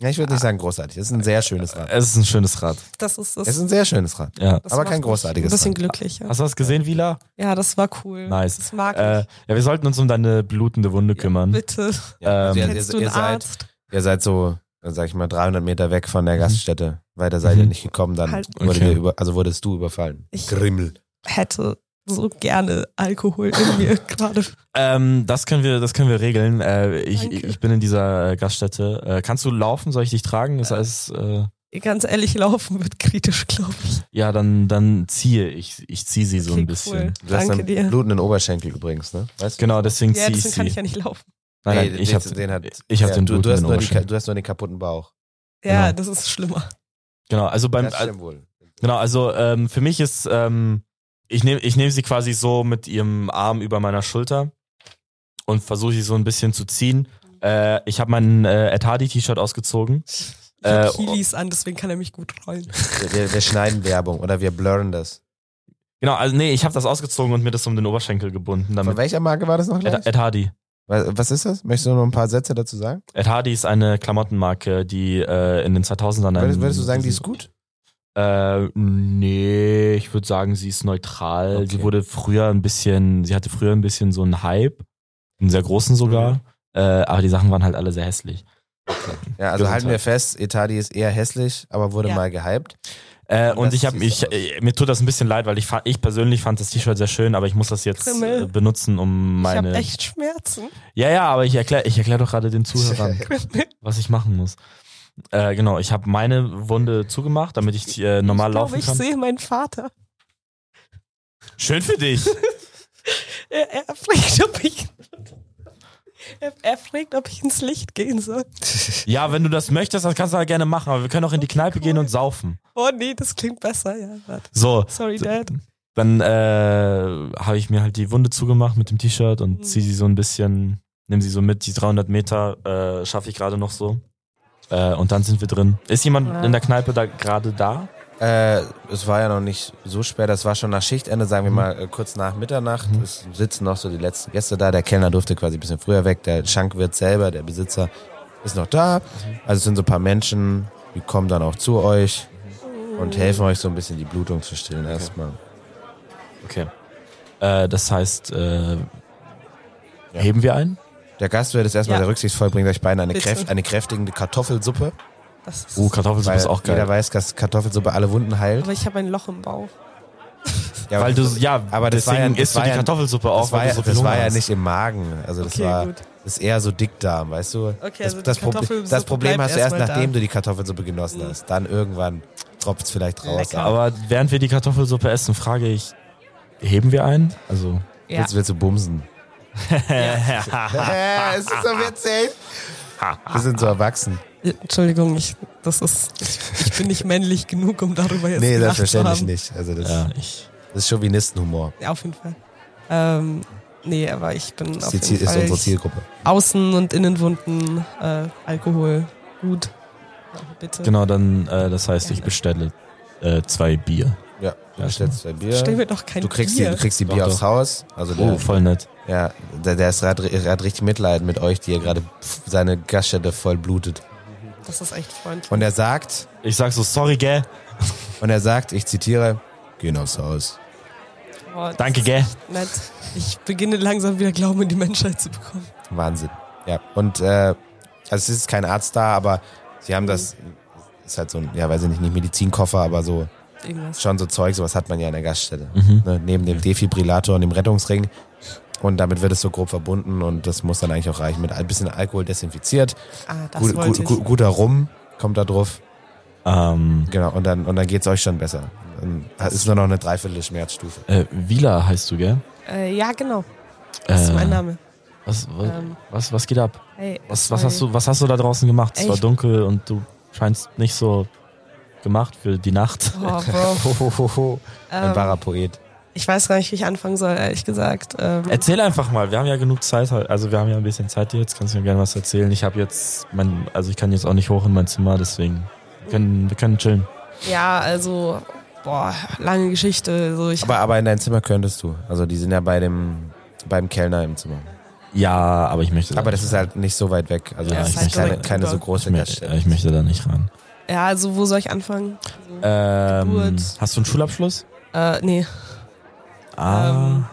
[SPEAKER 2] Ja, ich würde nicht sagen großartig. Es ist ein sehr schönes Rad.
[SPEAKER 4] Es ist ein schönes Rad.
[SPEAKER 5] Das ist das.
[SPEAKER 2] Es ist ein sehr schönes Rad.
[SPEAKER 4] Ja.
[SPEAKER 5] das
[SPEAKER 2] aber
[SPEAKER 5] macht
[SPEAKER 2] kein
[SPEAKER 5] mich
[SPEAKER 2] großartiges
[SPEAKER 5] Ein bisschen
[SPEAKER 2] Rad.
[SPEAKER 5] glücklich, ja.
[SPEAKER 4] Hast du das gesehen, Vila?
[SPEAKER 5] Ja, das war cool.
[SPEAKER 4] Nice.
[SPEAKER 5] Das mag ich.
[SPEAKER 4] Äh, ja, wir sollten uns um deine blutende Wunde kümmern.
[SPEAKER 5] Bitte.
[SPEAKER 4] Ähm,
[SPEAKER 2] Ja, ihr-
[SPEAKER 5] Kennst
[SPEAKER 2] ihr
[SPEAKER 5] du einen
[SPEAKER 2] seid-
[SPEAKER 5] Arzt?
[SPEAKER 2] Ihr seid so, sag ich mal, 300 Meter weg von der Gaststätte. Weiter seid ihr
[SPEAKER 4] Mhm.
[SPEAKER 2] nicht gekommen, dann
[SPEAKER 5] Halt.
[SPEAKER 2] wurde
[SPEAKER 4] Okay.
[SPEAKER 2] ihr über, also wurdest du überfallen.
[SPEAKER 5] Ich-
[SPEAKER 2] Grimmel.
[SPEAKER 5] Hätte so gerne Alkohol in
[SPEAKER 4] <laughs>
[SPEAKER 5] mir gerade.
[SPEAKER 4] Ähm, das können wir, das können wir regeln. Äh, ich,
[SPEAKER 5] Danke.
[SPEAKER 4] ich bin in dieser äh, Gaststätte. Äh, kannst du laufen? Soll ich dich tragen? Ist alles, äh,
[SPEAKER 5] Ganz ehrlich, laufen wird kritisch, glaube ich.
[SPEAKER 4] ja, dann, dann ziehe ich, ich ziehe sie so
[SPEAKER 5] Okay,
[SPEAKER 4] ein bisschen.
[SPEAKER 5] cool.
[SPEAKER 2] Du hast
[SPEAKER 5] Danke
[SPEAKER 2] einen
[SPEAKER 5] dir.
[SPEAKER 2] blutenden Oberschenkel übrigens, ne? Weißt du?
[SPEAKER 4] Genau, deswegen
[SPEAKER 5] Ja,
[SPEAKER 4] ziehe ich
[SPEAKER 5] deswegen kann ich
[SPEAKER 4] sie.
[SPEAKER 5] ja nicht laufen.
[SPEAKER 4] Nein, nein,
[SPEAKER 2] Nee,
[SPEAKER 4] ich
[SPEAKER 2] den-
[SPEAKER 4] habe
[SPEAKER 2] den hat-
[SPEAKER 4] ich hab
[SPEAKER 2] ja,
[SPEAKER 4] den
[SPEAKER 2] du, du, hast nur die, Ka-
[SPEAKER 4] Blut
[SPEAKER 2] du hast nur den kaputten Bauch.
[SPEAKER 5] Ja,
[SPEAKER 4] Genau.
[SPEAKER 5] das ist schlimmer.
[SPEAKER 4] Genau, also beim
[SPEAKER 2] das stimmt wohl.
[SPEAKER 4] genau, also ähm, für mich ist ähm, ich nehme ich nehme sie quasi so mit ihrem Arm über meiner Schulter und versuche sie so ein bisschen zu ziehen. Äh, ich habe mein äh, Ed Hardy T-Shirt ausgezogen.
[SPEAKER 5] Ich hab
[SPEAKER 4] Äh,
[SPEAKER 5] Kilis an, deswegen kann er mich gut rollen.
[SPEAKER 2] Wir, wir, wir schneiden Werbung oder wir blurren das.
[SPEAKER 4] Genau, also nee, ich habe das ausgezogen und mir das um den Oberschenkel gebunden.
[SPEAKER 2] Von
[SPEAKER 4] Damit
[SPEAKER 2] welcher Marke war das noch
[SPEAKER 4] Ed,
[SPEAKER 2] gleich?
[SPEAKER 4] Ed Hardy.
[SPEAKER 2] Was, was ist das? Möchtest du noch ein paar Sätze dazu sagen?
[SPEAKER 4] Ed Hardy ist eine Klamottenmarke, die äh, in den 2000ern.
[SPEAKER 2] Würdest, würdest du sagen, die ist gut?
[SPEAKER 4] Äh, nee, ich würde sagen, sie ist neutral.
[SPEAKER 2] Okay.
[SPEAKER 4] Sie wurde früher ein bisschen, sie hatte früher ein bisschen so einen Hype, einen sehr großen sogar.
[SPEAKER 2] Mhm.
[SPEAKER 4] Äh, aber die Sachen waren halt alle sehr hässlich.
[SPEAKER 2] Ja, also
[SPEAKER 4] Gesundheit.
[SPEAKER 2] halten wir fest, Etadi ist eher hässlich, aber wurde
[SPEAKER 5] Ja.
[SPEAKER 2] mal gehypt.
[SPEAKER 4] Äh,
[SPEAKER 2] Und
[SPEAKER 4] und
[SPEAKER 2] das
[SPEAKER 4] ich habe
[SPEAKER 2] sieht
[SPEAKER 4] mich,
[SPEAKER 2] so aus.
[SPEAKER 4] äh, mir tut das ein bisschen leid, weil ich, fa- ich persönlich fand das T-Shirt sehr schön, aber ich muss das jetzt
[SPEAKER 5] Krimmel.
[SPEAKER 4] äh, benutzen, um
[SPEAKER 5] Ich
[SPEAKER 4] meine.
[SPEAKER 5] hab echt Schmerzen. <laughs>
[SPEAKER 4] ja, ja, aber ich erkläre ich erklär doch gerade
[SPEAKER 2] <laughs>
[SPEAKER 4] den Zuhörern, was ich machen muss. Äh, genau, ich habe meine Wunde zugemacht, damit ich äh, normal
[SPEAKER 5] ich
[SPEAKER 4] laufen
[SPEAKER 5] glaube, ich
[SPEAKER 4] kann.
[SPEAKER 5] sehe meinen Vater.
[SPEAKER 4] Schön für dich.
[SPEAKER 5] Er, er, fragt, ob ich, er, er fragt, ob ich ins Licht
[SPEAKER 2] <laughs>
[SPEAKER 5] gehen soll.
[SPEAKER 4] ja, wenn du das möchtest, dann kannst du halt gerne machen, aber wir können auch in die Kneipe gehen und saufen.
[SPEAKER 5] Oh nee, das klingt besser. Ja, warte.
[SPEAKER 4] So,
[SPEAKER 5] Sorry, Dad.
[SPEAKER 2] hm.
[SPEAKER 4] dann äh, habe ich mir halt die Wunde zugemacht mit dem T-Shirt und
[SPEAKER 5] Mhm.
[SPEAKER 4] ziehe sie so ein bisschen, nehme sie so mit, die 300 Meter äh, schaffe ich gerade noch so. Äh, und dann sind wir drin. Ist jemand in der Kneipe da gerade da?
[SPEAKER 2] Äh, es war ja noch nicht so spät, das war schon nach Schichtende, sagen wir mal äh, kurz nach Mitternacht.
[SPEAKER 4] Mhm.
[SPEAKER 2] Es sitzen noch so die letzten Gäste da. Der Kellner durfte quasi ein bisschen früher weg. Der Schankwirt selber, der Besitzer, ist noch da.
[SPEAKER 4] Mhm.
[SPEAKER 2] Also es sind so ein paar Menschen, die kommen dann auch zu euch
[SPEAKER 5] Mhm.
[SPEAKER 2] und helfen euch so ein bisschen die Blutung zu stillen erstmal.
[SPEAKER 4] Okay. Äh, das heißt, äh, heben wir ein?
[SPEAKER 2] Der Gastwirt ist erstmal
[SPEAKER 5] Ja.
[SPEAKER 2] sehr rücksichtsvoll, bringt euch beiden eine,
[SPEAKER 5] Bitte.
[SPEAKER 2] kräft, eine kräftigende Kartoffelsuppe.
[SPEAKER 5] Das ist,
[SPEAKER 4] Uh, Kartoffelsuppe
[SPEAKER 2] Weil
[SPEAKER 4] ist auch
[SPEAKER 2] jeder
[SPEAKER 4] geil.
[SPEAKER 2] weiß, dass Kartoffelsuppe alle Wunden heilt.
[SPEAKER 5] aber ich habe ein Loch im Bauch.
[SPEAKER 2] Ja,
[SPEAKER 4] Weil du, ja,
[SPEAKER 2] aber das war
[SPEAKER 4] deswegen
[SPEAKER 2] ja- das
[SPEAKER 4] isst du
[SPEAKER 2] war
[SPEAKER 4] die
[SPEAKER 2] ja-
[SPEAKER 4] Kartoffelsuppe auch,
[SPEAKER 2] das war,
[SPEAKER 4] weil
[SPEAKER 2] ja,
[SPEAKER 4] du so viel
[SPEAKER 2] das
[SPEAKER 4] Hunger
[SPEAKER 2] war ja
[SPEAKER 4] hast.
[SPEAKER 2] nicht im Magen. Also das
[SPEAKER 5] Okay,
[SPEAKER 2] war
[SPEAKER 5] gut.
[SPEAKER 2] das ist eher so Dickdarm, weißt du?
[SPEAKER 5] Okay,
[SPEAKER 2] das,
[SPEAKER 5] also die
[SPEAKER 2] das, Problem,
[SPEAKER 5] Kartoffelsuppe
[SPEAKER 2] das Problem
[SPEAKER 5] bleibt
[SPEAKER 2] hast du erst,
[SPEAKER 5] erstmal da.
[SPEAKER 2] nachdem du die Kartoffelsuppe genossen hast. Dann irgendwann tropft es vielleicht raus.
[SPEAKER 5] Lecker.
[SPEAKER 2] Aber
[SPEAKER 4] Aber während wir die Kartoffelsuppe essen, frage ich, heben wir ein? Also.
[SPEAKER 5] Ja.
[SPEAKER 2] jetzt willst du <laughs> bumsen. Äh, es ist so witzig. Wir sind so
[SPEAKER 5] <laughs>
[SPEAKER 2] erwachsen.
[SPEAKER 5] Äh, Entschuldigung, ich, das ist, ich, ich bin nicht männlich genug, um darüber jetzt
[SPEAKER 2] Nee,
[SPEAKER 5] gelacht zu
[SPEAKER 2] selbstverständlich nicht.
[SPEAKER 5] haben.
[SPEAKER 2] Also das,
[SPEAKER 4] Ja, ich.
[SPEAKER 2] das ist Chauvinistenhumor.
[SPEAKER 5] Ja, auf jeden Fall. Ähm, nee, aber ich bin
[SPEAKER 2] Das
[SPEAKER 5] auf
[SPEAKER 2] ist, die
[SPEAKER 5] jeden
[SPEAKER 2] Ziel, ist
[SPEAKER 5] Fall
[SPEAKER 2] unsere Zielgruppe.
[SPEAKER 5] Außen- und Innenwunden, äh, Alkohol, gut. Bitte.
[SPEAKER 4] Genau, dann, äh, das heißt, ich bestelle äh, zwei Bier.
[SPEAKER 2] Ja, du bestellst zwei Bier.
[SPEAKER 5] Stell mir doch kein
[SPEAKER 2] Du kriegst die,
[SPEAKER 5] Bier.
[SPEAKER 2] du kriegst die
[SPEAKER 4] Doch,
[SPEAKER 2] Bier
[SPEAKER 4] doch.
[SPEAKER 2] aufs Haus. Also
[SPEAKER 4] Oh,
[SPEAKER 2] der,
[SPEAKER 4] voll nett.
[SPEAKER 2] ja, der, der ist hat, hat richtig Mitleid mit euch, die ihr gerade pf, seine Gaststätte voll blutet.
[SPEAKER 5] Das ist echt freundlich.
[SPEAKER 2] Und er sagt,
[SPEAKER 4] Ich sag so, sorry, gell?
[SPEAKER 2] Und er sagt, ich zitiere, gehen aufs Haus.
[SPEAKER 5] Oh, das
[SPEAKER 4] Danke,
[SPEAKER 5] ist
[SPEAKER 4] gell?
[SPEAKER 5] Nett. Ich beginne langsam wieder Glauben in die Menschheit zu bekommen.
[SPEAKER 2] Wahnsinn. Ja. Und äh, also es ist kein Arzt da, aber sie haben das, ist halt so ein, ja weiß ich nicht, nicht Medizinkoffer, aber so
[SPEAKER 5] Irgendwas.
[SPEAKER 2] schon so Zeug, sowas hat man ja in der Gaststätte. Ne? Neben dem Defibrillator und dem Rettungsring. Und damit wird es so grob verbunden und das muss dann eigentlich auch reichen. Mit ein bisschen Alkohol desinfiziert,
[SPEAKER 5] Ah, das
[SPEAKER 2] gut,
[SPEAKER 5] wollte
[SPEAKER 2] gut, gut, guter Rum kommt da drauf.
[SPEAKER 4] Ähm,
[SPEAKER 2] Genau, und dann, und dann geht's euch schon besser. Dann ist nur noch eine Dreiviertel Schmerzstufe.
[SPEAKER 4] äh, Wieler heißt du, gell?
[SPEAKER 5] ich. Äh, ja, genau. Das ist
[SPEAKER 4] Äh,
[SPEAKER 5] mein Name.
[SPEAKER 4] Was, was,
[SPEAKER 5] Ähm,
[SPEAKER 4] was, was geht ab?
[SPEAKER 5] hey,
[SPEAKER 4] Was,
[SPEAKER 5] sorry.
[SPEAKER 4] was, hast du, was hast du da draußen gemacht? Es
[SPEAKER 5] Ey,
[SPEAKER 4] war
[SPEAKER 5] ich-
[SPEAKER 4] dunkel und du scheinst nicht so gemacht für die Nacht.
[SPEAKER 5] <laughs> Oh, Bro.
[SPEAKER 4] <laughs>
[SPEAKER 2] Hohoho, ein
[SPEAKER 5] Ähm,
[SPEAKER 2] wahrer Poet.
[SPEAKER 5] Ich weiß gar nicht, wie ich anfangen soll, ehrlich gesagt. Ähm,
[SPEAKER 4] Erzähl einfach mal, wir haben ja genug Zeit, halt- also wir haben ja ein bisschen Zeit jetzt, kannst du mir gerne was erzählen. Ich habe jetzt, mein, also ich kann jetzt auch nicht hoch in mein Zimmer, deswegen wir können, wir können chillen.
[SPEAKER 5] ja, also, boah, lange Geschichte. So, ich,
[SPEAKER 2] Aber, aber in dein Zimmer könntest du. Also die sind ja bei dem beim Kellner im Zimmer.
[SPEAKER 4] Ja, aber ich möchte. da
[SPEAKER 2] Aber
[SPEAKER 4] nicht
[SPEAKER 2] das ist halt nicht so weit weg. Also
[SPEAKER 4] Ja,
[SPEAKER 2] das
[SPEAKER 4] ist
[SPEAKER 2] ist
[SPEAKER 4] halt
[SPEAKER 2] keine,
[SPEAKER 4] direkt
[SPEAKER 2] keine so
[SPEAKER 5] drüber.
[SPEAKER 2] große
[SPEAKER 4] rein. ich, mö-
[SPEAKER 2] Gaststätte.
[SPEAKER 4] ich möchte da nicht rein.
[SPEAKER 5] ja, also, wo soll ich anfangen?
[SPEAKER 4] Ähm,
[SPEAKER 5] Geburt.
[SPEAKER 4] hast du einen Schulabschluss?
[SPEAKER 5] Äh, nee.
[SPEAKER 4] Aha.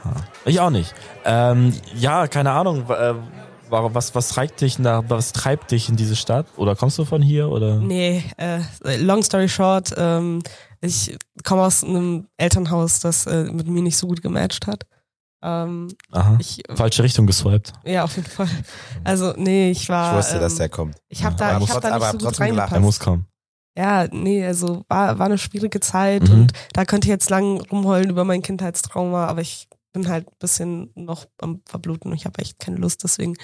[SPEAKER 4] Ich auch nicht. Ähm, ja, keine Ahnung. wa- äh, wa- Was, was treibt dich nach, was treibt dich in diese Stadt? Oder kommst du von hier? Oder?
[SPEAKER 5] Nee, äh, long story short, ähm, ich komme aus einem Elternhaus, das äh, mit mir nicht so gut gematcht hat. Ähm,
[SPEAKER 4] Aha.
[SPEAKER 5] ich,
[SPEAKER 4] Falsche Richtung geswiped.
[SPEAKER 5] ja, auf jeden Fall. Also, nee, ich war.
[SPEAKER 2] ich wusste,
[SPEAKER 5] ähm,
[SPEAKER 2] dass der kommt.
[SPEAKER 5] Ich habe
[SPEAKER 2] Aber
[SPEAKER 5] da, ich
[SPEAKER 2] trotz-
[SPEAKER 5] hab da
[SPEAKER 2] aber
[SPEAKER 5] nicht so gut
[SPEAKER 2] trotzdem gelacht.
[SPEAKER 4] Er
[SPEAKER 5] reingepasst.
[SPEAKER 4] muss kommen.
[SPEAKER 5] Ja, nee, also war, war eine schwierige Zeit
[SPEAKER 4] Mhm.
[SPEAKER 5] und da könnte ich jetzt lang rumheulen über mein Kindheitstrauma, aber ich bin halt ein bisschen noch am Verbluten und ich habe echt keine Lust. Deswegen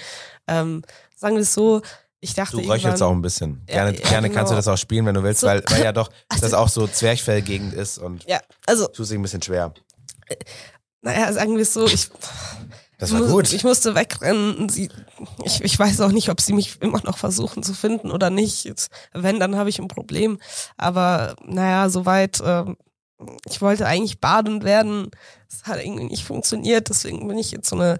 [SPEAKER 5] ähm, sagen wir es so, ich dachte
[SPEAKER 2] Du röchelst
[SPEAKER 5] irgendwann-
[SPEAKER 2] auch ein bisschen.
[SPEAKER 5] Ja,
[SPEAKER 2] Gerne,
[SPEAKER 5] ja,
[SPEAKER 2] gerne
[SPEAKER 5] genau.
[SPEAKER 2] kannst du das auch spielen, wenn du willst,
[SPEAKER 5] So. Also
[SPEAKER 2] weil, weil
[SPEAKER 5] <laughs>
[SPEAKER 2] ja doch das auch so Zwerchfellgegend ist und
[SPEAKER 5] Ja, also,
[SPEAKER 2] tut sich ein bisschen schwer.
[SPEAKER 5] naja, sagen wir es so, ich,
[SPEAKER 2] Das war
[SPEAKER 5] mu-
[SPEAKER 2] gut.
[SPEAKER 5] ich musste wegrennen. und Sie, ich, ich weiß auch nicht, ob sie mich immer noch versuchen zu finden oder nicht. Jetzt, wenn, dann habe ich ein Problem. Aber naja, soweit. ähm, ich wollte eigentlich baden werden. Es hat irgendwie nicht funktioniert. Deswegen bin ich jetzt so eine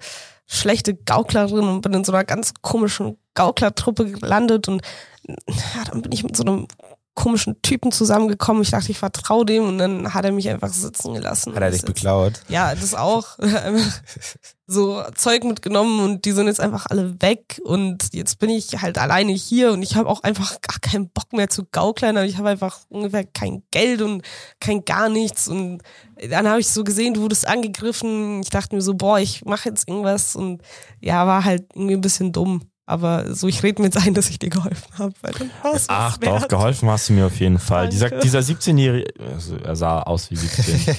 [SPEAKER 5] schlechte Gauklerin und bin in so einer ganz komischen Gauklertruppe gelandet. Und ja, dann bin ich mit so einem komischen Typen zusammengekommen. Ich dachte, ich vertraue dem und dann hat er mich einfach sitzen gelassen.
[SPEAKER 2] Hat er
[SPEAKER 5] Und
[SPEAKER 2] dich
[SPEAKER 5] ist jetzt- <laughs>
[SPEAKER 2] beklaut?
[SPEAKER 5] ja, das auch. so Zeug mitgenommen und die sind jetzt einfach alle weg und jetzt bin ich halt alleine hier und ich habe auch einfach gar keinen Bock mehr zu gauklern, aber ich habe einfach ungefähr kein Geld und kein gar nichts und dann habe ich so gesehen, du wurdest angegriffen. Ich dachte mir so, boah, ich mache jetzt irgendwas und ja, war halt irgendwie ein bisschen dumm. Aber so, ich rede mir jetzt ein, dass ich dir geholfen habe. weil dann war's
[SPEAKER 4] Ach
[SPEAKER 5] was wert.
[SPEAKER 4] doch, geholfen hast du mir auf jeden Fall. Dieser,
[SPEAKER 5] Danke.
[SPEAKER 4] dieser 17-Jährige, also er sah aus wie
[SPEAKER 5] <laughs>
[SPEAKER 4] 17.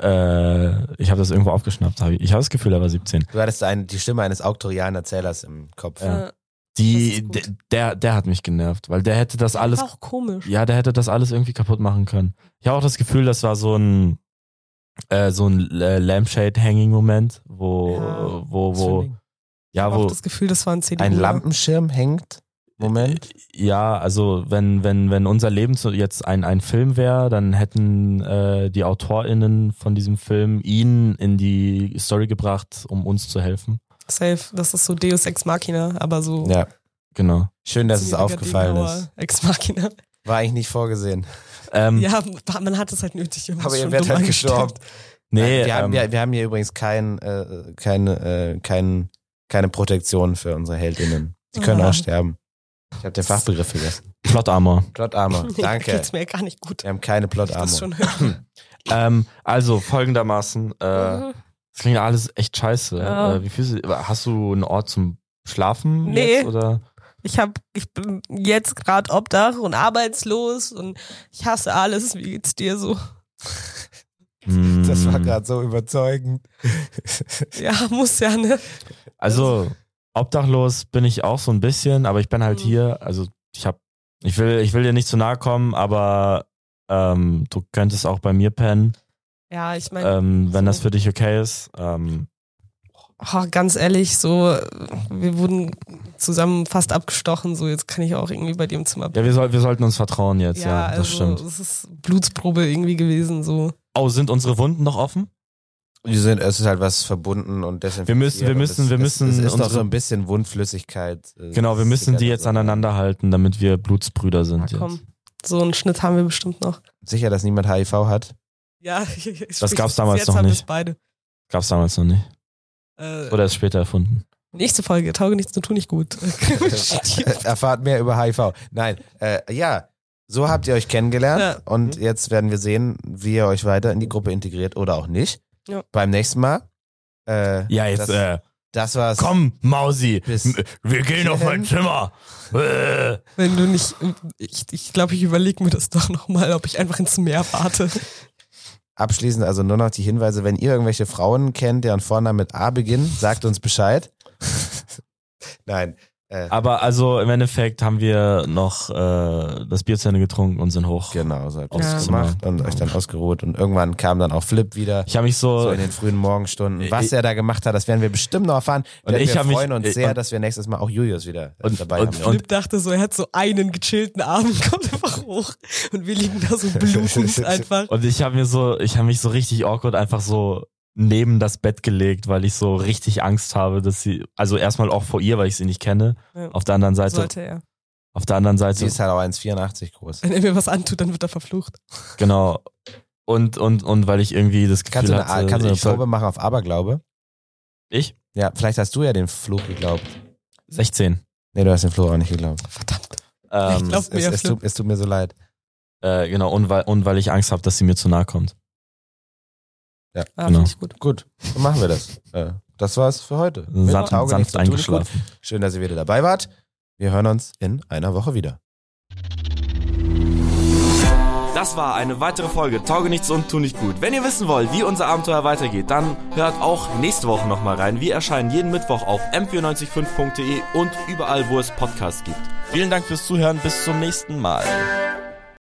[SPEAKER 4] äh, ich habe das irgendwo aufgeschnappt. hab Ich, ich habe das Gefühl, er war 17.
[SPEAKER 2] Du hattest ein, die Stimme eines auktorialen Erzählers im Kopf.
[SPEAKER 4] Ja.
[SPEAKER 5] Äh,
[SPEAKER 4] Die,
[SPEAKER 5] Das ist
[SPEAKER 4] de- der, der hat mich genervt, weil der hätte das alles,
[SPEAKER 5] war auch komisch.
[SPEAKER 4] ja, der hätte das alles irgendwie kaputt machen können. Ich habe auch das Gefühl, das war so ein, äh, so ein äh, Lampshade-Hanging-Moment, wo,
[SPEAKER 5] Ja.
[SPEAKER 4] wo, wo,
[SPEAKER 5] Ich
[SPEAKER 4] ja,
[SPEAKER 5] habe auch
[SPEAKER 4] wo,
[SPEAKER 5] das Gefühl, das war ein CD.
[SPEAKER 2] Ein Lampenschirm hängt.
[SPEAKER 5] Äh,
[SPEAKER 2] Moment.
[SPEAKER 4] Ja, also wenn, wenn, wenn unser Leben zu, jetzt ein, ein Film wäre, dann hätten äh, die AutorInnen von diesem Film ihn in die Story gebracht, um uns zu helfen.
[SPEAKER 5] Safe, das ist so Deus Ex Machina, aber so.
[SPEAKER 2] Ja.
[SPEAKER 4] Genau.
[SPEAKER 2] Schön, dass es
[SPEAKER 5] ziemlicher
[SPEAKER 2] aufgefallen
[SPEAKER 5] Degenauer
[SPEAKER 2] ist.
[SPEAKER 5] Ex Machina.
[SPEAKER 2] War eigentlich nicht vorgesehen.
[SPEAKER 4] Ähm,
[SPEAKER 5] Ja, man hat es halt nötig. wenn man
[SPEAKER 2] Aber
[SPEAKER 5] es
[SPEAKER 2] ihr
[SPEAKER 5] schon
[SPEAKER 2] werdet
[SPEAKER 5] dumm
[SPEAKER 2] halt
[SPEAKER 5] angestellt
[SPEAKER 2] gestorben.
[SPEAKER 5] hat.
[SPEAKER 4] nee,
[SPEAKER 2] wir, haben,
[SPEAKER 4] ähm,
[SPEAKER 2] wir, wir haben hier übrigens kein, äh, keine, äh, kein, keine Protektion für unsere Heldinnen. Die können
[SPEAKER 5] Ah.
[SPEAKER 2] auch sterben. Ich habe den Fachbegriff vergessen.
[SPEAKER 4] Plot
[SPEAKER 5] <laughs>
[SPEAKER 4] Armor.
[SPEAKER 2] Plot <laughs> Armor.
[SPEAKER 5] Nee,
[SPEAKER 2] Danke.
[SPEAKER 5] Geht's mir gar nicht gut.
[SPEAKER 2] Wir haben keine Plot
[SPEAKER 5] Ich das
[SPEAKER 2] Armor.
[SPEAKER 5] schon
[SPEAKER 2] <laughs>
[SPEAKER 5] höre.
[SPEAKER 4] Ähm, also folgendermaßen,
[SPEAKER 5] Mhm.
[SPEAKER 4] äh, das klingt alles echt scheiße.
[SPEAKER 5] Ja.
[SPEAKER 4] Äh, wie viel, hast du einen Ort zum Schlafen
[SPEAKER 5] Nee.
[SPEAKER 4] jetzt oder?
[SPEAKER 5] Ich hab, ich bin jetzt gerade Obdach und arbeitslos und ich hasse alles. Wie geht's
[SPEAKER 2] <laughs>
[SPEAKER 5] dir so?
[SPEAKER 2] <laughs> Das war
[SPEAKER 4] Hm.
[SPEAKER 2] gerade so überzeugend.
[SPEAKER 5] Ja, muss ja, ne?
[SPEAKER 4] Also obdachlos bin ich auch so ein bisschen, aber ich bin halt
[SPEAKER 5] Mhm.
[SPEAKER 4] hier. Also ich hab, ich will, ich will dir nicht zu nahe kommen, aber ähm, du könntest auch bei mir pennen,
[SPEAKER 5] Ja, ich meine,
[SPEAKER 4] ähm, wenn
[SPEAKER 5] so.
[SPEAKER 4] das für dich okay ist. Ähm,
[SPEAKER 5] oh, ganz ehrlich, so, wir wurden zusammen fast abgestochen, so jetzt kann ich auch irgendwie bei dir im Zimmer
[SPEAKER 4] ja, wir, soll, wir sollten uns vertrauen jetzt. Ja, das
[SPEAKER 5] also,
[SPEAKER 4] stimmt.
[SPEAKER 5] es ist Blutsprobe irgendwie gewesen, so.
[SPEAKER 4] Oh, sind unsere Wunden noch offen?
[SPEAKER 2] Die sind, es ist halt was verbunden und desinfiziert.
[SPEAKER 4] Wir müssen- wir
[SPEAKER 2] und
[SPEAKER 4] müssen-
[SPEAKER 2] es,
[SPEAKER 4] wir müssen
[SPEAKER 2] Es, es ist doch
[SPEAKER 4] unsere-
[SPEAKER 2] so ein bisschen Wundflüssigkeit. äh,
[SPEAKER 4] Genau, wir müssen
[SPEAKER 2] sickert
[SPEAKER 4] die
[SPEAKER 2] da
[SPEAKER 4] jetzt
[SPEAKER 2] so.
[SPEAKER 4] aneinander halten, damit wir Blutsbrüder sind.
[SPEAKER 5] Na
[SPEAKER 4] Jetzt.
[SPEAKER 5] Ah, komm, so einen Schnitt haben wir bestimmt noch.
[SPEAKER 2] Sicher, dass niemand HIV hat.
[SPEAKER 5] Ja, <laughs>
[SPEAKER 4] Das gab's damals noch
[SPEAKER 5] haben wir's
[SPEAKER 4] nicht.
[SPEAKER 5] halt Beide.
[SPEAKER 4] Gab's damals noch nicht.
[SPEAKER 5] Äh,
[SPEAKER 4] Oder ist später erfunden.
[SPEAKER 5] nächste Folge, tauge nichts, du tu
[SPEAKER 4] <laughs>
[SPEAKER 5] nicht gut. <laughs>
[SPEAKER 2] <laughs> Erfahrt mehr über HIV. Nein, äh, ja, so habt ihr euch kennengelernt und jetzt werden wir sehen, wie ihr euch weiter in die Gruppe integriert oder auch nicht.
[SPEAKER 5] Ja.
[SPEAKER 2] Beim nächsten Mal. Äh,
[SPEAKER 4] Ja, jetzt,
[SPEAKER 2] Das,
[SPEAKER 4] äh,
[SPEAKER 2] das war's.
[SPEAKER 4] komm, Mausi,
[SPEAKER 2] Bis-
[SPEAKER 4] m- wir gehen auf mein Zimmer. Äh.
[SPEAKER 5] Wenn du nicht, ich glaube, ich, glaub, ich überlege mir das doch nochmal, ob ich einfach ins Meer warte.
[SPEAKER 2] Abschließend also nur noch die Hinweise, wenn ihr irgendwelche Frauen kennt, deren Vornamen mit A beginnen, sagt uns Bescheid. <laughs> Nein. Äh,
[SPEAKER 4] Aber also im Endeffekt haben wir noch äh, das Bier zu Ende getrunken und sind hoch.
[SPEAKER 2] Genau, so habt ihr
[SPEAKER 5] Ja.
[SPEAKER 2] das gemacht und euch dann ausgeruht und irgendwann kam dann auch Flip wieder.
[SPEAKER 4] Ich habe mich so,
[SPEAKER 2] So in den frühen Morgenstunden. Was er da gemacht hat, das werden wir bestimmt noch erfahren.
[SPEAKER 4] äh, Und
[SPEAKER 2] wir
[SPEAKER 4] ich
[SPEAKER 2] wir
[SPEAKER 4] hab mich-
[SPEAKER 2] freuen
[SPEAKER 4] äh,
[SPEAKER 2] uns sehr,
[SPEAKER 4] und-
[SPEAKER 2] dass wir nächstes Mal auch Julius wieder äh,
[SPEAKER 4] Und-
[SPEAKER 2] dabei
[SPEAKER 4] und-
[SPEAKER 2] haben.
[SPEAKER 4] und-
[SPEAKER 5] Flip dachte so, er hat so einen gechillten Abend, <laughs> kommt einfach hoch und wir liegen da so
[SPEAKER 4] <laughs>
[SPEAKER 5] blutend einfach.
[SPEAKER 4] und ich habe mir so, ich habe mich so richtig awkward einfach so neben das Bett gelegt, weil ich so richtig Angst habe, dass sie, also erstmal auch vor ihr, weil ich sie nicht kenne.
[SPEAKER 5] Ja,
[SPEAKER 4] Auf der anderen Seite,
[SPEAKER 5] sollte er.
[SPEAKER 4] auf der anderen
[SPEAKER 2] Sie
[SPEAKER 4] Seite,
[SPEAKER 2] ist halt auch 1,84 groß.
[SPEAKER 4] Äh,
[SPEAKER 5] Wenn er mir was antut, dann wird er verflucht.
[SPEAKER 4] genau. Und und und weil ich irgendwie das Gefühl
[SPEAKER 2] Kannst du eine,
[SPEAKER 4] hatte,
[SPEAKER 2] kannst du eine
[SPEAKER 4] ich, soll-
[SPEAKER 2] Probe machen auf Aberglaube?
[SPEAKER 4] ich
[SPEAKER 2] Ja, vielleicht hast du ja den Fluch geglaubt.
[SPEAKER 4] 16.
[SPEAKER 2] Nee, du hast den Fluch auch nicht geglaubt.
[SPEAKER 5] Verdammt.
[SPEAKER 4] Ähm,
[SPEAKER 5] glaub-
[SPEAKER 2] Es,
[SPEAKER 5] Glaub mir,
[SPEAKER 2] es, tut, es tut mir so leid.
[SPEAKER 4] äh, genau und weil und weil ich Angst habe, dass sie mir zu nahe kommt.
[SPEAKER 5] Ah,
[SPEAKER 4] Genau.
[SPEAKER 5] finde ich gut.
[SPEAKER 2] Gut, dann machen wir das. Äh, das war's für heute. Mit
[SPEAKER 4] Sanft,
[SPEAKER 2] Tauge nichts
[SPEAKER 4] sanft
[SPEAKER 2] und Tut nicht
[SPEAKER 4] eingeschlafen.
[SPEAKER 2] gut. Schön, dass ihr wieder dabei wart. Wir hören uns in einer Woche wieder.
[SPEAKER 4] Das war eine weitere Folge Tauge nichts und tu nicht gut. Wenn ihr wissen wollt, wie unser Abenteuer weitergeht, dann hört auch nächste Woche nochmal rein. Wir erscheinen jeden Mittwoch auf m495.de und überall, wo es Podcasts gibt. Vielen Dank fürs Zuhören, bis zum nächsten Mal.